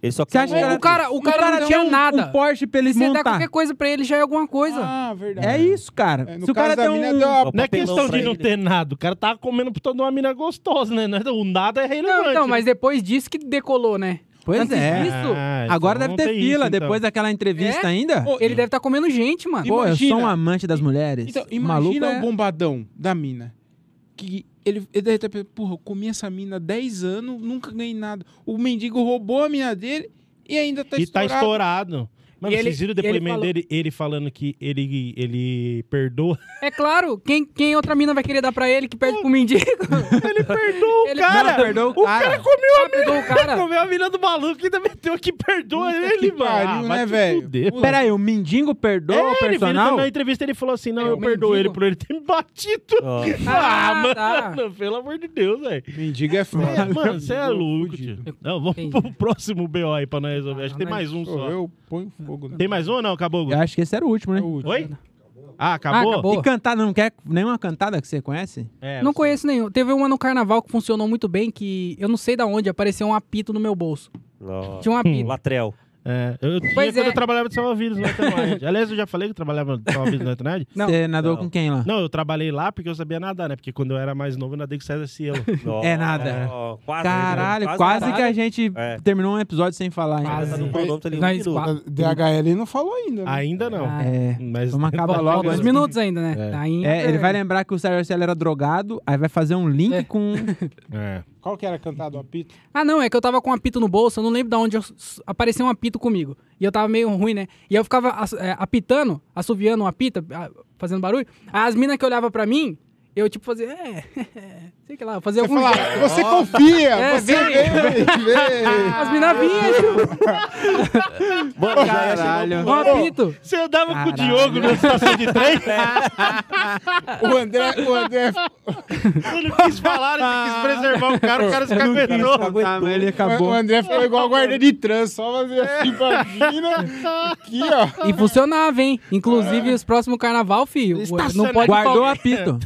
Ele só
Você acha
quer
que
um-
O cara, o cara, não tinha
um,
nada.
um Porsche pra ele
Se você der
montar.
qualquer coisa pra ele, já é alguma coisa.
Ah, verdade.
É isso, cara.
É,
Se o cara
da
tem
mina,
um...
deu uma-
Ó,
não é
papelão
questão
pra
de não
ele.
ter nada. O cara tá comendo por toda uma mina gostosa, né? Não é- O nada é relevante.
não, então,
né?
mas depois disso que decolou, né?
Pois
Antes
é.
disso,
Ah, então
Agora
não
deve ter
tem isso,
fila,
então.
depois daquela entrevista
É?
ainda.
Ô,
ele deve estar comendo gente, mano.
Pô, eu
imagina.
sou um amante das mulheres.
Então,
O maluco
imagina
é-
o bombadão da mina. Que ele, ele deve ter pensado, porra, eu comi essa mina há 10 anos, nunca ganhei nada. O mendigo roubou a mina dele e ainda tá
e tá
estourado.
estourado. Mano,
E ele-
vocês viram o
e ele
depoimento
falou-
dele, ele falando que ele, ele perdoa.
É claro, quem, quem outra mina vai querer dar pra ele que perde pro mendigo?
ele perdoa
Ele-
o cara.
Não,
perdoa o cara.
comeu a
Ah, perdoa o cara.
Comeu a mina do maluco e ainda meteu que perdoa
Puta
ele,
que
mano. Ah,
pariu,
vai
né,
te
velho?
fuder.
Puta
Pera aí, o mendigo perdoa o
É, ele, veio-
personal?
na entrevista ele faloo assim: não,
É,
eu
o
perdoo ele
mendigo.
por ele ter me batido.
Ó.
Ah,
Ah, tá.
mano, pelo amor de Deus, velho.
Mendigo é foda.
É, mano, você é louco, tio. Não, vamos
Entendi.
pro próximo BO aí pra nós resolver. Acho que tem
Caralho.
mais um
Pô,
só.
eu ponho fogo. no-
Tem mais um ou não, Caboclo?
Eu acho que esse era o último, né?
É o último.
Oi? Ah, acabou?
Ah, acabou.
E cantada, não quer nenhuma cantada que você conhece?
É,
Não
você-
conheço nenhum. Teve uma no carnaval que funcionou muito bem, que eu não sei da onde, apareceu um apito no meu bolso.
Nossa.
Tinha um
Hum,
apito.
Latrel.
É, eu tinha
Pois
quando
é.
eu trabalhava de Salvavidas no Internet. Aliás, eu já falei que eu trabalhava de Salvavidas no Internet.
Não.
Você nadou
Não.
com quem lá?
Não, eu trabalhei lá porque eu sabia nadar, né? Porque quando eu era mais novo, eu nadei com César Cielo.
Nossa.
É nada.
Ó, quase,
Caralho, quase, que a
nada.
gente
É.
terminou um episódio sem falar ainda.
Quase.
Tá no cronômetro ali, um
Nós
minuto.
quatro.
DHL não falou ainda. né?
Ainda não.
Ah,
É.
Mas
Vamos acabar logo.
Dois
antes-
minutos ainda, né?
É.
Aí-
É, ele vai lembrar que o Sérgio Arcelo era drogado, aí vai fazer um link
É.
com.
É.
Qual que era cantado o apito?
Ah, não, é que eu tava com um apito no bolso, eu não lembro de onde eu- s- apareceu um apito comigo. E eu tava meio ruim, né? E eu ficava ass- é, apitando, assoviando um apito, a- fazendo barulho. Aí as minas que olhavam pra mim, eu tipo fazia, é, sei que lá, eu fazia
Você
algum
fala,
jeito.
você confia,
É,
você
vem.
vê, vê.
As minas vinham, tipo,
Mano, já ia chegar
Caralho.
um apito.
Você andava com o
Caralho.
Diogo na estação de trem?
O André, o André
Ele quis falar, ele quis preservar o cara, o cara se caguetou.
Ah, mas ele
O
acabou.
André ficou igual guarda de trânsito, só fazer assim pra China. Aqui, ó.
E funcionava, hein? Inclusive, os próximos carnaval, filho,
Estaciona-
não pode
É. Guardou o
Qual-
apito.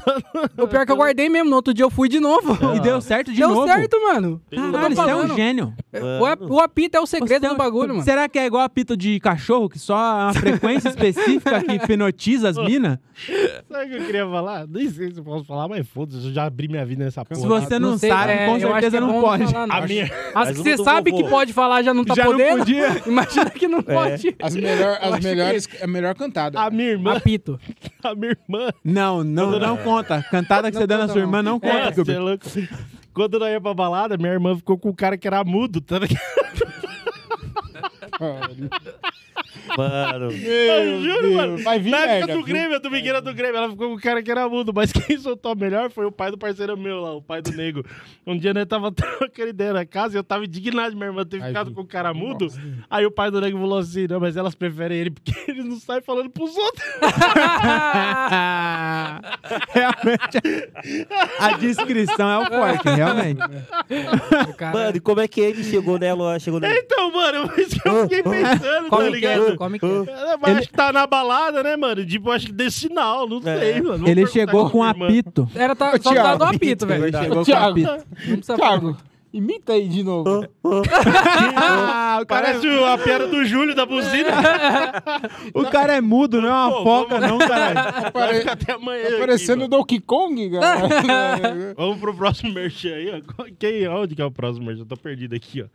O pior é que eu guardei mesmo, no outro dia eu fui de novo.
E deu certo É. de
Deu
novo.
certo, mano.
Caralho,
tá
Eu tô
você é um
falando.
gênio.
O, ap- o apito é o
Você
segredo
é
do
um-
bagulho, mano.
Será que é igual apito de cachorro, que só é uma frequência específica que hipnotiza as minas?
Sabe o que eu queria falar? Nem sei se eu posso falar, mas foda-se, eu já abri minha vida nessa porra.
Se você não,
sei,
um sabe,
é,
com
eu acho que
certeza
é
não
bom
pode.
falar, não.
A minha.
As
Mas
que
uma
você
do
sabe que
vovô.
pode falar já não tá
Já não
podendo.
podia.
Imagina que
É.
não pode.
As, melhor, as melhores,
é.
a melhor cantada.
A minha irmã.
Apito.
A minha irmã.
Não, não, não conta. Cantada que você dá na
conta,
sua
não.
irmã não conta,
É,
Gilbert.
cê é louco. Quando nós ia pra balada, minha irmã ficou com o cara que era mudo, tá ligado?
Mano.
Eu juro,
Deus,
mano.
vai vir
Na época
merda,
do
viu?
Grêmio, eu também era do Grêmio. Ela ficou com o cara que era mudo. Mas quem soltou melhor foi o pai do parceiro meu lá, o pai do nego. Um dia nós tava trocando ideia na casa e eu tava indignado de minha irmã ter
Ai,
ficado
vi.
com o cara mudo. Aí o pai do nego falou assim: não, mas elas preferem ele porque ele não sai falando pros outros.
É. Ah, realmente, a descrição é o forte, realmente.
Mano, e como é que ele chegou nela? Chegou nela?
Então, mano, é isso que eu fiquei pensando, tá
Come quieto,
ligado?
come quieto.
É, mas acho que tá na balada, né, mano? Tipo, acho que deu sinal, não
É.
sei, mano. Vou
Ele
perguntar
chegou
pra
com
minha irmã.
apito.
Era tá, só
Thiago.
tá do apito, velho.
Ele
Não
chegou com
Thiago.
apito.
precisa falar
Thiago,
muito.
imita aí de novo.
Ah, o cara,
Parece a piada do Júlio da buzina.
o cara é mudo, não é uma
Pô,
foca,
vamos-
não, caralho.
Vai ficar até amanhã.
Tá
aqui,
parecendo o
mano.
Donkey Kong, cara.
Vamos pro próximo merchan aí, ó. Qual- Quem, onde que é o próximo merchan? Eu tô perdido aqui, ó.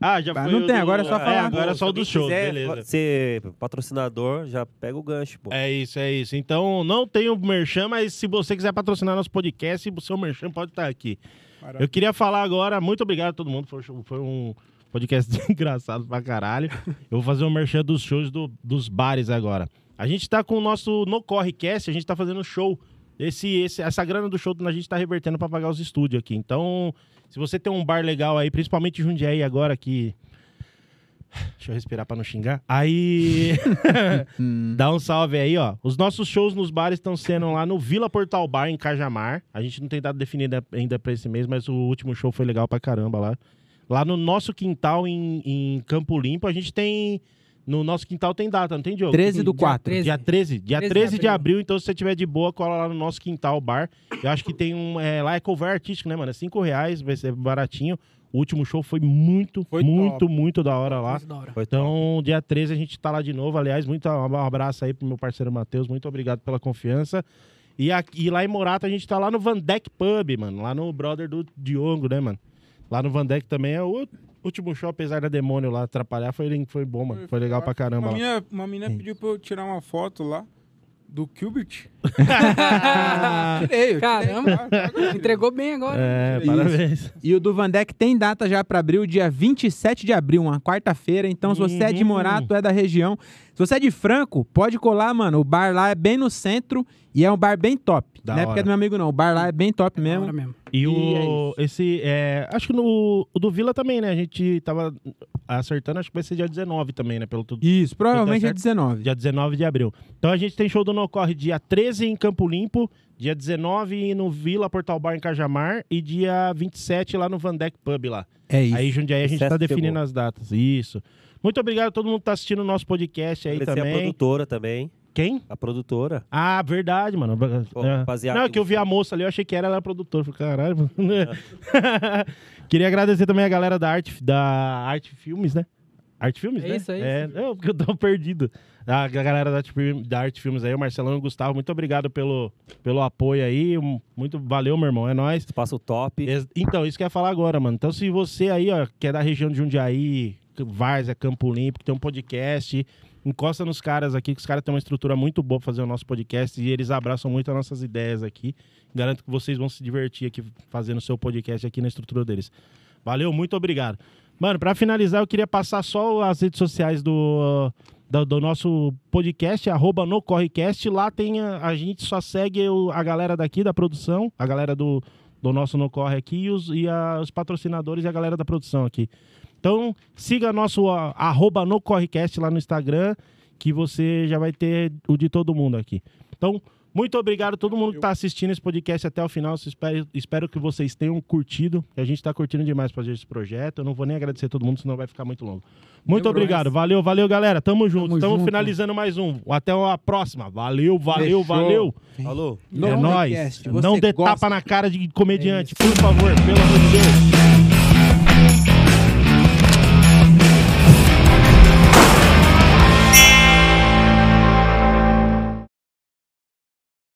Ah, já
Pá,
foi
não
o
tem,
do-
agora é só falar.
agora é só o do show, beleza.
Ser patrocinador, já pega o gancho, pô.
É isso, é isso. Então, não tem o merchan, mas se você quiser patrocinar nosso podcast, o seu merchan pode estar aqui.
Maravilha.
Eu queria falar agora, muito obrigado a todo mundo, foi, um show- foi um podcast engraçado pra caralho. Eu vou fazer um merchan dos shows do- dos bares agora. A gente tá com o nosso No Correcast, a gente tá fazendo show. Esse, esse- essa grana do show a gente tá revertendo pra pagar os estúdios aqui. Então, se você tem um bar legal aí, principalmente em Jundiaí agora que... Deixa eu respirar pra não xingar. Aí... Dá um salve aí, ó. Os nossos shows nos bares estão sendo lá no Vila Portal Bar, em Cajamar. A gente não tem dado definida ainda pra esse mês, mas o último show foi legal pra caramba lá. Lá no nosso quintal, em, em Campo Limpo, a gente tem. No nosso quintal tem data, não tem, Diogo?
13 do
Dia
4.
13.
Dia 13. Dia 13, de, abril. então se você tiver de boa, cola lá no nosso quintal bar. Eu acho que tem um. é, lá é cover artístico, né, mano? É 5 reais, vai ser baratinho. O último show foi muito,
Foi
muito,
top.
muito da hora lá.
Isso da hora.
Então, dia 13 a gente tá lá de novo. Aliás, muito um abraço aí pro meu parceiro Matheus. Muito obrigado pela confiança. E, aqui, e lá em Morata a gente tá lá no Van Deck Pub, mano. Lá no brother do Diogo, né, mano? Lá no Van Deck também é o último show, apesar da demônio lá atrapalhar. Foi, foi bom, mano. Foi legal pra caramba lá.
Uma menina, uma menina pediu pra eu tirar uma foto lá do Qubit.
Ah.
Ah, Tirei, eu tirei,
Caramba.
claro, claro.
Entregou bem agora.
É,
Isso.
parabéns.
E o do Vandec tem data já para abril, dia 27 de abril, uma quarta-feira. Então, se você é de
Uhum.
Morato, é da região. Se você é de Franco, pode colar, mano. O bar lá é bem no centro e é um bar bem top.
Da
não é
hora.
porque é do meu amigo, não. O bar lá é bem top
Da hora
mesmo.
mesmo.
E
E é
o.
isso.
esse. é, acho que no. O do Vila também, né? A gente tava acertando, acho que vai ser dia 19 também, né? Pelo tudo.
Isso, provavelmente é
Tá certo.
19.
Dia 19 de abril. Então a gente tem show do No Corre dia 13 em Campo Limpo, dia 19 no Vila Portal Bar em Cajamar e dia 27 lá no Vandec Pub lá.
É isso.
Aí Jundiaí a gente
Sucesso
tá
chegou.
definindo as datas. Isso. Muito obrigado a todo mundo que tá assistindo o nosso podcast aí
Agradecer a
também.
produtora também.
Quem?
A produtora.
Ah, verdade, mano.
Pô,
É.
rapaziada,
Não, é que eu vi a moça ali, eu achei que era ela produtora. Falei, caralho, mano.
É.
Queria agradecer também a galera da Arte, da Arte Filmes, né? Arte Filmes,
É
né?
isso, é
isso. É, porque eu tô perdido. A galera da Arte, Film- da Arte Filmes aí, o Marcelão e o Gustavo, muito obrigado pelo, pelo apoio aí. Um- Muito valeu, meu irmão, é nóis.
Espaço top.
Ex- Então, isso que eu ia falar agora, mano. Então, se você aí, ó, que é da região de Jundiaí, Várzea, Campo Limpo, que tem um podcast, encosta nos caras aqui, que os caras têm uma estrutura muito boa pra fazer o nosso podcast e eles abraçam muito as nossas ideias aqui. Garanto que vocês vão se divertir aqui fazendo o seu podcast aqui na estrutura deles. Valeu, muito obrigado. Mano, pra finalizar, eu queria passar só as redes sociais do, do, do nosso podcast, arroba no Correcast. Lá tem a, a gente só segue o- a galera daqui da produção, a galera do, do nosso No Corre aqui e, os, e a- os patrocinadores e a galera da produção aqui. Então, siga nosso a- arroba no Correcast lá no Instagram, que você já vai ter o de todo mundo aqui. Então, Muito obrigado a todo mundo que tá assistindo esse podcast até o final. Eu Espero, espero que vocês tenham curtido. que A gente tá curtindo demais fazer esse projeto. Eu não vou nem agradecer a todo mundo, senão vai ficar muito longo. Muito
Demorou,
obrigado. Valeu, valeu, galera. Tamo junto.
Tamo
Tamo,
junto.
finalizando mais um. Até a próxima. Valeu, valeu,
Fechou.
valeu.
Alô?
é nóis.
Podcast,
Não
você
dê
gosta?
tapa na cara de comediante, por favor. Pelo amor de Deus.